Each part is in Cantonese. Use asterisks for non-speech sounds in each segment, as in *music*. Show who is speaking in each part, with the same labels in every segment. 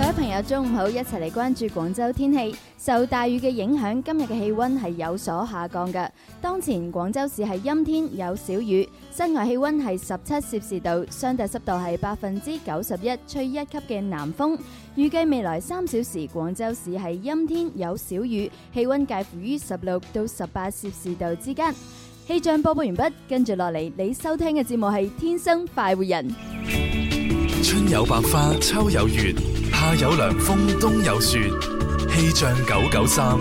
Speaker 1: 各位朋友，中午好，一齊嚟關注廣州天氣。受大雨嘅影響，今日嘅氣温係有所下降嘅。當前廣州市係陰天有小雨，室外氣温係十七攝氏度，相對濕度係百分之九十一，吹一級嘅南風。預計未來三小時廣州市係陰天有小雨，氣温介乎於十六到十八攝氏度之間。氣象播報完畢，跟住落嚟你收聽嘅節目係《天生快活人》。
Speaker 2: 春有百花，秋有月，夏有涼風，冬有雪。氣象九九三，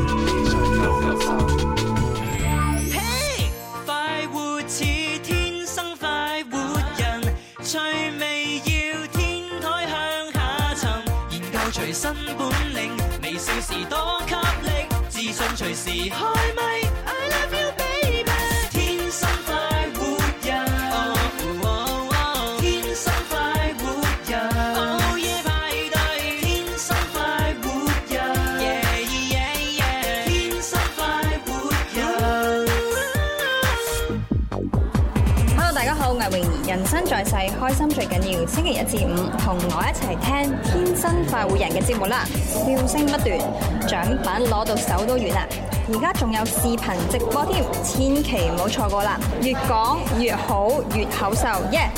Speaker 3: 快活似天生快活人，趣味要天台向下沉，研究隨身本領，微笑時多給力，自信隨時開咪。I love you baby，天生快活人，哦哦天生快活人，哦耶派對，天生快活人耶耶耶，天生快活人。
Speaker 4: Hello，大家好，魏榮兒，人生在世，開心最緊要。星期一至五，同我一齊聽《天生快活人》嘅節目啦，笑聲不斷，獎品攞到手都軟啦。而家仲有視頻直播添，千祈唔好錯過啦！越講越好，越口秀，耶、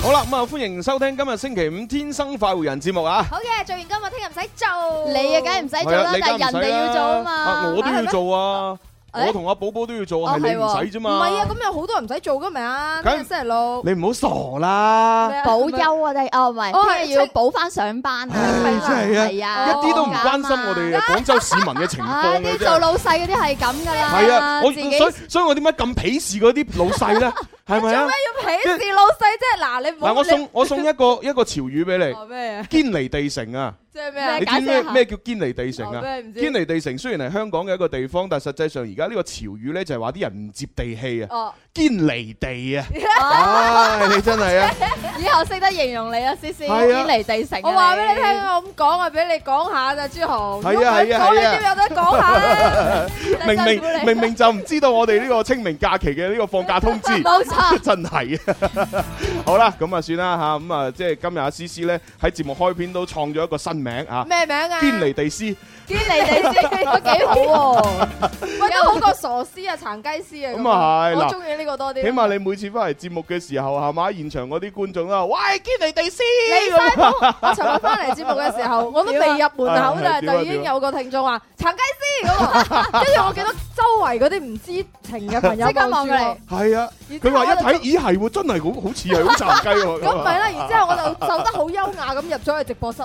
Speaker 5: 好啦，咁啊，歡迎收聽今日星期五《天生快活人》節目啊！
Speaker 6: 好嘅，做完今日聽日唔使做。
Speaker 1: 你啊，梗係唔使做啦，
Speaker 5: 係啊
Speaker 1: 但
Speaker 5: 你梗係唔
Speaker 1: 係人
Speaker 5: 使
Speaker 1: 哋
Speaker 5: 啦
Speaker 1: 要做啊嘛。
Speaker 5: 啊我都要做啊！
Speaker 6: 係咩
Speaker 5: 我同阿寶寶都要做，
Speaker 1: 哦
Speaker 5: 係你
Speaker 1: 係
Speaker 5: 唔
Speaker 1: 喎
Speaker 5: 使啫
Speaker 6: 唔
Speaker 5: 嘛。
Speaker 6: 係啊，咁有好多人唔使做噶嘛，
Speaker 5: 梗
Speaker 6: 今日星期六。
Speaker 5: 你唔好傻啦，
Speaker 6: 咩啊
Speaker 1: 補休
Speaker 6: *laughs*
Speaker 1: 啊，定哦唔係，
Speaker 6: 哦
Speaker 1: 聽
Speaker 6: 係
Speaker 1: 日要
Speaker 6: 出
Speaker 1: 補翻上班
Speaker 5: 唉
Speaker 1: 啊，
Speaker 5: 真係
Speaker 1: 係
Speaker 5: 啊，
Speaker 1: 啊，
Speaker 5: 一啲都
Speaker 1: 放
Speaker 5: 唔
Speaker 1: 假
Speaker 5: 關心
Speaker 1: 嘛
Speaker 5: 我哋啊廣州市民嘅情況
Speaker 1: 唉，
Speaker 5: 嘅
Speaker 1: 啲
Speaker 5: 啫
Speaker 1: 做。老細嗰啲係咁噶啦，
Speaker 5: 係啊，我
Speaker 1: 自
Speaker 5: 所
Speaker 1: 己
Speaker 5: 以所以我點解咁鄙視嗰啲老
Speaker 1: *laughs*
Speaker 5: 細咧？係咪啊？
Speaker 6: 鄙視老細啫，嗱你唔好。
Speaker 5: 嗱，我
Speaker 6: 你
Speaker 5: 送我送一個一個潮語俾你，
Speaker 6: 哦咩啊？
Speaker 5: 堅離地城啊！
Speaker 6: 即係咩啊
Speaker 5: 你？知
Speaker 1: 解釋
Speaker 5: 咩
Speaker 1: 一下
Speaker 5: 咩叫堅離地城啊
Speaker 6: 哦？咩唔知
Speaker 5: 堅離地城雖然係香港嘅一個地方，但實際上而家呢個潮語咧就係話啲人唔接地氣啊，
Speaker 6: 哦，
Speaker 5: 堅離地啊！唉，你真
Speaker 6: *laughs*
Speaker 5: 係啊！
Speaker 1: 以後識得形容你啦，思思
Speaker 5: 係啊
Speaker 1: 堅離地城啊。
Speaker 6: 我話俾你聽，我咁講啊，俾你講下咋，朱豪。
Speaker 5: 係啊係啊
Speaker 6: 講你
Speaker 5: 係啊
Speaker 6: 都有得講下啦。
Speaker 5: 明
Speaker 6: 辛苦
Speaker 5: 明
Speaker 6: 你
Speaker 5: 明明就唔知道我哋呢個清明假期嘅呢個放假通
Speaker 6: *laughs*
Speaker 5: 知，
Speaker 1: 冇錯
Speaker 5: 真係啊！ *laughs* 好啦，咁啊算啦吓，咁啊即係今日阿思思咧喺節目開篇都創咗一個新名啊，
Speaker 6: 咩名啊？
Speaker 5: 堅離地斯。
Speaker 6: 堅離地先都幾好
Speaker 5: *laughs*
Speaker 6: 喎，喂都好過傻師啊、殘雞師啊。
Speaker 5: 咁啊係嗱
Speaker 6: 我中意呢個多啲。
Speaker 5: 起碼你每次翻嚟節目嘅時候係嘛，現場嗰啲觀眾啊啦，喂堅離地斯
Speaker 6: 你
Speaker 5: 咁
Speaker 6: 猜到我尋日翻嚟節目嘅時候，我都未入門口
Speaker 5: 點啊
Speaker 6: 咋，
Speaker 5: 點啊
Speaker 6: 就已經有個聽眾話殘雞師嗰個，跟住我見到周圍嗰啲唔知情嘅朋
Speaker 5: *laughs*
Speaker 6: 友
Speaker 1: 即刻望過嚟
Speaker 6: 過
Speaker 5: 係啊，佢話一睇，
Speaker 6: *laughs*
Speaker 5: 咦係喎，真係好好似係好殘雞喎。
Speaker 6: 咁唔係
Speaker 5: *laughs*
Speaker 6: 啦，然之後我就走得好優雅咁入咗去直播室，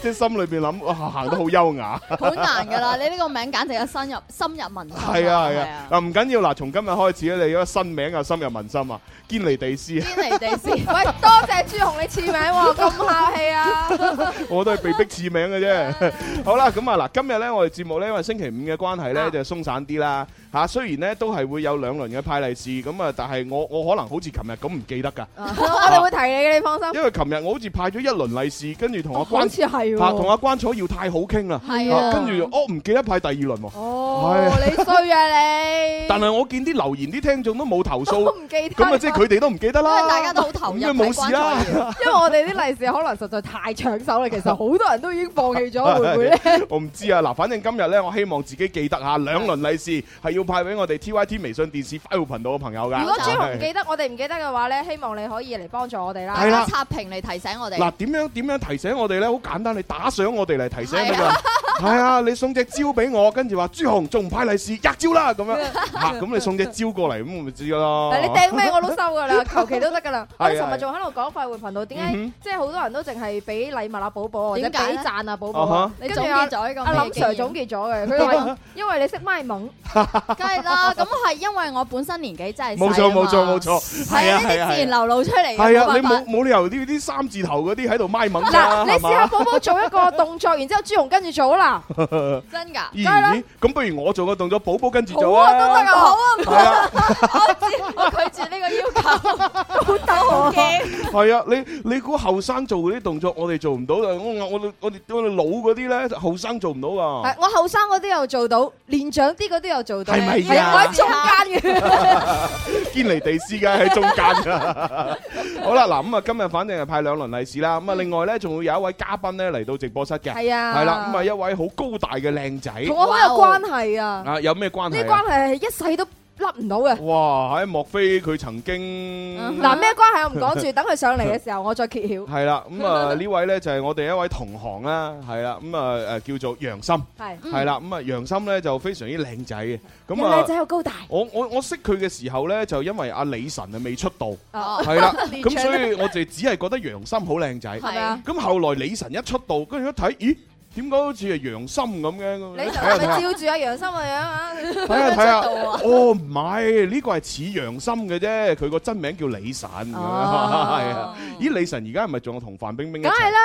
Speaker 5: 即係心裏邊諗，哇行得好優
Speaker 6: *laughs*
Speaker 5: 雅。
Speaker 1: 好難噶啦，你呢個名簡直係深入深入民心。
Speaker 5: 係啊係啊，，嗱唔緊要嗱，從今日開始咧，你嗰個新名啊深入民心啊，堅離地
Speaker 6: *laughs*
Speaker 5: 斯啊，
Speaker 1: 堅離地
Speaker 6: 喂，多謝朱紅你賜名喎，咁客氣
Speaker 5: *laughs*
Speaker 6: 啊！
Speaker 5: 我都係被逼賜名
Speaker 6: *laughs*
Speaker 5: 嘅啫。好啦，咁啊嗱，今日咧我哋節目咧，因為星期五嘅關係咧
Speaker 6: 啊
Speaker 5: 就鬆散啲啦嚇。雖然咧都係會有兩輪嘅派利是，咁啊，但係我我可能好似琴日咁唔記得㗎，
Speaker 6: 我哋會提你嘅，你放心。
Speaker 5: 因為琴日我好似派咗一輪利是，跟住同阿
Speaker 6: 好
Speaker 5: 關
Speaker 6: 似係
Speaker 5: 嚇同
Speaker 6: 喎。
Speaker 5: 阿關楚耀太好傾啦，
Speaker 1: 係
Speaker 5: 啊
Speaker 1: 啊，
Speaker 5: 跟住就哦唔記得派第二輪喎。
Speaker 6: 哦，你衰啊
Speaker 5: *laughs*
Speaker 6: 你！
Speaker 5: 但係我見啲留言啲聽眾都冇投訴
Speaker 6: 都，唔記得。
Speaker 5: 咁啊即係佢哋都唔記得
Speaker 1: 因
Speaker 5: 啦。
Speaker 1: 為大家都好投入
Speaker 5: 咁咪冇事啦
Speaker 1: 睇關注
Speaker 6: *laughs* 因為我哋啲利是可能實在太搶手啦，其實好多人都已經放棄咗，會唔會咧？
Speaker 5: 我唔知啊，嗱，反正今日咧，我希望自己記得嚇兩輪利是係要派俾我哋 T Y T 微信電視快活頻道嘅朋友㗎。
Speaker 6: 如果朱紅唔
Speaker 5: 係
Speaker 6: 記得，我哋唔記得嘅話咧，希望你可以嚟幫助我哋
Speaker 1: 大
Speaker 6: 啦。
Speaker 5: 係啦
Speaker 1: 家刷屏嚟提醒我哋。
Speaker 5: 嗱，點樣點樣提醒我哋咧？好簡單，你打賞我哋嚟提醒你
Speaker 6: *laughs*
Speaker 5: 㗎。係啊，你送隻蕉俾我，跟住話朱紅仲唔派利是，吔蕉啦咁
Speaker 6: *laughs*
Speaker 5: 樣。嚇，咁你送隻蕉過嚟，咁我咪知咯。
Speaker 6: 但係你掟咩我都收
Speaker 5: *laughs*
Speaker 6: 㗎啦，求其都得㗎啦。我哋
Speaker 5: 哦係啊
Speaker 6: 尋日仲喺度講快活頻道，點
Speaker 5: 嗯
Speaker 6: 解即係好多人都淨係俾禮物啊寶寶啊或者
Speaker 1: 點解
Speaker 6: 俾
Speaker 1: 咧
Speaker 6: 讚啊寶寶
Speaker 5: 啊
Speaker 6: 啊
Speaker 5: 哈？
Speaker 1: 你
Speaker 6: 跟住
Speaker 1: 總
Speaker 6: 阿
Speaker 1: 結咗呢個
Speaker 6: 阿
Speaker 1: 咩
Speaker 6: 林
Speaker 1: 經驗
Speaker 6: Sir 總結咗嘅，佢話
Speaker 5: *laughs*
Speaker 6: 因為你識咪蒙，
Speaker 1: 梗係啦，咁係因為我本身年紀真係細
Speaker 5: 冇錯
Speaker 1: 啊嘛
Speaker 5: 冇錯冇，錯，
Speaker 1: 係
Speaker 5: 係
Speaker 1: 啊
Speaker 5: 啊
Speaker 1: 呢
Speaker 5: 係
Speaker 1: 啲自
Speaker 5: 啊
Speaker 1: 然
Speaker 5: 係啊。
Speaker 1: 流露出嚟嘅。
Speaker 5: 係啊，你
Speaker 1: 冇辦
Speaker 5: 冇
Speaker 1: 法
Speaker 5: 冇理由呢啲三字頭嗰啲喺度咪猛㗎，
Speaker 6: 嗱你
Speaker 5: 係
Speaker 6: 試下
Speaker 5: 嘛？
Speaker 6: 寶寶做一個動作，然之後朱紅跟住做啦。噶，
Speaker 7: *laughs*
Speaker 1: 真噶，
Speaker 5: 咦
Speaker 6: 梗係啦
Speaker 5: 咦咁不如我做個動作，寶寶跟住
Speaker 6: 好
Speaker 5: 做
Speaker 6: 啊都得啊，好
Speaker 1: 哦
Speaker 6: 啊，
Speaker 5: 係啊，
Speaker 1: 我拒絕啊呢個要求，
Speaker 6: 好驚。
Speaker 5: 係啊，你你估後生做嗰啲動作，我哋做唔到啊！我我我哋我哋我哋老嗰啲咧，後生做唔到啊！
Speaker 6: 係我後生嗰啲又做到，年長啲嗰啲又做到，
Speaker 5: 係咪
Speaker 6: 係
Speaker 5: 啊
Speaker 6: 我喺中
Speaker 5: *laughs*
Speaker 6: 間嘅。
Speaker 5: 堅尼地斯梗係喺中間
Speaker 6: *laughs*
Speaker 5: 噶。好啦，嗱咁啊，今日反正係派兩輪利是啦。咁啊，另外咧仲會有一位嘉賓咧嚟到直播室嘅，
Speaker 6: 係啊
Speaker 5: 係啦，咁啊一位好高大嘅靚仔
Speaker 6: 同我好有關係啊！
Speaker 5: 啊，有咩關
Speaker 6: 呢
Speaker 5: 係啊？
Speaker 6: 關係係一世都甩唔到嘅。
Speaker 5: 哇！喺莫非佢曾經
Speaker 6: 嗱，咩關係我唔講
Speaker 5: *laughs*
Speaker 6: 住，等佢上嚟嘅時候我再揭曉。
Speaker 5: 係啦，咁啊呢位咧就係我哋一位同行啦，係啦，咁啊誒叫做楊森，
Speaker 6: 係，
Speaker 5: 係啦，咁啊楊森咧就非常之靚仔嘅，咁
Speaker 6: 又靚
Speaker 5: 啊
Speaker 6: 仔又高嗯大。
Speaker 5: 我我我識佢嘅時候咧，就因為阿李晨啊未出
Speaker 6: *laughs*
Speaker 5: 道，
Speaker 6: 哦
Speaker 5: 係啦，
Speaker 6: 連
Speaker 5: 咁
Speaker 6: 唱
Speaker 5: 所以我就只係覺得楊森好靚仔，
Speaker 6: 係咪啊？
Speaker 5: 咁後來李晨一出道，跟住一睇，咦？點解好似係楊森咁嘅？
Speaker 6: 你就
Speaker 5: 睇下
Speaker 6: 係
Speaker 5: 睇下
Speaker 6: 咪照住阿楊生個樣啊？
Speaker 5: 睇下睇下，哦唔係，呢個係似楊森嘅啫，佢個真名叫李晨咁樣， *laughs* 係啊。咦，李晨而家係咪仲有同范冰冰一
Speaker 6: 哦梗係
Speaker 5: 齊？
Speaker 6: 啦，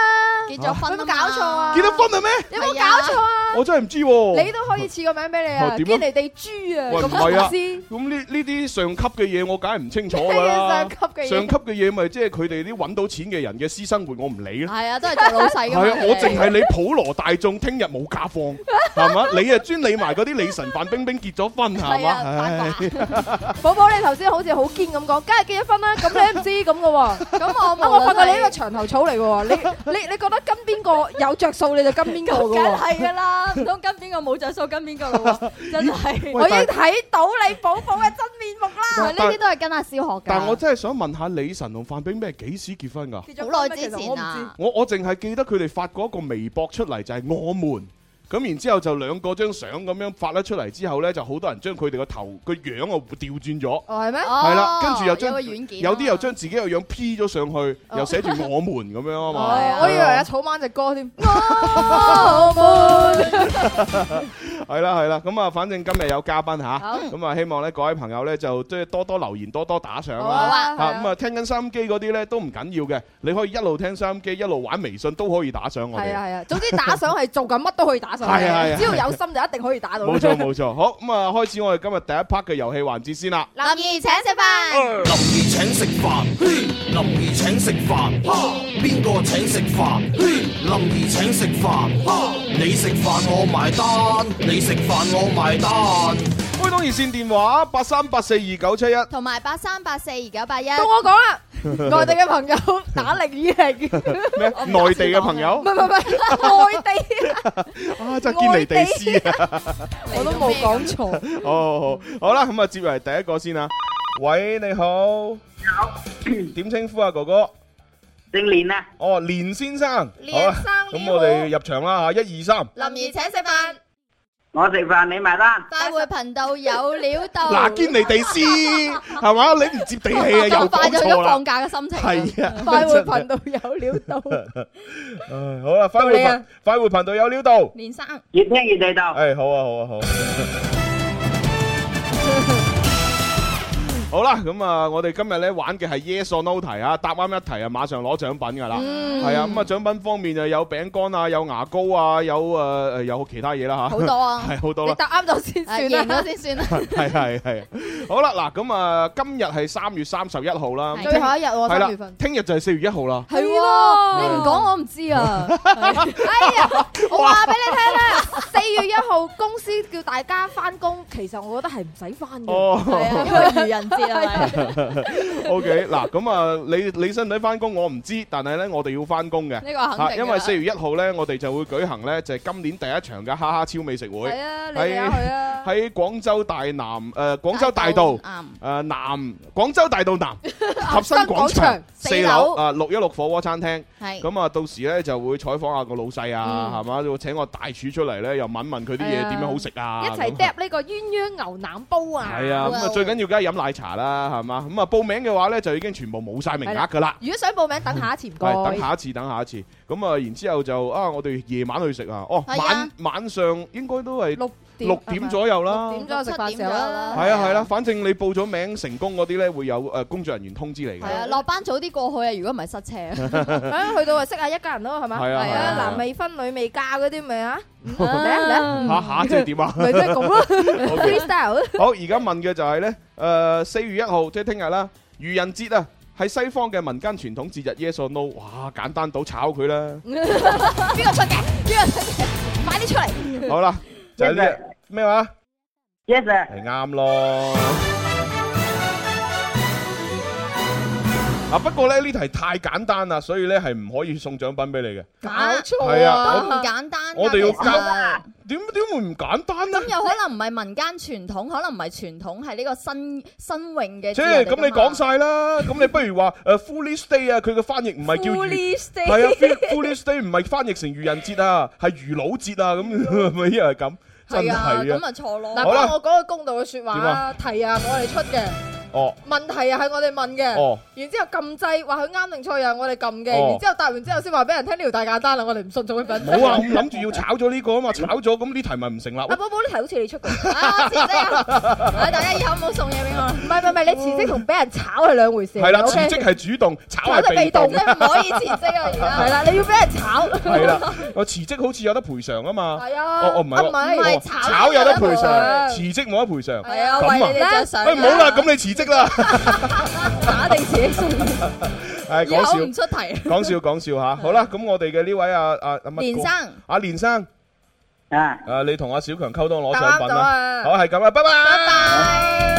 Speaker 1: 結咗婚
Speaker 6: 有
Speaker 1: 啊嘛
Speaker 6: 冇搞錯
Speaker 5: *laughs*
Speaker 6: 啊？
Speaker 5: 結咗婚啦咩？
Speaker 6: 有冇搞錯啊？
Speaker 5: 我真係唔知喎。
Speaker 6: 你都可以賜個名俾你啊！
Speaker 5: 哦哦點啊
Speaker 6: 堅尼地豬啊！
Speaker 5: 喂唔
Speaker 6: 咁
Speaker 5: 係啊
Speaker 6: 我知。
Speaker 5: 咁呢呢啲上級嘅嘢，我梗係唔清楚㗎啦
Speaker 6: 上。級嘅
Speaker 5: *laughs* 上
Speaker 6: 嘢，
Speaker 5: 級嘅嘢咪即係佢哋啲揾到錢嘅人嘅私生活，我唔理啦。
Speaker 1: 係啊，都係做老細
Speaker 5: 係
Speaker 1: 噶嘛。
Speaker 5: 啊，我淨
Speaker 1: 淨
Speaker 5: 係理普羅大眾，聽日冇假 *laughs* 放，係嘛？你啊專理埋嗰啲李晨、范冰冰結咗婚，係
Speaker 1: 係
Speaker 5: 嘛？
Speaker 1: 啊，八
Speaker 5: 唉
Speaker 1: 卦
Speaker 5: *laughs*
Speaker 6: 寶寶你頭先好似好堅咁講，梗係結咗婚啦，咁你都唔知咁嘅喎。
Speaker 1: 咁我
Speaker 6: 啊！我
Speaker 1: 冇
Speaker 6: 發
Speaker 1: 啦
Speaker 6: 覺你呢個長頭草嚟嘅喎，你你你覺得跟邊個有着數你就跟邊個
Speaker 1: 梗
Speaker 6: 嘅喎。
Speaker 1: 係噶啦，唔通跟邊個冇着數跟邊個咯喎？真係。
Speaker 6: 我已經睇到你寶寶嘅真面目啦。
Speaker 7: 呢啲都係跟阿蕭學
Speaker 5: 但我
Speaker 7: 㗎。
Speaker 5: 真係想問下李晨同范冰冰係幾時結婚㗎？
Speaker 1: 好耐之前啊，
Speaker 5: 我我淨係記得佢哋發過一個微博出嚟，就係、我們。咁然之後就兩個張相咁樣發咗出嚟之後呢，就好多人將佢哋個頭個樣啊調轉咗，
Speaker 6: 哦，係咩？
Speaker 5: 係
Speaker 1: 係
Speaker 5: 啦，跟住又
Speaker 1: 有
Speaker 5: 將
Speaker 1: 個軟件啊，
Speaker 5: 有啲又將自己個樣 P 咗上去，又寫住我們咁樣啊
Speaker 6: *laughs*
Speaker 5: 嘛。
Speaker 1: 係
Speaker 6: 哦
Speaker 1: 啊
Speaker 6: 我以為阿草蜢只歌添。 *laughs* 我
Speaker 5: 係
Speaker 6: 們
Speaker 5: 啦係啦，咁啊，反正今日有嘉賓吓，咁啊，希望呢各位朋友呢，就即係多多留言，多多打賞
Speaker 6: 好
Speaker 5: 啦。
Speaker 6: 啊，
Speaker 5: 嚇咁啊，聽緊收音機嗰啲呢都唔緊要嘅，你可以一路聽收音機，一路玩微信都可以打賞我
Speaker 6: 係
Speaker 5: 哋
Speaker 6: 啊。係啊，總之打賞係做緊乜都可以打賞
Speaker 5: 係啊係啊
Speaker 6: 嘅，只要有心就一定可以打到。
Speaker 5: 冇錯冇錯，好咁啊，開始我哋今日第一 part 嘅遊戲環節先啦。
Speaker 7: 林怡請食飯，
Speaker 8: 林兒
Speaker 5: *laughs*
Speaker 8: 請食飯，林兒請食飯，邊個請食飯？林兒請食飯，你食飯我埋單，你食飯我埋單。
Speaker 5: 開通熱線電話八三八四二九七一。
Speaker 7: 同埋八三八四二九八一。
Speaker 6: *laughs* 到我講啦，內地嘅朋友打零已零，
Speaker 7: *laughs*
Speaker 6: 唔
Speaker 5: 咩？內地嘅朋友
Speaker 6: 係唔係唔 *laughs* 係，外地啊
Speaker 5: 啊，真係堅尼地斯啊！
Speaker 6: 我都冇講錯。
Speaker 5: 哦，好好啦，咁啊，接嚟第一個先啊。喂，你好。點稱呼啊，哥哥？
Speaker 9: 姓連啊，
Speaker 5: 哦，連先生。
Speaker 7: 連
Speaker 5: 好啊
Speaker 7: 生你
Speaker 5: 咁
Speaker 7: 好
Speaker 5: 我哋入場啦嚇，一二三。
Speaker 7: 林怡請食
Speaker 5: *laughs*
Speaker 7: 飯，
Speaker 9: 我食飯你埋單。
Speaker 7: 快活頻道有料到。
Speaker 5: 嗱，堅尼地斯
Speaker 7: *laughs*
Speaker 5: 係嘛？你唔接地氣啊，又
Speaker 7: 就快
Speaker 5: 講
Speaker 7: 咗
Speaker 5: 錯
Speaker 7: 咗
Speaker 5: 啦
Speaker 7: 放。假嘅心情。
Speaker 5: *laughs* 係啊，
Speaker 6: 快活
Speaker 5: 真係
Speaker 6: 頻道有料到，
Speaker 5: 唉好啦，快活
Speaker 6: 到你啊
Speaker 5: 頻快活頻道有料到。
Speaker 1: 連生，
Speaker 9: 越聽越地道。
Speaker 5: 诶，好啊，好啊，好。 *laughs* 好啦，咁啊，我哋今日咧玩嘅係 Yes or No 題啊，答啱一題啊，馬上攞獎品噶啦，
Speaker 7: 嗯
Speaker 5: 係啊，咁啊獎品方面就有餅乾啊，有牙膏啊，有誒誒有其他嘢啦
Speaker 7: 好多啊
Speaker 5: 吓，， *laughs* 係好多
Speaker 6: 你
Speaker 5: 啦，
Speaker 6: 答啱咗先
Speaker 7: 誒
Speaker 1: À,
Speaker 6: 算
Speaker 7: 贏
Speaker 6: 啦
Speaker 7: 咗。先算啦。
Speaker 5: 係係係。好啦，嗱，咁啊，今日係三月三十一號啦，
Speaker 7: 係
Speaker 6: 最後一日喎，
Speaker 5: 係
Speaker 6: 三
Speaker 5: 啦
Speaker 6: 月份，。
Speaker 5: 聽日就係四月一號啦。
Speaker 6: 係喎
Speaker 7: 你唔講我唔知啊。哎
Speaker 5: *laughs*
Speaker 7: 呀，
Speaker 6: 我話俾你聽啦，四月一號公司叫大家翻工，其實我覺得係唔使翻嘅。
Speaker 5: *laughs* 哦
Speaker 1: 係啊，因為愚人節係咪？
Speaker 5: ，OK，嗱，咁啊，你你使唔使翻工我唔知，但係咧我哋要翻工嘅。
Speaker 1: 呢個肯定㗎
Speaker 5: 啊，
Speaker 1: 啦。
Speaker 5: 因為四月一號呢，我哋就會舉行呢，就係、今年第一場嘅哈哈超美食會
Speaker 6: 係，啊，你哋啊去啊，
Speaker 5: 喺廣州大南誒、呃、廣州大道誒、
Speaker 7: 啱。
Speaker 5: 呃南廣州大 *laughs* 道南合生廣場四
Speaker 7: 四樓
Speaker 5: 樓啊六一六火鍋餐廳，
Speaker 7: 係。
Speaker 5: 咁啊到時呢，就會採訪下個老細啊，係嘛、會請我大廚出嚟呢，又問問佢啲嘢
Speaker 6: 係啊
Speaker 5: 點樣好食啊，
Speaker 6: 一齊
Speaker 5: 咁
Speaker 6: d 呢個鴛鴦牛腩煲啊。
Speaker 5: 係啊，咁啊最緊要梗係飲奶茶啦，係嘛，咁啊報名嘅話呢，就已經全部冇晒名額㗎啦。
Speaker 6: 如果想報名，等下一次唔該。
Speaker 5: 係等下一次，等下一次。咁啊，然之後就啊，我哋夜晚去食啊。哦，
Speaker 7: 係啊
Speaker 5: 晚晚上應該都係
Speaker 6: 六點啊
Speaker 5: 六點左右啦
Speaker 6: 六點啊左右食飯時候啦，
Speaker 5: 係啊係啦，反正你報咗名成功嗰啲咧，會有誒工作人員通知你
Speaker 1: 係啊，
Speaker 5: 嘅。
Speaker 1: 落班早啲過去啊，如果唔係塞車。
Speaker 6: 咁去到啊識下一家人咯，係咪？
Speaker 5: 係啊係啊
Speaker 6: 男未婚女未嫁嗰啲咪啊，嚟啊嚟啊
Speaker 5: 嚇嚇，即係點啊？
Speaker 6: 咪即係咁咯
Speaker 5: OK
Speaker 6: ，freestyle
Speaker 1: *laughs*
Speaker 5: 好，而家問嘅就係呢，誒四月一號即係聽日啦，愚人節啊，係西方嘅民間傳統節日 Yes or No，哇簡單到炒佢啦！
Speaker 1: *laughs* 邊個出嘅？邊個出嘅？快啲出嚟！
Speaker 5: 好啦，就係呢咩話
Speaker 9: ？Yes sir，
Speaker 5: 係啱咯。啊！不過咧呢題太簡單啦，所以呢係唔可以送獎品俾你嘅。
Speaker 1: 搞
Speaker 5: 係啊
Speaker 1: 都唔簡單㗎。
Speaker 5: 我哋要
Speaker 1: 其實
Speaker 5: 教點點會唔簡單呢？
Speaker 1: 咁有可能唔係民間傳統，可能唔係傳統，係呢個新新穎嘅節日嚟㗎嘛。
Speaker 5: 即係咁你講晒啦，咁你不如話誒 Foolish Day 啊，佢嘅翻譯唔係叫
Speaker 6: *laughs*
Speaker 1: Foolish Day
Speaker 5: 係啊，Fo-，Foolish Day 唔係翻譯成愚人節啊，係愚佬節啊，咁 *laughs* 咪因為咁，真
Speaker 6: 係啊，
Speaker 5: 係啊，
Speaker 6: 錯咯嗱，
Speaker 5: 好啦
Speaker 6: 幫我講句公道嘅説話
Speaker 5: 點啊
Speaker 6: 啦，題啊，我哋出嘅。
Speaker 5: 哦，
Speaker 6: 問題啊係我哋問嘅，
Speaker 5: 哦
Speaker 6: 然之後撳掣話佢啱定錯又係我哋撳嘅，
Speaker 5: 哦
Speaker 6: 然之後答完之後先話俾人聽呢條大簡單啦，我哋唔信就會品。
Speaker 5: 冇啊，我諗住要炒咗呢個啊
Speaker 6: *laughs*
Speaker 5: 嘛，炒咗咁呢題咪唔成立
Speaker 6: 阿
Speaker 5: 咯。
Speaker 6: 寶寶呢題好似你出過，啊辭職啊！大家以後唔好送嘢俾我。唔係唔係，你辭職同俾人炒係兩回事。
Speaker 5: 係啦，辭
Speaker 6: OK？
Speaker 5: 職係主動， *laughs* 炒
Speaker 6: 炒
Speaker 5: 係
Speaker 6: 係
Speaker 5: 被
Speaker 6: 被
Speaker 5: 動
Speaker 6: 動，。即係唔可以辭職啊！而家係啦，你要俾人炒。
Speaker 5: 係啦，我辭職好似有得賠償啊嘛。
Speaker 6: 係啊
Speaker 5: 哦哦唔係喎，
Speaker 6: 啊唔係
Speaker 5: 哦
Speaker 6: 炒
Speaker 5: 炒
Speaker 6: 有
Speaker 5: 有得
Speaker 6: 得
Speaker 5: 賠
Speaker 6: 賠
Speaker 5: 償，
Speaker 6: 償
Speaker 5: 辭職冇得賠償。
Speaker 6: 係
Speaker 5: 咁
Speaker 6: 啊，為
Speaker 5: 啊
Speaker 6: 你哋着想。
Speaker 5: 喂，唔好啦，咁你辭職
Speaker 6: *laughs*
Speaker 5: 啦。
Speaker 6: 打定自己信。
Speaker 5: 係
Speaker 1: 以後
Speaker 5: 講笑
Speaker 1: 唔。出題。
Speaker 5: 講笑講笑吓，好啦，咁我哋嘅呢位啊啊啊乜哥
Speaker 1: 連生，
Speaker 5: 阿連生
Speaker 9: 啊，
Speaker 5: 啊你同阿小強溝通攞獎品
Speaker 6: 答啱咗
Speaker 5: 啦，
Speaker 6: 啊
Speaker 5: 好係咁啦，拜拜。拜拜。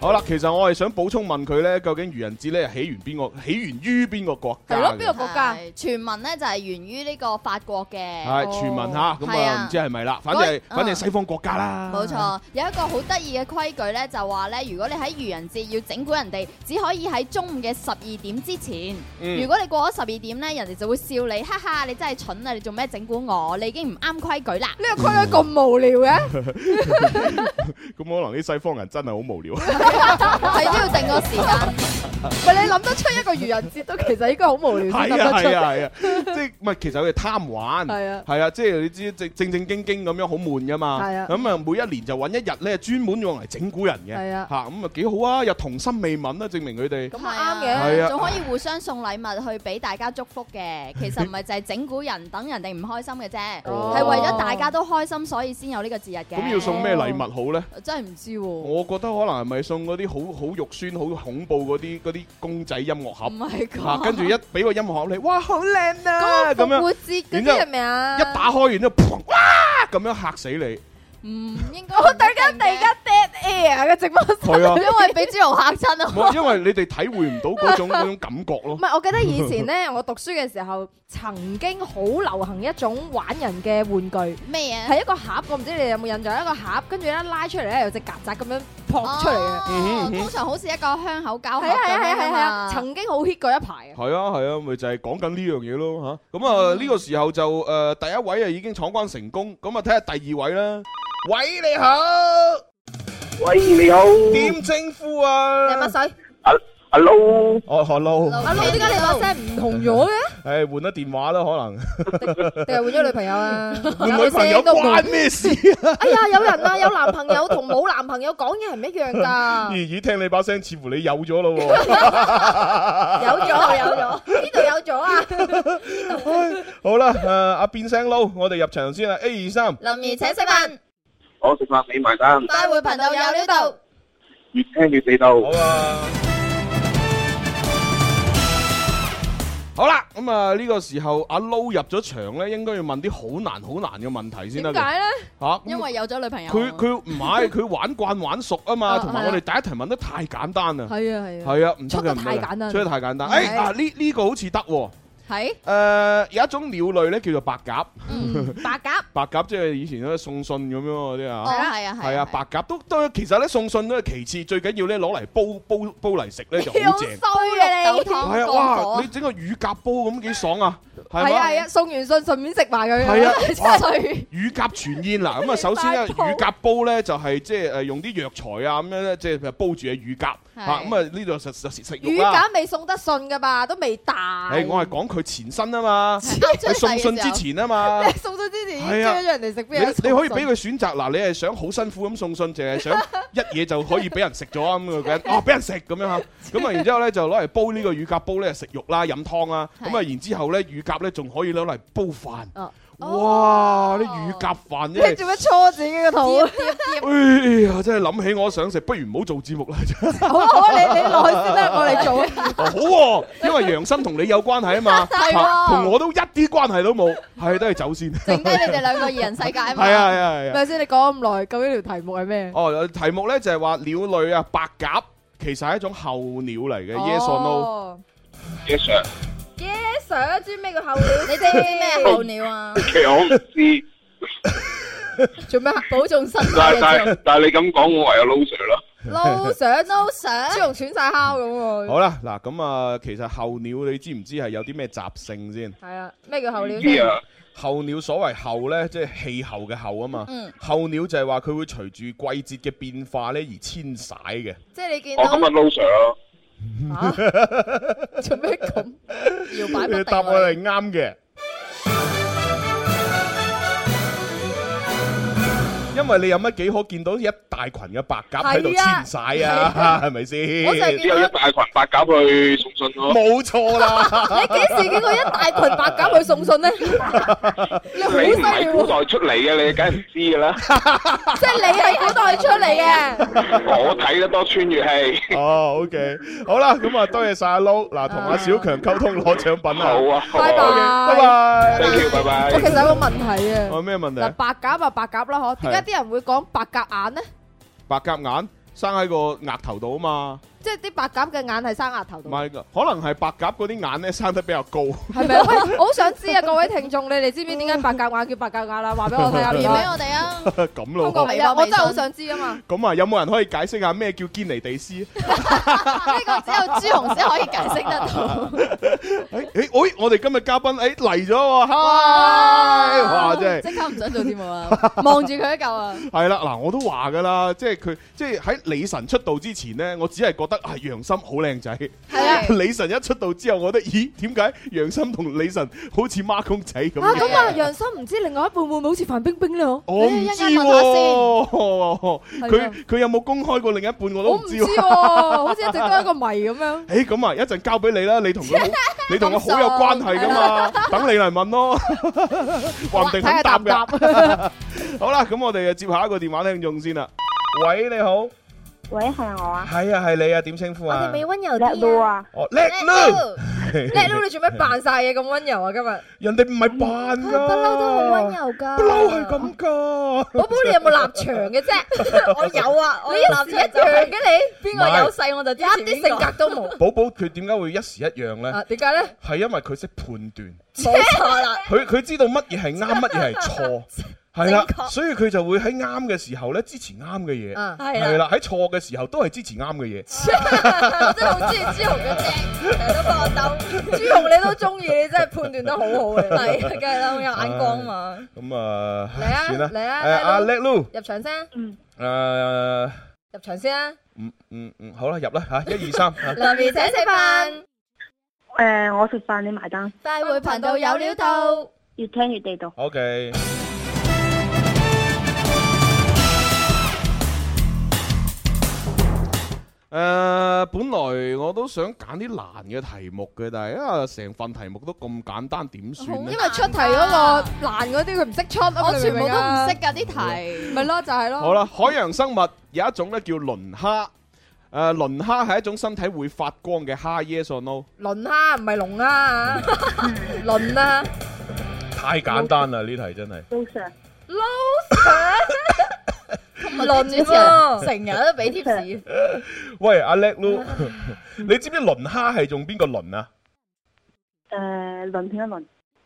Speaker 5: 好啦，其實我係想補充問佢咧，究竟愚人節咧起源邊個？起源於邊個國家
Speaker 6: 係
Speaker 5: 嘅？
Speaker 6: 咯，邊個國家？
Speaker 1: 係傳聞咧就係源於呢個法國嘅。
Speaker 5: 係傳聞吓，咁
Speaker 1: 係
Speaker 5: 啊
Speaker 1: 啊
Speaker 5: 唔知係咪啦，反正係
Speaker 1: 嗰
Speaker 5: 反正係西方國家啦。
Speaker 1: 冇錯，有一個好得意嘅規矩咧，就話咧，如果你喺愚人節要整蠱人哋，只可以喺中午嘅十二點之前。
Speaker 5: 嗯
Speaker 1: 如果你過咗十二點咧，人哋就會笑你，哈哈，你真係蠢啊！你做咩整蠱我？你已經唔啱規矩啦。
Speaker 6: 呢個規矩咁無聊
Speaker 5: 咁
Speaker 6: 嘅，
Speaker 5: 可能啲西方人真係好無聊。
Speaker 1: 係都要定個時間。
Speaker 6: 喂，你諗得出一個愚人節都其實應該好無聊先
Speaker 5: 係
Speaker 6: 諗
Speaker 5: 啊
Speaker 6: 得出
Speaker 5: 係。啊
Speaker 6: *laughs*
Speaker 5: 係啊，即係唔係其實佢哋貪玩，
Speaker 6: 係啊
Speaker 5: 係啊，即係你知正正正經經咁樣好悶噶嘛，
Speaker 6: 係啊
Speaker 5: 咁啊每一年就揾一日咧專門用嚟整蠱人嘅，
Speaker 6: 係啊
Speaker 5: 嚇咁啊幾好啊，又童心未泯啦，證明佢哋
Speaker 6: 咁啊啱嘅。
Speaker 5: 係啊
Speaker 1: 仲可以互相送禮物去俾大家祝福嘅，其實唔係就係整蠱人，等人哋唔開心嘅啫，
Speaker 5: 哦
Speaker 1: 係為咗大家都開心，所以先有呢個節日嘅。
Speaker 5: 咁要送咩禮物好咧？
Speaker 1: 真係唔知喎，
Speaker 5: 我覺得可能係咪送嗰啲好好肉酸、好恐怖嗰啲嗰啲公仔音樂盒
Speaker 1: 唔，係㗎
Speaker 5: 嚇跟住一俾個音樂盒你，哇好靚啊
Speaker 6: 咁
Speaker 5: 咁
Speaker 6: 復
Speaker 5: 樣，
Speaker 6: 活節嗰
Speaker 5: 然之後
Speaker 6: 啲係咪啊？
Speaker 5: 一打開完之後，砰哇咁樣嚇死
Speaker 6: *laughs*
Speaker 1: 唔
Speaker 5: 你，
Speaker 1: 應該。
Speaker 6: 我突然間突然間 dead air 嘅直播室。
Speaker 5: 係啊
Speaker 1: 因為俾朱紅嚇親啊！
Speaker 5: 冇因為你哋體會唔到嗰種嗰種感覺咯
Speaker 6: 唔。係，我記得以
Speaker 5: *laughs*
Speaker 6: 前咧，我讀書嘅時候曾經好流行一種玩人嘅玩具，
Speaker 1: 咩嘢？
Speaker 6: 係一個盒，我唔知你哋有冇印象，一個盒，跟住咧拉出嚟咧有隻曱甴咁樣撲出嚟嘅。
Speaker 5: 嗯
Speaker 1: 哦
Speaker 5: 嗯嗯
Speaker 1: 通常好似一個香口膠盒
Speaker 6: 係啊係
Speaker 1: 咁
Speaker 6: 啊係
Speaker 1: 樣
Speaker 6: 啊
Speaker 1: 㗎
Speaker 6: 係啊，
Speaker 1: 嘛。
Speaker 6: 曾經好 hit 過一排嘅。
Speaker 5: 係啊係啊，咪就係講緊呢樣嘢咯吓。咁啊呢個時候就誒第一位啊已經闖關成功，咁啊睇下第二位啦。喂你好，
Speaker 9: 喂，你好，
Speaker 5: 點稱呼
Speaker 6: 你
Speaker 5: 啊
Speaker 6: 乜？水？
Speaker 9: 阿阿 Low，
Speaker 5: 哦，hello，
Speaker 1: Hello
Speaker 6: 阿 Lou 點解你把聲唔同咗嘅？
Speaker 5: 誒換咗電話
Speaker 1: *laughs*
Speaker 5: 啦，可
Speaker 6: 定係換咗女朋友啊？
Speaker 5: 能換女朋友
Speaker 6: 有聲都唔同
Speaker 5: 關
Speaker 1: *laughs*
Speaker 5: 咩事啊？
Speaker 6: 哎呀，有人啊，有男朋友同冇男朋友講嘢係唔一樣
Speaker 5: *laughs*
Speaker 6: 㗎。
Speaker 5: 咦咦，聽你把聲似乎你有
Speaker 1: *laughs*
Speaker 5: 咗咯喎。
Speaker 6: 有咗，有咗，呢度有咗啊！
Speaker 5: 好啦，誒阿變聲撈，我哋入場先啦，A 二三。
Speaker 1: 林怡請食飯，
Speaker 9: 我食飯你埋單，
Speaker 1: 快活頻道有料到。
Speaker 9: 越聽越地道
Speaker 5: 好啊！好啦，咁啊呢個時候阿 Low 入咗場咧，應該要問啲好難好難嘅問題先得
Speaker 6: 點
Speaker 5: 嘅。
Speaker 6: 解咧？
Speaker 5: 嚇？咁
Speaker 1: 因為有咗女朋友。
Speaker 5: 佢佢唔係佢玩慣玩熟啊嘛，
Speaker 6: 啊
Speaker 5: 同埋
Speaker 6: 係
Speaker 5: 我
Speaker 6: 啊
Speaker 5: 哋第一題問得太簡單啦。
Speaker 6: 係啊，係啊。
Speaker 5: 係啊，唔得
Speaker 6: 出
Speaker 5: 嘅，唔
Speaker 6: 得太
Speaker 5: 得嘅
Speaker 6: 簡單
Speaker 5: 出得太簡單。
Speaker 6: 唔
Speaker 5: 誒
Speaker 6: 係
Speaker 5: 啊呢呢個好似得喎。
Speaker 1: 係
Speaker 5: 誒有一種鳥類咧叫做白鴿，
Speaker 6: 白鴿
Speaker 5: 白鴿即係以前咧送信咁樣嗰啲
Speaker 1: 哦，
Speaker 5: 啊。
Speaker 1: 係啊，
Speaker 5: 係啊，白鴿都都其實咧送信都係其次，最緊要咧攞嚟煲煲煲嚟食咧就好正。
Speaker 1: 煲嘅你，
Speaker 6: 哎
Speaker 5: 係啊，哇！你整個乳鴿煲咁幾爽啊，係
Speaker 6: 係啊
Speaker 5: 嘛？
Speaker 6: 係啊，送完信順便食埋佢。 *laughs*
Speaker 5: 係啊哇
Speaker 6: 碎
Speaker 5: 乳鴿全煙嗱，咁啊首先咧，
Speaker 6: 大煲
Speaker 5: 呃乳鴿煲咧就係即係誒用啲藥材啊咁樣咧，即係煲住嘅乳鴿，嚇咁啊呢度實實食肉
Speaker 6: 魚
Speaker 5: 啦。
Speaker 6: 架未送得信噶吧，都未大。
Speaker 5: 誒，我係講佢前身啊嘛，
Speaker 6: 啱出世
Speaker 5: 佢送信之前啊嘛。
Speaker 6: 送咗之前已經
Speaker 5: 係啊
Speaker 6: 追咗人哋食
Speaker 5: 你
Speaker 6: 邊有
Speaker 5: 你可以
Speaker 6: 送
Speaker 5: 俾佢
Speaker 6: 信
Speaker 5: 選擇，嗱，你係想好辛苦咁送信，淨係想一嘢就可以俾人食咗啊咁嘅，哦，俾人食咁樣嚇，咁啊，然之後咧就攞嚟煲呢個乳鴿煲咧食肉啦、飲湯啦，
Speaker 7: 係
Speaker 5: 咁啊，然之後咧乳鴿咧仲可以攞嚟煲飯，
Speaker 6: 哦
Speaker 5: 哇！啲乳鴿飯真
Speaker 6: 你
Speaker 5: 係
Speaker 6: 做乜搓自己個肚啊？
Speaker 5: 哎呀，真係諗起我想食，不如唔好做節目啦。
Speaker 1: *laughs*
Speaker 5: 真係
Speaker 6: 好啊好啊，你你落去先啦，我 *laughs* 嚟做。
Speaker 5: 哦好喎，因為楊森同你有關係啊嘛，
Speaker 1: *laughs* 係喎
Speaker 5: 嚇同我都一啲關係都冇，係都係走先。係
Speaker 1: 剩低你哋兩個二人世界啊嘛。
Speaker 5: *laughs* 啊係啊係啊。
Speaker 6: 咪先，你講咁耐，究竟條題目係咩？
Speaker 5: 哦，題目咧就係話鳥類啊，白鴿其實係一種候鳥嚟嘅，yes or no？
Speaker 6: 哦
Speaker 9: Yes sir，
Speaker 6: Yes sir，知咩叫候鳥？
Speaker 1: 你哋知唔知咩候鳥啊？
Speaker 9: 其實我唔知，
Speaker 6: 做咩？
Speaker 1: 保重身體
Speaker 9: 但
Speaker 1: 嘅時候
Speaker 9: 係但係但係你咁講，我唯有 low sir 啦。
Speaker 6: 撈上
Speaker 1: ，no sir。
Speaker 6: 朱紅喘晒烤咁喎。
Speaker 5: 好啦，嗱咁啊，其實候鳥你知唔知係有啲咩習性先？
Speaker 6: 係啊，咩叫候鳥
Speaker 9: 知
Speaker 6: 先？
Speaker 9: 啊，
Speaker 5: 候鳥所謂候呢，即係氣候嘅候啊嘛。
Speaker 1: 嗯
Speaker 5: 候鳥就係話佢會隨住季節嘅變化呢而遷徙嘅。
Speaker 6: 即係你見
Speaker 9: 我
Speaker 6: 到
Speaker 9: 今日 low sir 咯。
Speaker 6: 嚇做咩
Speaker 5: *laughs*
Speaker 6: 咁？
Speaker 1: 搖擺不定
Speaker 5: 答案
Speaker 1: 喎。
Speaker 5: 係啱嘅。因為你有乜幾可見到一大群嘅白鴿喺度
Speaker 6: 係啊
Speaker 5: 遷徙啊？係咪
Speaker 6: 我就係
Speaker 5: 先？
Speaker 9: 只有一大群白鴿去送信咯。
Speaker 5: 冇錯啦。
Speaker 6: *laughs* 你幾時見過一大群白鴿去送信呢？你好
Speaker 9: 你
Speaker 6: 犀
Speaker 9: 唔
Speaker 6: 利
Speaker 9: 係古
Speaker 6: 喎！
Speaker 9: 代出嚟嘅，你梗係唔知㗎啦。
Speaker 6: 即係你係古代出嚟嘅，
Speaker 9: 我睇得多穿越戲。
Speaker 5: 哦，OK，好 Ờ, 啦，咁啊，多謝晒阿 Lou，嗱，同阿小強溝通攞獎品
Speaker 9: 好
Speaker 5: 啊，
Speaker 9: 啊，好
Speaker 6: 拜
Speaker 9: 啊。
Speaker 5: 拜
Speaker 6: 拜。
Speaker 5: 拜。
Speaker 9: Thank you，拜拜
Speaker 6: 我。其實有個問題啊。
Speaker 5: 有咩問
Speaker 6: 嗱，
Speaker 5: 題？
Speaker 6: 白鴿咪白鴿啦，嗬？點解啲人會講白鴿眼呢？
Speaker 5: 白鴿眼生喺個額頭度啊嘛，
Speaker 6: 即係啲白鴿嘅眼係生額頭
Speaker 5: 唔
Speaker 6: 度，
Speaker 5: 係㗎可能係白鴿嗰啲眼咧生得比較高。 *laughs*
Speaker 6: 係咪？喂，我好想知啊，各位聽眾，你哋知唔知點解白鴿眼叫白鴿眼啦？話俾我聽下，
Speaker 1: 留言俾
Speaker 6: 通
Speaker 1: 我哋啊！
Speaker 5: 咁
Speaker 6: 過
Speaker 5: 咯，
Speaker 6: 微博，我真係好想知 *laughs* 啊嘛。
Speaker 5: 咁啊，有冇人可以解釋下咩叫堅尼地斯？
Speaker 1: 呢個只有朱紅先可以解釋得到。
Speaker 5: 誒 *laughs* 誒，喂我哋今日嘉賓誒嚟咗喎，嗨！哇，真係
Speaker 1: 即刻唔想做節目啊！望住佢一嚿啊！
Speaker 5: 係啦，嗱，我都話㗎啦，即係佢，即係喺李晨出道之前呢，我只係覺得啊，楊森好靚仔。
Speaker 1: 係啊，
Speaker 5: 李晨一出道之後，我覺得咦，點解楊森同李晨好似孖公仔咁
Speaker 6: 啊，
Speaker 5: 樣？
Speaker 6: 咁啊，楊森唔知另外一半會唔會好似范冰冰咧？我
Speaker 5: 我唔知喎， *laughs*
Speaker 1: 啊
Speaker 5: 佢佢有冇公開過另一半我都
Speaker 6: 我
Speaker 5: 唔
Speaker 6: 唔
Speaker 5: 知
Speaker 6: 知
Speaker 5: 喎。
Speaker 6: 喎，好似一直都係一個謎咁樣。
Speaker 5: 誒咁啊，一陣交俾你啦，你同 *laughs* 佢好，你同佢好有關係噶嘛，等你嚟問 *laughs* 咯，話唔定肯啊答㗎。好啦，咁我哋就接下一個電話聽眾先啦。喂，你好，
Speaker 4: 喂，係我啊，
Speaker 5: 係啊，係你啊，點稱呼啊？
Speaker 6: 温柔
Speaker 4: 叻女啊，
Speaker 5: 哦，叻女，
Speaker 6: 叻佬，你做咩扮晒嘢咁温柔啊？今日
Speaker 5: *laughs* 人哋唔係扮㗎，不嬲都好啊温柔㗎，不嬲係咁㗎。
Speaker 6: 寶寶，你有冇立場嘅啫？我有啊，我立場一樣嘅你，邊
Speaker 5: 個有
Speaker 6: 勢我就一啲性格都冇。
Speaker 5: 寶寶佢點解會一時一樣呢？
Speaker 6: 啊，點解咧？
Speaker 5: 係因為佢識判斷，
Speaker 6: 冇錯啦。
Speaker 5: 佢佢知道乜嘢係啱，乜嘢係 *laughs* 錯，係
Speaker 6: 正確
Speaker 5: 啦，所以佢就會喺啱嘅時候咧支持啱嘅嘢，
Speaker 4: Dạ.
Speaker 6: 啊，
Speaker 5: 係啦，喺錯嘅時候都係支持啱嘅嘢。
Speaker 6: 我真係好中意朱紅嘅隻，成日都幫我鬥。朱紅你都中意，你真係判斷得好好嘅。係，梗係啦，我有
Speaker 5: 眼光嘛。咁啊，
Speaker 6: 嚟啊
Speaker 5: 唉算啦，
Speaker 6: 嚟啊
Speaker 5: 誒阿
Speaker 6: 嚟
Speaker 5: 叻 Lu，
Speaker 6: 入場先，
Speaker 5: 誒，
Speaker 6: *laughs* 入場先啊！
Speaker 5: 嗯嗯嗯，好啦，入啦嚇，一二三嚇。
Speaker 6: 林兒請食飯，
Speaker 4: 诶，我食飯你埋單，
Speaker 1: 快活頻道有料到，
Speaker 4: 越聽越地道。
Speaker 5: O K，誒，本來我都想揀啲難嘅題目嘅，但係啊，成份題目都咁簡單，點算
Speaker 1: 好
Speaker 5: 呢
Speaker 6: 因？為出題嗰個難嗰啲佢唔識出啊嘛，
Speaker 1: 我全部都唔識
Speaker 6: 識，
Speaker 1: 㗎啲題。
Speaker 6: 咪咯就係咯。
Speaker 5: 好啦，海洋生物有一種咧叫磷蝦。誒、磷蝦係一種身體會發光嘅蝦，yes or no？
Speaker 6: 輪蝦唔係龍 *laughs* 蝦嚇，輪啊
Speaker 5: 太簡單啦，呢題真係。
Speaker 4: 都 Sir，
Speaker 6: 輪
Speaker 1: 主持人
Speaker 6: 喎，
Speaker 1: 成日都俾貼士，
Speaker 5: 喂，阿叻 Lu，你知唔知磷蝦係用邊個磷啊？
Speaker 4: 诶，輪片一輪，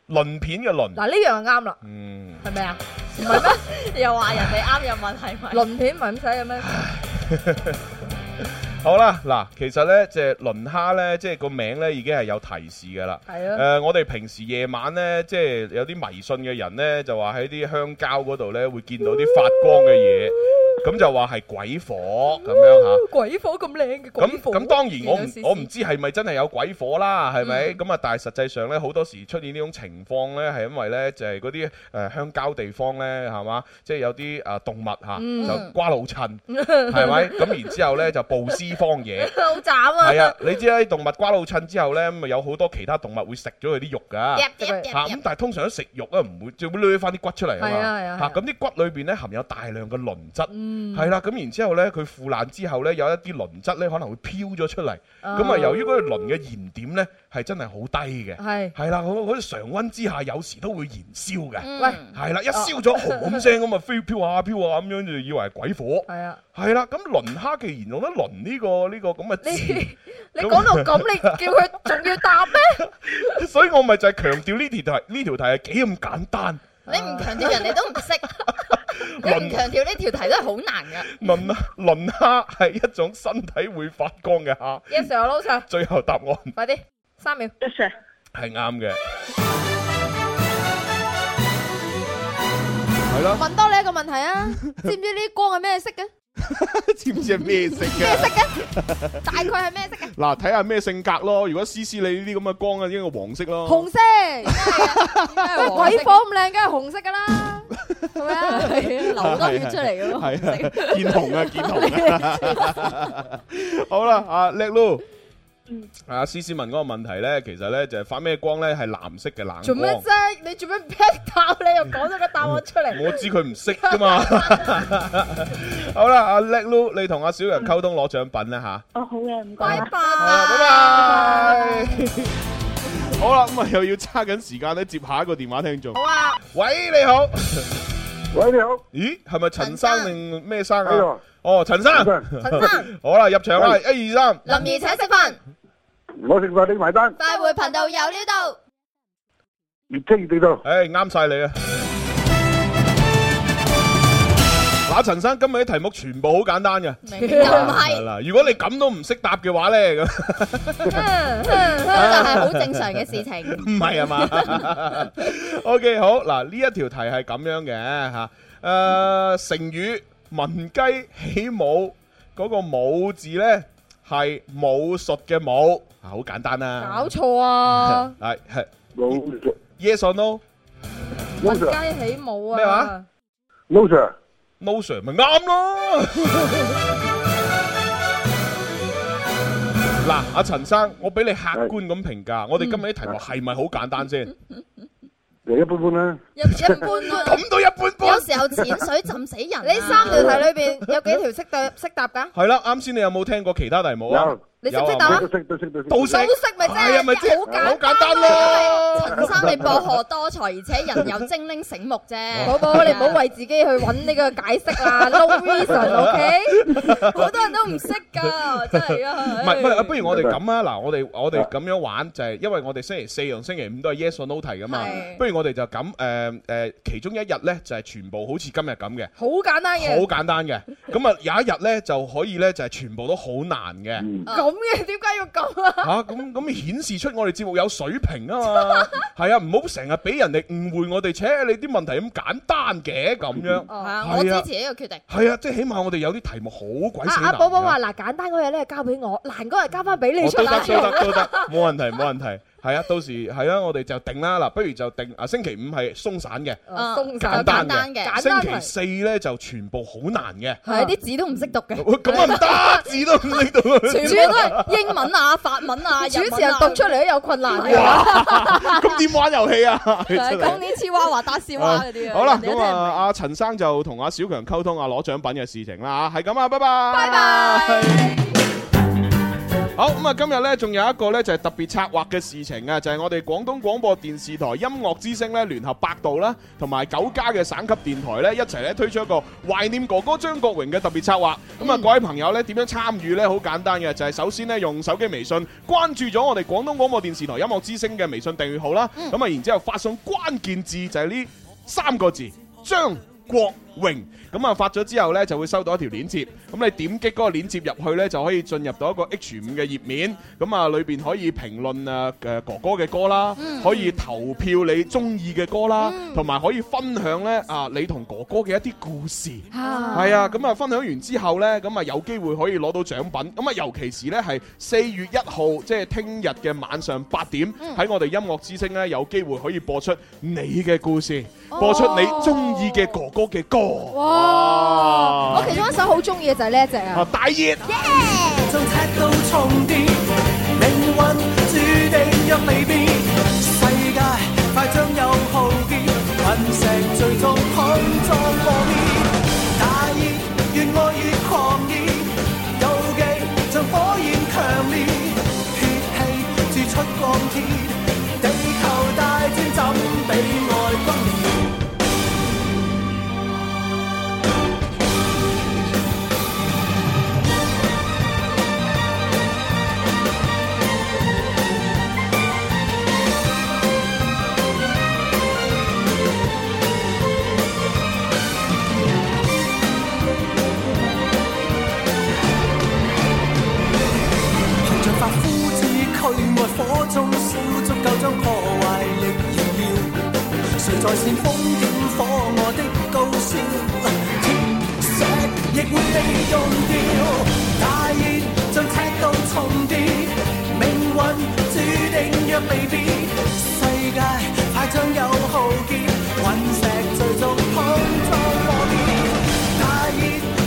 Speaker 5: 磷片嘅磷。
Speaker 6: 嗱呢樣就啱啦，
Speaker 5: 嗯，
Speaker 6: 係咪啊？
Speaker 1: 又話人哋啱又問係咪？
Speaker 6: 輪片唔係咁使嘅咩？
Speaker 5: 好啦，嗱，其實呢，隻磷蝦呢，即係個名呢已經係有提示㗎啦。
Speaker 6: 係
Speaker 5: 誒、
Speaker 6: 啊，
Speaker 5: 我哋平時夜晚呢，即係有啲迷信嘅人呢，就話喺啲香蕉嗰度呢會見到啲發光嘅嘢。咁就話係鬼火咁樣嚇。
Speaker 6: 鬼火咁靚嘅
Speaker 5: 咁
Speaker 6: 鬼火，
Speaker 5: 咁當然我
Speaker 6: 原來
Speaker 5: 唔
Speaker 6: 是
Speaker 5: 我唔知係咪真係有鬼火啦，係咪？
Speaker 6: 嗯
Speaker 5: 咁啊，但係實際上咧，好多時出現呢種情況咧，係因為咧就係嗰啲誒鄉郊地方咧，係嘛？即係有啲誒動物嚇
Speaker 6: 嗯
Speaker 5: 就瓜老
Speaker 6: *laughs*
Speaker 5: 襯，係咪？咁然之後咧就暴屍荒野。
Speaker 6: 好慘啊！
Speaker 5: 係啊，你知啦，啲動物瓜老襯之後咧，咪有好多其他動物會食咗佢啲肉㗎。嚇咁，但係通常都食肉啊，唔會就會掠翻啲骨出嚟啊
Speaker 6: 係啊係啊
Speaker 5: 嘛。
Speaker 6: 係啊
Speaker 5: 嚇咁啲骨裏邊咧含有大量嘅磷質。
Speaker 6: 嗯，
Speaker 5: 係啦，咁然之後咧，佢腐爛之後咧，有一啲磷質咧可能會飄咗出嚟，咁啊由於嗰個磷嘅燃點咧係真係好低嘅，
Speaker 6: 係
Speaker 5: 係啦，嗰嗰啲常温之下有時都會燃燒嘅，
Speaker 6: 喂
Speaker 5: 係
Speaker 6: 哦
Speaker 5: 啦，一燒咗紅聲咁啊飛飄下飄下咁樣就以為係鬼火，
Speaker 6: 係啊！
Speaker 5: 係啦，咁磷蝦既然用得磷呢個呢個咁嘅字，
Speaker 6: 你你講到咁，你叫佢仲要答咩？
Speaker 5: *laughs* 所以我咪就係強調呢條題呢條題係幾咁簡
Speaker 6: *laughs*
Speaker 5: 單，磷磷磷蝦係一種身體會發光嘅蝦，
Speaker 6: Yes sir，我撈晒，
Speaker 5: 最後答案。
Speaker 6: 快啲，三秒。
Speaker 5: 係啱嘅。係咯，
Speaker 1: 問多你一個問題啊，知唔知呢啲光係咩色嘅？
Speaker 5: 知唔知係咩色
Speaker 1: 咩色
Speaker 5: 嘅？
Speaker 1: 嘅？大概係咩色嘅？
Speaker 5: 嗱，睇下咩性格咯。如果思思你呢啲咁嘅光啊，應該黃色咯。
Speaker 6: 紅色，
Speaker 1: 係黃色
Speaker 6: 鬼火咁靚，梗係紅色噶 *laughs* 啦，係咪啊？
Speaker 5: *laughs* 係啊，見紅啊，
Speaker 6: *laughs*
Speaker 5: 見紅啊！好啦，阿叻 Lu，阿思思問嗰個問題咧，其實咧就係發咩光咧，係藍色嘅冷
Speaker 6: 做咩
Speaker 5: 光。
Speaker 6: 啫？你做咩劈答？你又講咗個答案出嚟？
Speaker 5: 我知佢唔識噶嘛。 *laughs* 好啦，阿叻 Lu，你同阿小楊溝通攞獎品啦吓。
Speaker 6: 拜
Speaker 5: 啊
Speaker 6: 拜。
Speaker 5: 拜拜。好啦，咁啊又要揸緊時間咧，接下一個電話聽眾。好啊。喂，你好。
Speaker 9: 喂，你好，
Speaker 5: 咦，係咪陳生定咩生
Speaker 9: 哎
Speaker 5: 啊
Speaker 9: 呀？
Speaker 5: 哦，陳生。哎
Speaker 6: 陳
Speaker 9: 陳
Speaker 6: 生，
Speaker 5: 好啦，入場啦，
Speaker 9: 喂
Speaker 5: 一二三。
Speaker 9: 我食飯你埋單，越聽越地道。
Speaker 5: 唉，啱晒你啊！嗱，陳生今日啲題目全部好簡單嘅，係啦。如果你咁都唔識答嘅話咧，咁唔係啊嘛？OK，好嗱，呢一條題係咁樣嘅嚇，誒、成語聞雞起舞嗰、個舞字呢，係武術嘅武，啊好簡單啦、
Speaker 6: 搞錯啊！
Speaker 5: 係係
Speaker 9: 老
Speaker 5: yes or no？no
Speaker 9: 老
Speaker 6: 混
Speaker 9: Sir，
Speaker 6: 街起舞啊！
Speaker 5: 咩話？
Speaker 9: 老 Sir，
Speaker 5: sir 咪啱咯。嗱，阿陳生，我俾你客觀咁評價，
Speaker 6: 嗯
Speaker 5: 我哋今日啲題目係咪好簡單先？
Speaker 9: 就一般般啦。
Speaker 6: 一一般啦。
Speaker 5: 咁都一般般。
Speaker 6: 呢
Speaker 1: *laughs* à.
Speaker 6: 三條題裏邊有幾條識答識答㗎？
Speaker 5: 係啦，啱先你有冇聽過其他題目啊？
Speaker 9: 有，
Speaker 6: 你識唔
Speaker 5: 有
Speaker 6: 識
Speaker 5: 啊
Speaker 6: 答啊
Speaker 9: 都？識都識都識。
Speaker 5: 都識
Speaker 6: 都識咪即係
Speaker 5: 係啊咪即係
Speaker 6: 好
Speaker 5: 好
Speaker 6: 簡
Speaker 5: 簡單咯。
Speaker 6: 寶寶，你唔好為自己去揾呢個解釋啦，no reason，OK？好多人都唔識㗎，真係
Speaker 5: 唔
Speaker 6: 啊！
Speaker 5: 係，不如不如我哋咁啊！嗱，我哋我哋咁樣玩就係，因為我哋星期四同星期五都係 yes or no 題噶嘛
Speaker 6: 係。
Speaker 5: 不如我哋就咁誒誒，其中一日咧就係全部好似今日咁嘅，
Speaker 6: 好簡單
Speaker 5: 好
Speaker 6: 嘅，
Speaker 5: 簡單嘅。咁啊有一日咧就可以咧就係全部都好難嘅。
Speaker 6: 咁嘅點解要咁啊？
Speaker 5: 嚇咁咁顯示出我哋節目有水平啊嘛。係啊，唔好成日俾人哋誤會我哋，且你啲問題咁簡單嘅咁樣。
Speaker 6: 嗯
Speaker 4: Ờ.
Speaker 5: 係啊，即係起碼我哋有啲題目好鬼死
Speaker 6: 啊
Speaker 5: 難
Speaker 6: 阿
Speaker 5: 㗎。
Speaker 6: 寶寶話嗱，簡單嗰嘢咧交俾我，難嗰日交翻俾你
Speaker 5: 我
Speaker 6: 出
Speaker 5: 都得
Speaker 6: 嚟。
Speaker 5: 都得都得，冇問題冇問題。係啊，到時係啊，我哋就定啦。嗱，不如就定啊，星期五係鬆散嘅，
Speaker 6: 啊鬆手
Speaker 5: 簡單
Speaker 1: 單嘅
Speaker 5: 嘅。
Speaker 6: 簡
Speaker 5: 星期
Speaker 6: 單
Speaker 5: 四咧就全部好難嘅。
Speaker 1: 係，啲字都唔識讀嘅。
Speaker 5: 喂咁啊唔得，字都 *laughs* 唔識到。
Speaker 1: à, 全部都係英文啊、法文啊、
Speaker 6: 主持人
Speaker 1: 日文啊。
Speaker 6: 讀出嚟都有困難嘅。
Speaker 5: 咁點玩遊戲啊？ *laughs* 真係
Speaker 1: 講啲黐娃娃、打笑話嗰啲啊，
Speaker 5: 好啦，
Speaker 1: 人哋都
Speaker 5: 咁啊，阿陳生就同阿小強溝通下攞獎品嘅事情啦嚇，係咁啊，拜拜。拜拜。好咁啊！今日咧，仲有一個咧就係特別策劃嘅事情啊，就係、我哋廣東廣播電視台音樂之聲咧聯合百度啦，同埋九家嘅省級電台咧一齊咧推出一個懷念哥哥張國榮嘅特別策劃。咁啊、各位朋友咧點樣參與咧？好簡單嘅，就係、首先咧用手機微信關注咗我哋廣東廣播電視台音樂之聲嘅微信訂嗯閱號啦。咁啊、然之後發送關鍵字就係呢三個字張國榮。榮。咁啊發咗之後呢，就會收到一條鏈接。咁你點擊嗰個鏈接入去呢，就可以進入到一個 H 五嘅頁面。咁啊裏邊可以評論啊誒哥哥嘅歌啦，可以投票你中意嘅歌啦，同埋可以分享呢啊你同哥哥嘅一啲故事。係啊，咁啊分享完之後呢，咁啊有機會可以攞到獎品。咁啊，尤其是呢，係四月一號，即係聽日嘅晚上八點，喺我哋音樂之星呢，有機會可以播出你嘅故事，播出你中意嘅哥哥嘅歌。哇
Speaker 6: 哇！我其中一首好中意嘅就係呢一隻啊
Speaker 5: 啊！大熱！
Speaker 2: 就踢到重疊，命運注定若離別，世界快將又浩劫，隕石最終碰撞破滅。大熱越愛越狂熱，妒忌像火焰強烈，血氣鑄出鋼鐵，地球大戰怎比愛轟烈？憑着發膚之驅愛火中燒，足夠將破壞力燃耀。誰在煽風點火我的高燒？鐵石亦會被用掉，大熱像赤道重疊，命運注定若離別，世界快將有浩劫，隕石最終碰撞破滅。大熱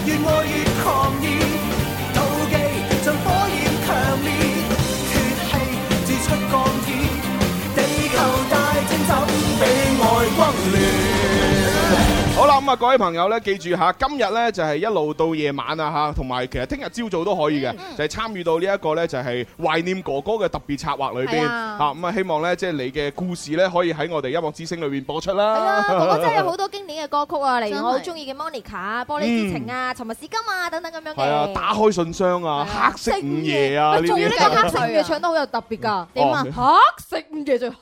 Speaker 2: 越愛越狂熱。妒忌像火焰強烈，血氣鑄出鋼鐵，地球大戰怎比愛轟烈？
Speaker 5: 好啦，咁啊，各位朋友咧，記住吓，今日咧就係一路到夜晚啊吓，同埋其實聽日朝早都可以嘅，
Speaker 6: 嗯
Speaker 5: 就係參與到呢一個咧就係懷念哥哥嘅特別策劃裏邊
Speaker 6: 係
Speaker 5: 吓，
Speaker 6: 啊
Speaker 5: 咁啊希望咧即係你嘅故事咧可以喺我哋音樂之聲裏邊播出
Speaker 6: 係啊，
Speaker 5: 啦。
Speaker 6: 哥哥真係有好多經典嘅歌曲啊，例如
Speaker 1: 真係
Speaker 6: 我好中意嘅 Monica 啊、玻璃之情啊、沉默是金啊等等咁樣嘅。
Speaker 5: 係啊，打開信箱啊，黑色午夜啊，呢
Speaker 6: 喂仲要
Speaker 5: 啲
Speaker 6: 呢個黑色午夜唱得好有特別㗎，
Speaker 5: 點
Speaker 6: 點
Speaker 5: 啊
Speaker 6: 啊？黑色午夜就黑，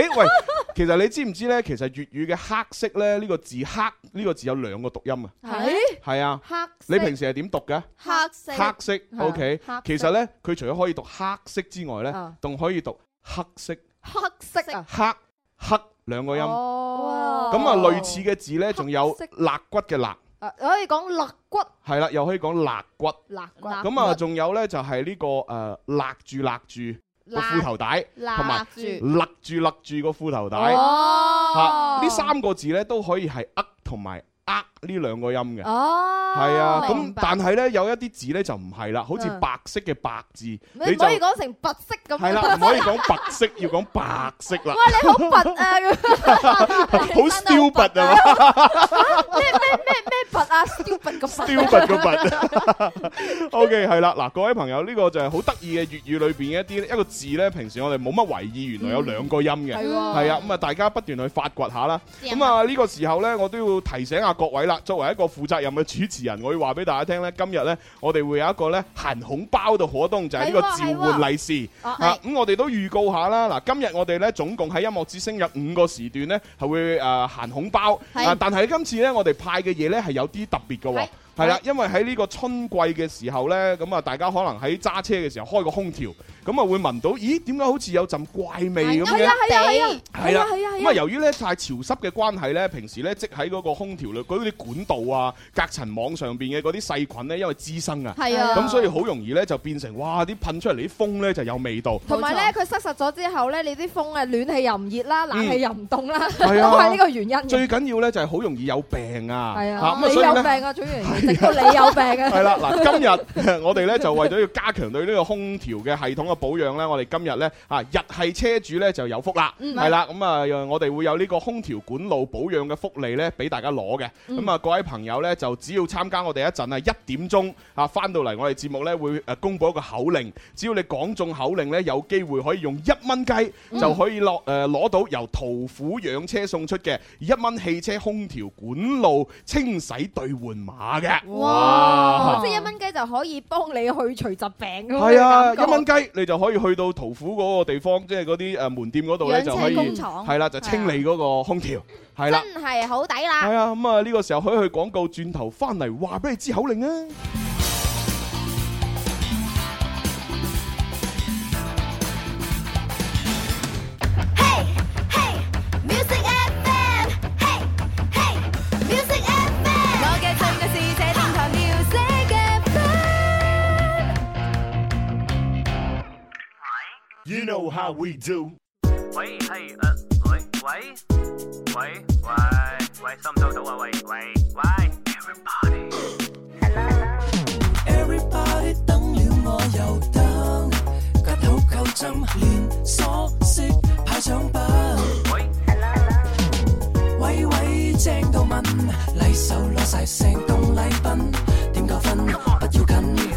Speaker 5: 诶，喂，其實你知唔知咧？其實粵語嘅黑色咧呢個字黑呢個字有兩個讀音啊。
Speaker 6: 係
Speaker 5: 係啊，
Speaker 6: 黑
Speaker 5: 你平時係點讀嘅？
Speaker 1: 黑色
Speaker 5: 黑色，OK
Speaker 6: 啊黑色。
Speaker 5: 其實咧，佢除咗可以讀黑色之外咧
Speaker 6: 啊，
Speaker 5: 仲可以讀黑色。
Speaker 6: 黑色啊！
Speaker 5: 黑黑兩個音。咁
Speaker 6: 哦
Speaker 5: 啊，類似嘅字呢，仲有
Speaker 6: 黑色
Speaker 5: 肋骨嘅肋，
Speaker 6: 啊可以講肋骨、
Speaker 5: 係啦，又可以講肋骨。
Speaker 6: 肋骨、
Speaker 5: 咁啊，仲有呢，就係呢個誒勒住勒住個褲頭帶，同埋
Speaker 1: 住
Speaker 5: 勒住勒住個褲頭帶。
Speaker 6: 哦
Speaker 5: 嚇，呢三個字呢，都可以係呃同埋呃呢兩個音嘅。
Speaker 6: 哦，
Speaker 5: 係啊，咁
Speaker 1: 明白
Speaker 5: 但係呢，有一啲字呢，就唔係啦，好似
Speaker 6: 嗯
Speaker 5: 白色嘅白字，
Speaker 6: 你
Speaker 5: 你
Speaker 6: 唔
Speaker 5: 就
Speaker 6: 可以講成白色咁。
Speaker 5: 係
Speaker 6: *laughs*
Speaker 5: 啦，唔可以講白色，要講白色啦，
Speaker 6: 哇！你好拔
Speaker 5: *laughs*
Speaker 6: 啊！
Speaker 5: 好 stupid à. 啊！
Speaker 6: 咩咩咩咩拔啊！stupid à, 咁拔。
Speaker 5: 刁拔個拔。OK，係啦，嗱，各位朋友，呢個就係好得意嘅粵語裏邊嘅一啲一個字呢，平時我哋冇乜為意，原來有兩個音嘅。
Speaker 6: 係喎
Speaker 5: 係啊，咁啊，大家不斷去發掘下啦。
Speaker 1: 哦知啊
Speaker 5: 咁啊，呢個時候呢，我都要提醒下各位啦。作為一個負責任嘅主持人，我要話俾大家聽呢，今日呢，我哋會有一個呢行紅包嘅活動，就係呢個召喚利是。
Speaker 6: 哦
Speaker 5: 啊，咁我哋都預告下啦。嗱，今日我哋呢，總共喺音樂之星有五個時段呢，係會誒行紅包。
Speaker 1: 係
Speaker 5: 啊，但係今次呢，我哋派嘅嘢呢，係有啲特別嘅喎
Speaker 1: 係。
Speaker 5: 係啦，因為喺呢個春季嘅時候呢，咁啊大家可能喺揸車嘅時候開個空調，咁啊會聞到，咦點解好似有陣怪味咁
Speaker 1: 係係
Speaker 5: 嘅？
Speaker 1: 啊係啊，
Speaker 5: 係啦，
Speaker 6: 係啊係啊
Speaker 5: 咁啊由於咧太潮濕嘅關係咧，平時咧積喺嗰個空調裏嗰啲管道啊、隔塵網上邊嘅嗰啲細菌咧，因為滋生啊，
Speaker 1: 係啊，
Speaker 5: 咁所以好容易咧就變成哇啲噴出嚟啲風咧就有味道。
Speaker 6: 同埋咧，佢塞實咗之後咧，你啲風啊，暖氣又唔熱啦，冷氣又唔凍啦，
Speaker 5: 係啊
Speaker 6: *laughs* 都係呢個原因
Speaker 1: 嗯
Speaker 6: 嘅。
Speaker 5: 最緊要咧就係好容易有病啊，
Speaker 6: 係
Speaker 5: 嚇
Speaker 6: 啊，
Speaker 5: 咁啊
Speaker 6: 你
Speaker 5: 所以
Speaker 6: 有
Speaker 5: 咧。
Speaker 6: 病啊，總言之，直到你有
Speaker 5: *laughs*
Speaker 6: 病
Speaker 5: 係
Speaker 6: 啊。
Speaker 5: 啦，嗱，今日 *laughs* 我哋咧就為咗要加強對呢個空調嘅系統嘅保養咧，我哋今日咧啊日系車主咧就有福啦，係啦，咁啊我哋會有呢個空調管路保養嘅福利咧俾大家攞嘅，咁啊各位朋友咧就只要參加我哋一陣啊一點鐘啊翻到嚟我哋節目咧會誒公佈一個口令，只要你講中口令咧有機會可以用一蚊雞就可以落誒攞到由途虎養車送出嘅一蚊汽車空調管路清洗兌換碼嘅，
Speaker 6: 哇！即係一蚊雞就可以幫你去除疾病咁樣嘅
Speaker 5: 系啊，一
Speaker 6: *laughs* 感覺
Speaker 5: 蚊雞你你就可以去到屠夫嗰個地方，即係嗰啲誒呃門店嗰度咧
Speaker 7: 養車
Speaker 5: 就可以
Speaker 7: 工廠
Speaker 5: 係啦，就清理嗰個空調，係啦，
Speaker 7: 真係好抵啦！
Speaker 5: 係啊，咁啊呢個時候可以去廣告，轉頭翻嚟話俾你知口令啊！
Speaker 10: Music FM，嘿，嘿，Music FM，我嘅最愛是這電台 Music FM。
Speaker 11: You know how we do。
Speaker 12: 喂，係誒，喂喂喂喂喂，收唔收到啊？喂喂喂
Speaker 13: ，Everybody 等了我又等，吉口扣針連鎖式派獎品。喂喂喂，正到問，禮手攞晒成棟禮品，點夠分？不要緊，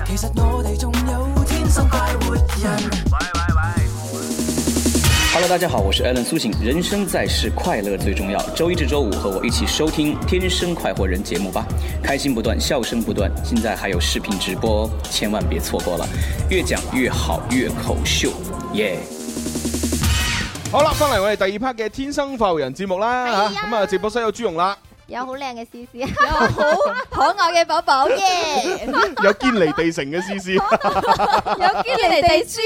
Speaker 13: 其實我哋仲有天生快活人。
Speaker 14: Hello，大家好，我是 Alan 苏醒。人生在世，快乐最重要。周一至周五和我一起收听《天生快活人》节目吧，开心不断，笑声不断。现在还有视频直播哦，千万别错过了。越讲越好，越口秀，耶、
Speaker 5: 好啦，翻嚟我哋第二 part 嘅《天生快活人》節目啦嚇，咁啊直播室有朱容啦，
Speaker 1: Dạ,
Speaker 7: 有好靚嘅思思，有好可愛嘅寶寶耶！
Speaker 5: *laughs* 有堅尼地城嘅思思。
Speaker 7: 堅尼地豬，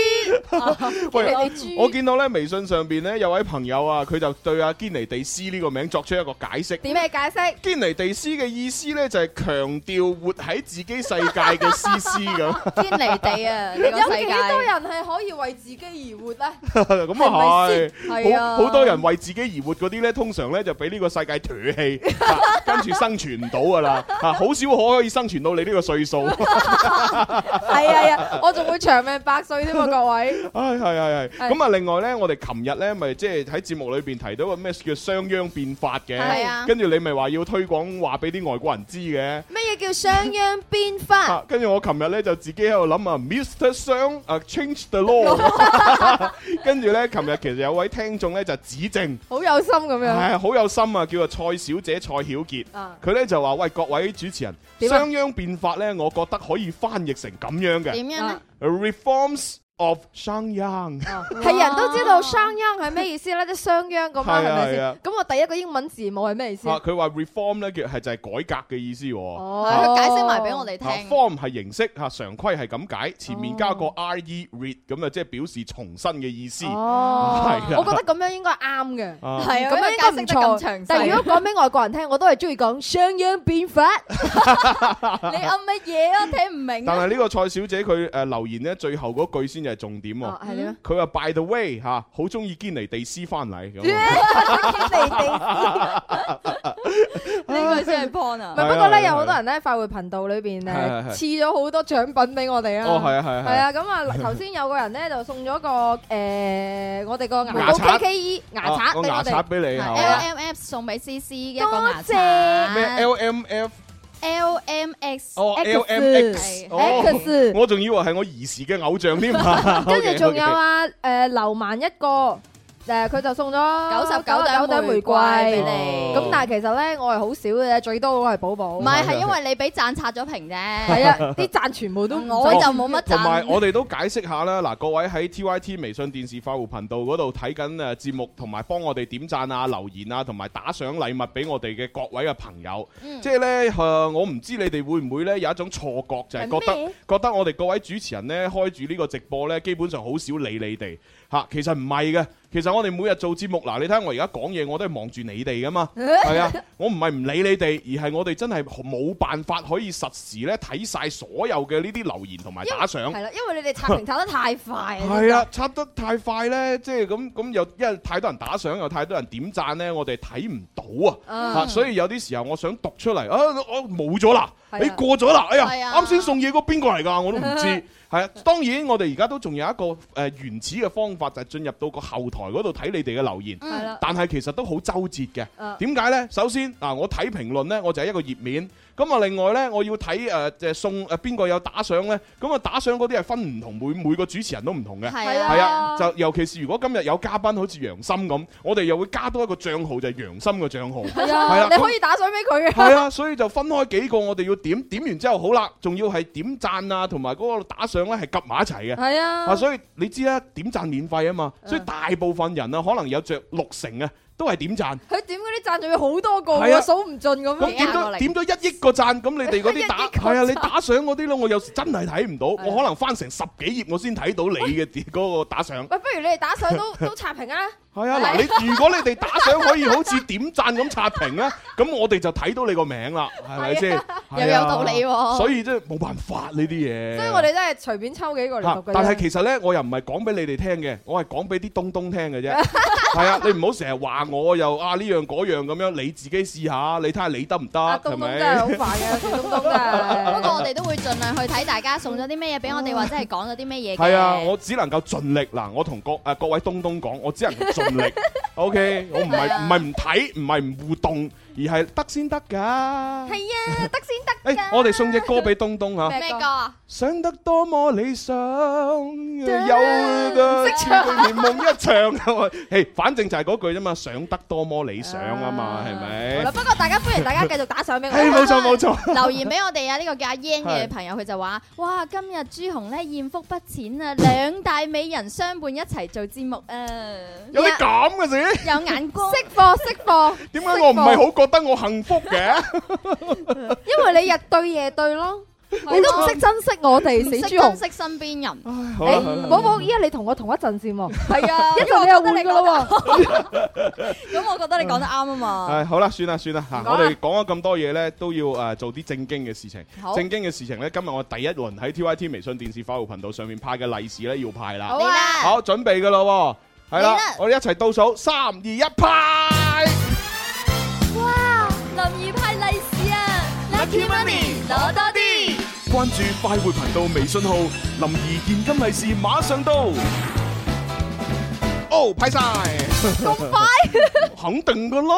Speaker 5: *laughs* 喂
Speaker 7: 堅尼地，
Speaker 5: 我
Speaker 7: 豬，
Speaker 5: 見到咧微信上邊咧有位朋友啊，佢就對阿堅尼地斯呢個名作出一個解釋。
Speaker 7: 點咩解釋？
Speaker 5: 堅尼地斯嘅意思咧就係強調活喺自己世界嘅思思咁。 *laughs*
Speaker 1: 堅尼地啊呢個
Speaker 6: 有
Speaker 1: 世
Speaker 6: 幾
Speaker 1: 界
Speaker 6: 多人係可以為自己而活咧？
Speaker 5: 咁啊
Speaker 6: 係咪先
Speaker 5: 係，
Speaker 6: 係啊
Speaker 5: 好好多人為自己而活嗰啲咧，通常咧就俾呢個世界唾棄，啊跟住生存唔到噶啦，啊好少可以生存到你呢個歲數。
Speaker 6: 係啊係啊，我仲會長命百歲添啊！
Speaker 5: *laughs*
Speaker 6: 各位，
Speaker 5: 唉，係係係。
Speaker 6: 係
Speaker 5: 咁啊，另外咧，我哋琴日咧，咪即係喺節目裏邊提到個咩叫商鞅變法嘅
Speaker 6: 係啊，
Speaker 5: 跟住你咪話要推廣話俾啲外國人知嘅。
Speaker 6: 咩嘢叫商鞅變法
Speaker 5: 啊？跟住我琴日咧就自己喺度諗啊，Mr. 商啊 change the
Speaker 6: *laughs*
Speaker 5: law。跟住咧，琴日其實有位聽眾咧就指正。
Speaker 6: 好有心咁
Speaker 5: 係
Speaker 6: 樣。
Speaker 5: 好有心啊！叫做蔡小姐蔡曉傑
Speaker 6: 啊，
Speaker 5: 佢咧就話：喂，各位主持人，
Speaker 6: 點啊
Speaker 5: 商鞅變法咧，我覺得可以翻譯成咁樣嘅。
Speaker 6: 點樣呢
Speaker 5: ？Reforms of 商鞅。
Speaker 6: 係人都知道商鞅係咩意思咧？即係商鞅咁啦，係
Speaker 5: 係啊
Speaker 6: 咪
Speaker 5: 係啊
Speaker 6: 先？咁我第一個英文字母係咩意思？
Speaker 5: 啊，佢話 reform 咧叫係就係改革嘅意思喎。
Speaker 6: 哦佢解釋埋俾我哋聽哦
Speaker 5: 啊 form 係形式嚇，常規係咁解，前面加個 re read 咁啊，即係表示重新嘅意思。
Speaker 6: 哦，
Speaker 5: 係啊
Speaker 6: 我覺得咁樣應該啱嘅，
Speaker 5: 啊
Speaker 6: 係
Speaker 1: 因
Speaker 6: 咁樣
Speaker 1: 為解
Speaker 6: 應該
Speaker 1: 釋
Speaker 6: 唔
Speaker 1: 得咁詳細
Speaker 6: 錯。但係如果講俾外國人聽，我都係中意講商鞅變法。
Speaker 1: 你噏乜嘢啊？聽唔明
Speaker 5: 但
Speaker 1: 啊
Speaker 5: 係呢個蔡小姐佢誒留言咧，最後嗰句先係重點喎
Speaker 1: 哦係點啊。
Speaker 5: 佢話 by the way 嚇，好中意堅尼地斯翻嚟咁啊。
Speaker 1: 呢
Speaker 4: *laughs*
Speaker 1: 個先係 point 啊！
Speaker 6: 唔係，不過咧有好多人咧快活頻道裏邊
Speaker 5: 係係
Speaker 6: 誒
Speaker 5: 係
Speaker 6: 賜咗好多獎品俾我哋啊！
Speaker 5: 哦係啊係啊係啊
Speaker 6: 係
Speaker 5: *laughs*
Speaker 6: 啊！咁啊，頭先有個人咧就送咗個誒我哋個
Speaker 5: 牙
Speaker 6: 牙
Speaker 5: 刷
Speaker 6: KKE 牙
Speaker 5: 啊
Speaker 6: 刷
Speaker 5: 個
Speaker 6: 俾我
Speaker 5: 牙刷
Speaker 6: 哋。
Speaker 5: 俾你係嘛
Speaker 1: LMF 送俾 CC 嘅一個牙
Speaker 6: 多
Speaker 1: 刷，
Speaker 5: 咩 LMF？
Speaker 1: LMX
Speaker 5: 哦 LMX 哦 *laughs*
Speaker 6: X
Speaker 5: 我仲以為係我兒時嘅偶像添啊。
Speaker 6: *laughs* 跟住仲
Speaker 5: *laughs* OK，OK
Speaker 6: 有啊誒劉曼一個。誒佢就送咗
Speaker 1: 99
Speaker 6: 朵
Speaker 1: 玫瑰俾
Speaker 5: 哦
Speaker 1: 你
Speaker 6: 咁但係其實咧我係好少嘅，最多我係寶寶。
Speaker 1: 唔係係因為你俾贊刷咗屏啫，
Speaker 6: 係啊，啲贊全部都
Speaker 1: 我就冇乜
Speaker 5: 同埋
Speaker 1: 贊。
Speaker 5: 我哋都解釋下啦，嗱，各位喺 TYT 微信電視快活頻道嗰度睇緊誒節目，同埋幫我哋點讚啊、留言啊，同埋打賞禮物俾我哋嘅各位嘅朋友，即係呢，誒、我唔知你哋會唔會呢有一種錯覺，就係、覺
Speaker 6: 係咩
Speaker 5: 得覺得我哋各位主持人呢開住呢個直播呢，基本上好少理你哋嚇、其實唔係嘅。其實我哋每日做節目，嗱，你睇下我而家講嘢，我都係望住你哋噶嘛，係啊，我唔係唔理你哋，而係我哋真係冇辦法可以實時咧睇晒所有嘅呢啲留言同埋打賞。
Speaker 6: 係啦，啊因為你哋刷屏刷得太快啊。
Speaker 5: 係啊，插得太快呢，即係咁咁又因為太多人打賞，又太多人點讚呢，我哋睇唔到
Speaker 6: 嗯
Speaker 5: 啊，嚇！所以有啲時候我想讀出嚟，啊我冇咗啦，
Speaker 6: 係啊
Speaker 5: 你過咗啦，哎
Speaker 6: 係
Speaker 5: 呀，
Speaker 6: 啊。
Speaker 5: 啱先送嘢嗰邊個嚟㗎，我都唔知
Speaker 6: *laughs*
Speaker 5: 係啊，當然我哋而家都仲有一個誒原始嘅方法，就係進入到個後台嗰度睇你哋嘅留言
Speaker 6: 嗯係啦，
Speaker 5: 但係其實都好周折嘅
Speaker 6: 嗯。
Speaker 5: 點解呢？首先嗱，我睇評論呢，我就係一個頁面。咁啊，另外呢，我要睇誒即係送誒邊個有打賞呢？咁啊，打賞嗰啲係分唔同，每每個主持人都唔同嘅。
Speaker 1: 係啊
Speaker 5: 係啊，就尤其是如果今日有嘉賓好似楊森咁，我哋又會加多一個帳號就係楊森嘅帳號。
Speaker 6: 係啊，你可以打賞俾佢啊。 *laughs*
Speaker 5: 係啊，所以就分開幾個，我哋要點點完之後好啦，仲要係點讚啊，同埋嗰個打賞上咧係夾埋一齊嘅。
Speaker 6: 係啊
Speaker 5: 所以你知啦，點贊免費啊嘛，所以大部分人啊，可能有着六成啊，都係點贊。
Speaker 6: 佢點嗰啲贊助要好多個
Speaker 5: 係啊
Speaker 6: 喎，數唔盡咁
Speaker 5: 咁點咗
Speaker 6: 樣。
Speaker 5: 點咗一億個贊，咁你哋嗰
Speaker 6: 一億 *laughs*
Speaker 5: 啲打
Speaker 6: 個
Speaker 5: 係啊，
Speaker 6: 贊啊
Speaker 5: 你打賞嗰啲咧，我有時真係睇唔到，我可能翻成十幾頁我先睇到你嘅嗰個打賞。
Speaker 6: 喂，不如你哋打賞
Speaker 5: *laughs*
Speaker 6: 都都刷屏啊！
Speaker 5: 係啊，嗱，你如果你哋打賞可以好似點贊咁刷屏啊，咁我哋就睇到你個名啦，係咪先？
Speaker 6: 又
Speaker 5: 係啊
Speaker 6: 有道理喎
Speaker 5: 所以真係冇辦法呢啲嘢。
Speaker 6: 所以我哋真係隨便抽幾個嚟
Speaker 5: 嚇
Speaker 6: 讀嘅啫。
Speaker 5: 但係其實咧，我又唔係講俾你哋聽嘅，我係講俾啲東東聽嘅
Speaker 6: *laughs*
Speaker 5: 啫。係啊，你唔好成日話我又啊呢樣嗰樣咁樣，你自己試下，你睇下你得唔得，
Speaker 6: 啊
Speaker 5: 係咪？ *laughs*
Speaker 1: 不過我哋都會盡量去睇大家送咗啲咩嘢俾我哋，或者係講咗啲咩嘢嘅。
Speaker 5: 係啊，
Speaker 6: 哦
Speaker 5: 我只能夠盡力嗱，我同各誒各位東東講，我只能夠盡
Speaker 6: *laughs*
Speaker 5: 力。OK，我唔係
Speaker 1: 係啊
Speaker 5: 唔係唔睇，唔係唔互動，而係得先得㗎。
Speaker 6: 係啊，得先得。
Speaker 5: 誒，哎我哋送只歌俾東東嚇。
Speaker 1: 咩歌啊？
Speaker 5: 想得多麼理想，有嘅
Speaker 1: 識唱啊
Speaker 5: 連夢一場。 *laughs* 誒，反正就係嗰句啫嘛，想得多麼理想啊嘛，係
Speaker 6: 好啦，
Speaker 5: 咪？
Speaker 6: 不過大家歡迎大家繼續打賞俾我。
Speaker 5: 係冇錯冇錯。
Speaker 1: 留言俾我哋啊！呢個叫阿 Yan 嘅
Speaker 5: 係
Speaker 1: 朋友，佢就話：，哇，今日朱紅咧艳福不淺啊，兩大美人相伴一齊做節目啊！
Speaker 5: 有啲咁嘅事，
Speaker 1: 有眼光，
Speaker 6: 識貨識貨。
Speaker 5: 點解我唔係好覺得我幸福嘅？
Speaker 6: 因為你日對夜對咯，你都唔識珍惜我哋，
Speaker 1: 唔
Speaker 6: 死
Speaker 1: 識
Speaker 6: 豬
Speaker 1: 珍
Speaker 6: 紅。
Speaker 1: 惜身邊人。
Speaker 5: *laughs* 好啦好
Speaker 6: 誒
Speaker 5: 啦
Speaker 6: 寶寶，依家你同我同一陣線喎，
Speaker 1: 係啊
Speaker 6: *laughs* 一陣你又換噶啦喎，
Speaker 1: 咁我覺得你講得啱啊嘛。
Speaker 5: 誒好啦，算啦算啦嚇，
Speaker 1: 唔講啦
Speaker 5: 我哋講咗咁多嘢咧，都要誒做啲正經嘅事情
Speaker 1: 好。
Speaker 5: 正經嘅事情咧，今日我第一輪喺 TYT 微信電視快活頻道上面派嘅利是咧，要派啦。
Speaker 1: 好啊
Speaker 5: 好準備噶啦喎，係啦，我哋一齊倒數三二一派。
Speaker 10: 哇！林怡派利是啊，Lucky Money 攞多啲。
Speaker 15: 關注快活頻道微信號，林兒現金利是馬上到。
Speaker 5: 哦，派晒，咁快， *laughs* 肯定噶啦，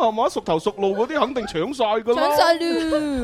Speaker 5: 係嘛？熟頭熟路嗰啲肯定搶晒噶啦，
Speaker 1: 搶晒
Speaker 6: *laughs*
Speaker 1: 啦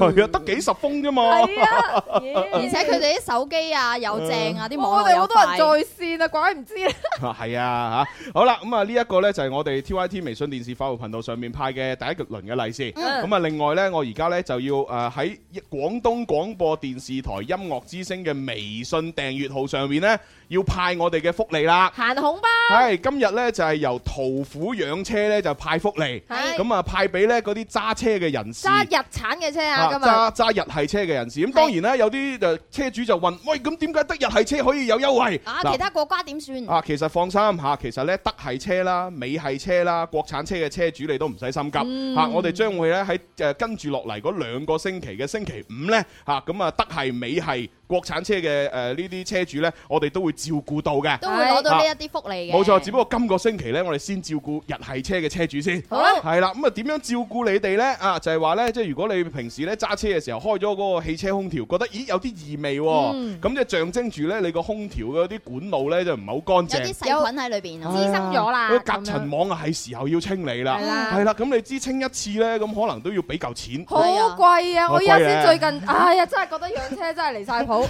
Speaker 5: 係啊，得幾十封啫嘛，
Speaker 1: 而且佢哋啲手機啊又正啊，啲
Speaker 6: 我
Speaker 1: 網
Speaker 6: 哋
Speaker 1: 絡
Speaker 6: 好
Speaker 1: 又
Speaker 6: 多人在
Speaker 1: 快。
Speaker 6: 線啊，怪唔知咧。
Speaker 5: 啊 *laughs* 係啊嚇，好啦，咁啊呢一個呢，就係我哋 TYT 微信電視快活頻道上面派嘅第一輪嘅利是，
Speaker 6: *laughs* 嗯
Speaker 5: 咁啊另外呢，我而家呢，就要誒喺廣東廣播電視台音樂之聲嘅微信訂閱號上面呢，要派我哋嘅福利啦。
Speaker 6: 行紅包，
Speaker 5: 係今日咧就係由途虎養車咧就派福利，
Speaker 6: 係
Speaker 5: 咁啊派俾咧嗰啲揸車嘅人士。
Speaker 6: 揸日產嘅車啊，今日
Speaker 5: 揸揸日系車嘅人士，咁當然啦，有啲就車主就問：喂，咁點解得日系車可以有優惠？
Speaker 1: 啊，
Speaker 5: 嗱
Speaker 1: 其他國家點算？
Speaker 5: *laughs* 啊，其實放心嚇，其實咧德系車啦、美系車啦、國產車嘅車主你都唔使心急嚇、
Speaker 1: 嗯
Speaker 5: 我哋將會咧喺誒跟住落嚟嗰兩個星期嘅星期五呢，嚇，咁啊德系、美系、國產車嘅誒呢啲車主呢，我哋都會照顧到嘅，
Speaker 1: 都會攞到呢
Speaker 5: 啊
Speaker 1: 一啲福利嘅。
Speaker 5: 冇錯，只不過今個星期呢，我哋先照顧日系車嘅車主先。
Speaker 1: 好啊
Speaker 5: 係啦，咁啊點樣照顧你哋呢？啊，就係話呢，即係如果你平時呢揸車嘅時候開咗嗰個汽車空調，覺得咦有啲異味
Speaker 1: 嗯
Speaker 5: 喎，咁就象徵住呢，你個空調嘅啲管路呢，就唔係好乾
Speaker 1: 有
Speaker 5: 淨。
Speaker 1: 啲細菌喺裏邊啊，
Speaker 5: 係啊嗰個隔塵網啊，係時候要清理啦。
Speaker 6: 係啦
Speaker 5: 係啦，咁你知清一次呢，咁可能都要俾嚿錢。
Speaker 6: 好貴啊啊！我而家先
Speaker 5: 啊
Speaker 6: 最近，哎呀，真係覺得養車真係離晒 *laughs* 譜。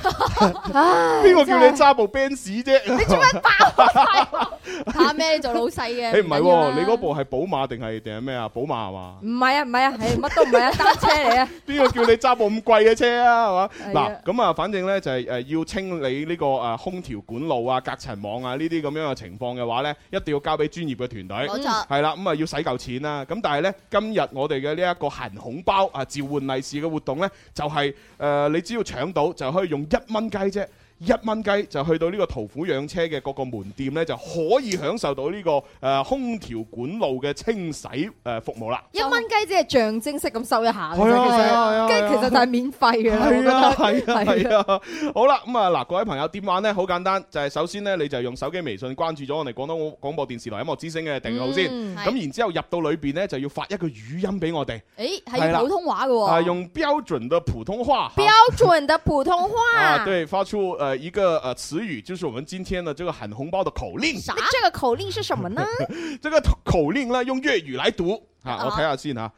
Speaker 5: 邊個叫你揸部 Benz 啫？你做乜 *laughs*
Speaker 1: 怕咩？你做老細嘅，
Speaker 5: 唔係喎，你嗰部係寶馬定係定係咩啊？寶馬係嘛？
Speaker 6: 唔係啊，唔係啊，係乜都唔係啊，單車嚟啊。
Speaker 5: 邊個叫你揸部咁貴嘅車啊？係
Speaker 6: 係
Speaker 5: 嘛
Speaker 6: 啊？
Speaker 5: 嗱，咁啊，反正呢，就係誒要清理呢個誒空調管路啊、隔塵網啊呢啲咁樣嘅情況嘅話呢，一定要交俾專業嘅團隊。
Speaker 1: 冇錯
Speaker 5: 係啦，咁啊要使嚿錢啦。咁但係呢，今日我哋嘅呢一個行紅包啊召喚利是嘅活動呢，就係誒你只要搶到就可以用一蚊雞啫。一蚊雞就去到呢個途虎養車嘅各個門店呢，就可以享受到呢個誒空調管路嘅清洗誒服務啦。
Speaker 6: *laughs* 一蚊雞只係象徵式咁收一下嘅
Speaker 5: 係啊係啊係
Speaker 6: 啫，
Speaker 5: 啊
Speaker 6: 其實跟住其實就係免費嘅啦，我覺
Speaker 5: 係
Speaker 6: *laughs*
Speaker 5: 啊，係
Speaker 6: 得
Speaker 5: 啊，係啊。好啦，咁啊嗱，各位朋友點玩呢？好簡單，就係首先呢，你就用手機微信關注咗我哋廣東廣播電視台音樂之聲嘅訂閱號先。
Speaker 1: 嗯
Speaker 5: 咁然之後入到裏邊呢，就要發一個語音俾我哋。
Speaker 1: 誒
Speaker 5: 係
Speaker 1: 係
Speaker 5: 啦
Speaker 1: 要普通話嘅
Speaker 6: 哦
Speaker 5: 啊，
Speaker 1: 喎，
Speaker 5: 用標準的普通話。
Speaker 6: 標準的普通
Speaker 5: 啊，
Speaker 6: 話。
Speaker 5: 对，发出呃一个呃词语，就是我们今天的这个喊红包的口令。 *laughs*
Speaker 6: 那这个口令是什么呢？
Speaker 5: 这个口口令呢，用粤语来读。吓，
Speaker 6: 啊
Speaker 5: 我睇下先吓，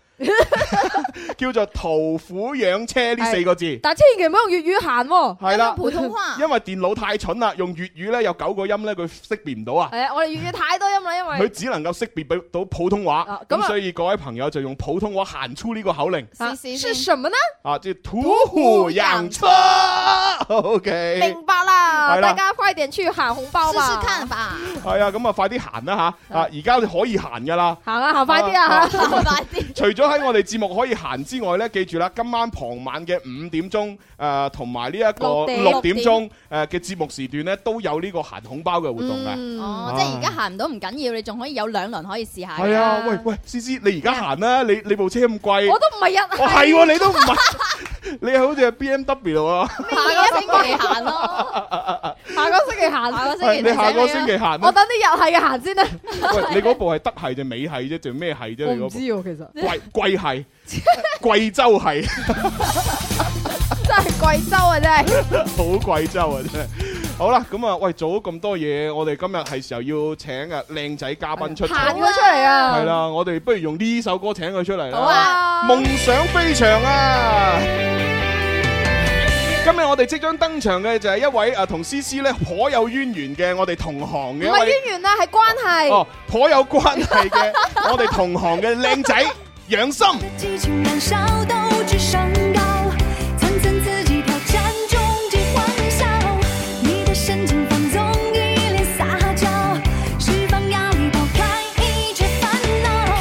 Speaker 5: *laughs* 叫做途虎養車
Speaker 6: 哎
Speaker 5: 呢四個字。
Speaker 6: 但千祈唔好用粵語行喎，
Speaker 5: 係啦，
Speaker 6: 普通
Speaker 5: *laughs*
Speaker 6: 話。
Speaker 5: 因為電腦太蠢啦，用粵語咧有九個音咧，佢識別唔到啊。
Speaker 6: 係啊，我哋粵語太多音啦，因
Speaker 5: 佢
Speaker 6: 為
Speaker 5: 只能夠識別到普通話
Speaker 6: 哎啊，咁
Speaker 5: 咁
Speaker 6: 啊
Speaker 5: 所以各位朋友就用普通話喊出呢個口令
Speaker 6: 啊是什麼呢？
Speaker 5: 啊，即係土虎養車。OK，
Speaker 6: 明白啦，
Speaker 5: 係啦
Speaker 6: 大家快點去喊紅包吧，
Speaker 1: 試試看吧。
Speaker 5: 係啊，咁啊快啲行啦吓，啊而家可以行噶啦。
Speaker 6: 行啊，行快啲啊！
Speaker 5: 咁啊除咗喺我哋節目可以行之外呢，記住啦，今晚傍晚嘅五點鐘，誒同埋呢一個
Speaker 1: 六點
Speaker 5: 六點鐘誒嘅節目時段呢，都有呢個行紅包嘅活動
Speaker 6: 嗯
Speaker 5: 嘅。
Speaker 1: 哦，即係而家行唔到唔緊要，你仲可以有兩輪可以試下㗎。
Speaker 5: 係啊，喂喂，思思，你而家行啦，你你部車咁貴，
Speaker 1: 我都唔係啊
Speaker 5: 哦係喎，你都唔係，你係 *laughs* 好似係 B M W 啊，
Speaker 6: 下個星期行咯，下個星期行，下個
Speaker 5: 星期你下個星期行啦
Speaker 6: 我等啲日系嘅行先啊啦。
Speaker 5: *laughs* 喂，你嗰部係德系定美系啫，定咩系啫？
Speaker 6: 我
Speaker 5: 你
Speaker 6: 唔
Speaker 5: 嗰
Speaker 6: 知
Speaker 5: 部
Speaker 6: 喎，其實
Speaker 5: 貴貴系，貴州系。
Speaker 6: 真係貴州啊，真係。
Speaker 5: 好貴州啊，真係。好啦，咁啊，喂，做咗咁多嘢，我哋今日係時候要請啊靚仔嘉賓出
Speaker 6: 行咗出嚟啊
Speaker 5: 係啦，我哋不如用呢首歌請佢出嚟啦。
Speaker 6: 好啊
Speaker 5: 夢想飛翔啊！今日我哋即將登場嘅就係一位啊同思思咧頗有淵源嘅我哋同行嘅
Speaker 6: 唔
Speaker 5: 一
Speaker 6: 係
Speaker 5: 位
Speaker 6: 淵源啊，係關係。
Speaker 5: 哦頗有關係嘅我哋同行嘅靚仔養心。
Speaker 16: 激情燃烧，斗志升高，层层刺激挑战，终极欢笑。你的神情放纵，一脸撒娇，释放压力，抛开一切烦恼。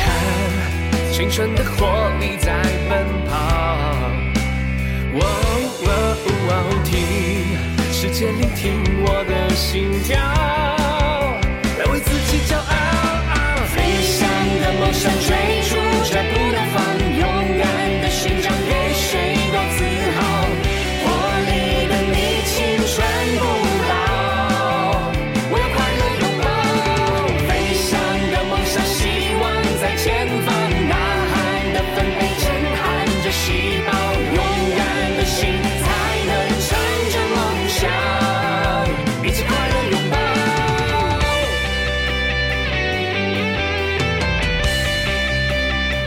Speaker 3: 青春的活力在奔跑。哦哦哦，听世界聆听我的心跳，要为自己骄傲。飞翔的梦想追逐着不能放，勇敢的寻找给谁都自豪。活力的你，青春不老，我要快乐拥抱。飞翔的梦想，希望在前方，呐喊的奋力震撼着细胞，勇敢的心才能乘着梦想，一起快乐拥抱。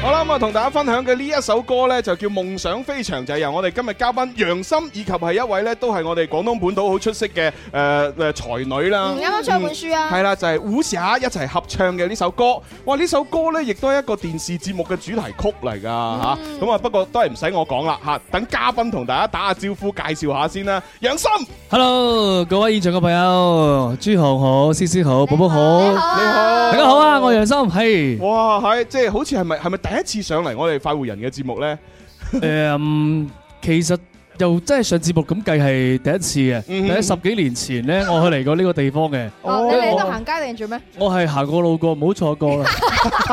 Speaker 5: 好啦，咁啊，同大家分享嘅呢一首歌呢，就叫《夢想飛翔》，就係由我哋今日嘉賓楊心以及係一位呢，都係我哋廣東本土好出色嘅誒誒才女啦。
Speaker 6: 嗯啱啱出咗本書啊
Speaker 5: 嗯係啦，就係胡霞一齊合唱嘅呢首歌。哇！呢首歌呢，亦都係一個電視節目嘅主題曲嚟㗎嚇。咁啊，不過都係唔使我講啦嚇，等嘉賓同大家打下招呼，介紹下先啦。楊心，
Speaker 9: Hello，各位現場嘅朋友，朱紅好，思思好，寶寶好，你好，大家好啊，我楊心，係，
Speaker 5: 哇，係即係好似係咪係咪第一次上嚟我哋快活人嘅節
Speaker 9: *laughs*
Speaker 5: 目呢？
Speaker 9: 誒，嗯其實又真係上節目咁計係第一次嘅，但喺十幾年前咧，我去嚟過呢個地方嘅，
Speaker 6: 哦，你
Speaker 9: 因
Speaker 6: 嚟
Speaker 9: 為
Speaker 6: 呢
Speaker 9: 我
Speaker 6: 度行街定做咩？
Speaker 9: 我係行過路過，唔好錯
Speaker 5: *laughs*
Speaker 9: 過啦。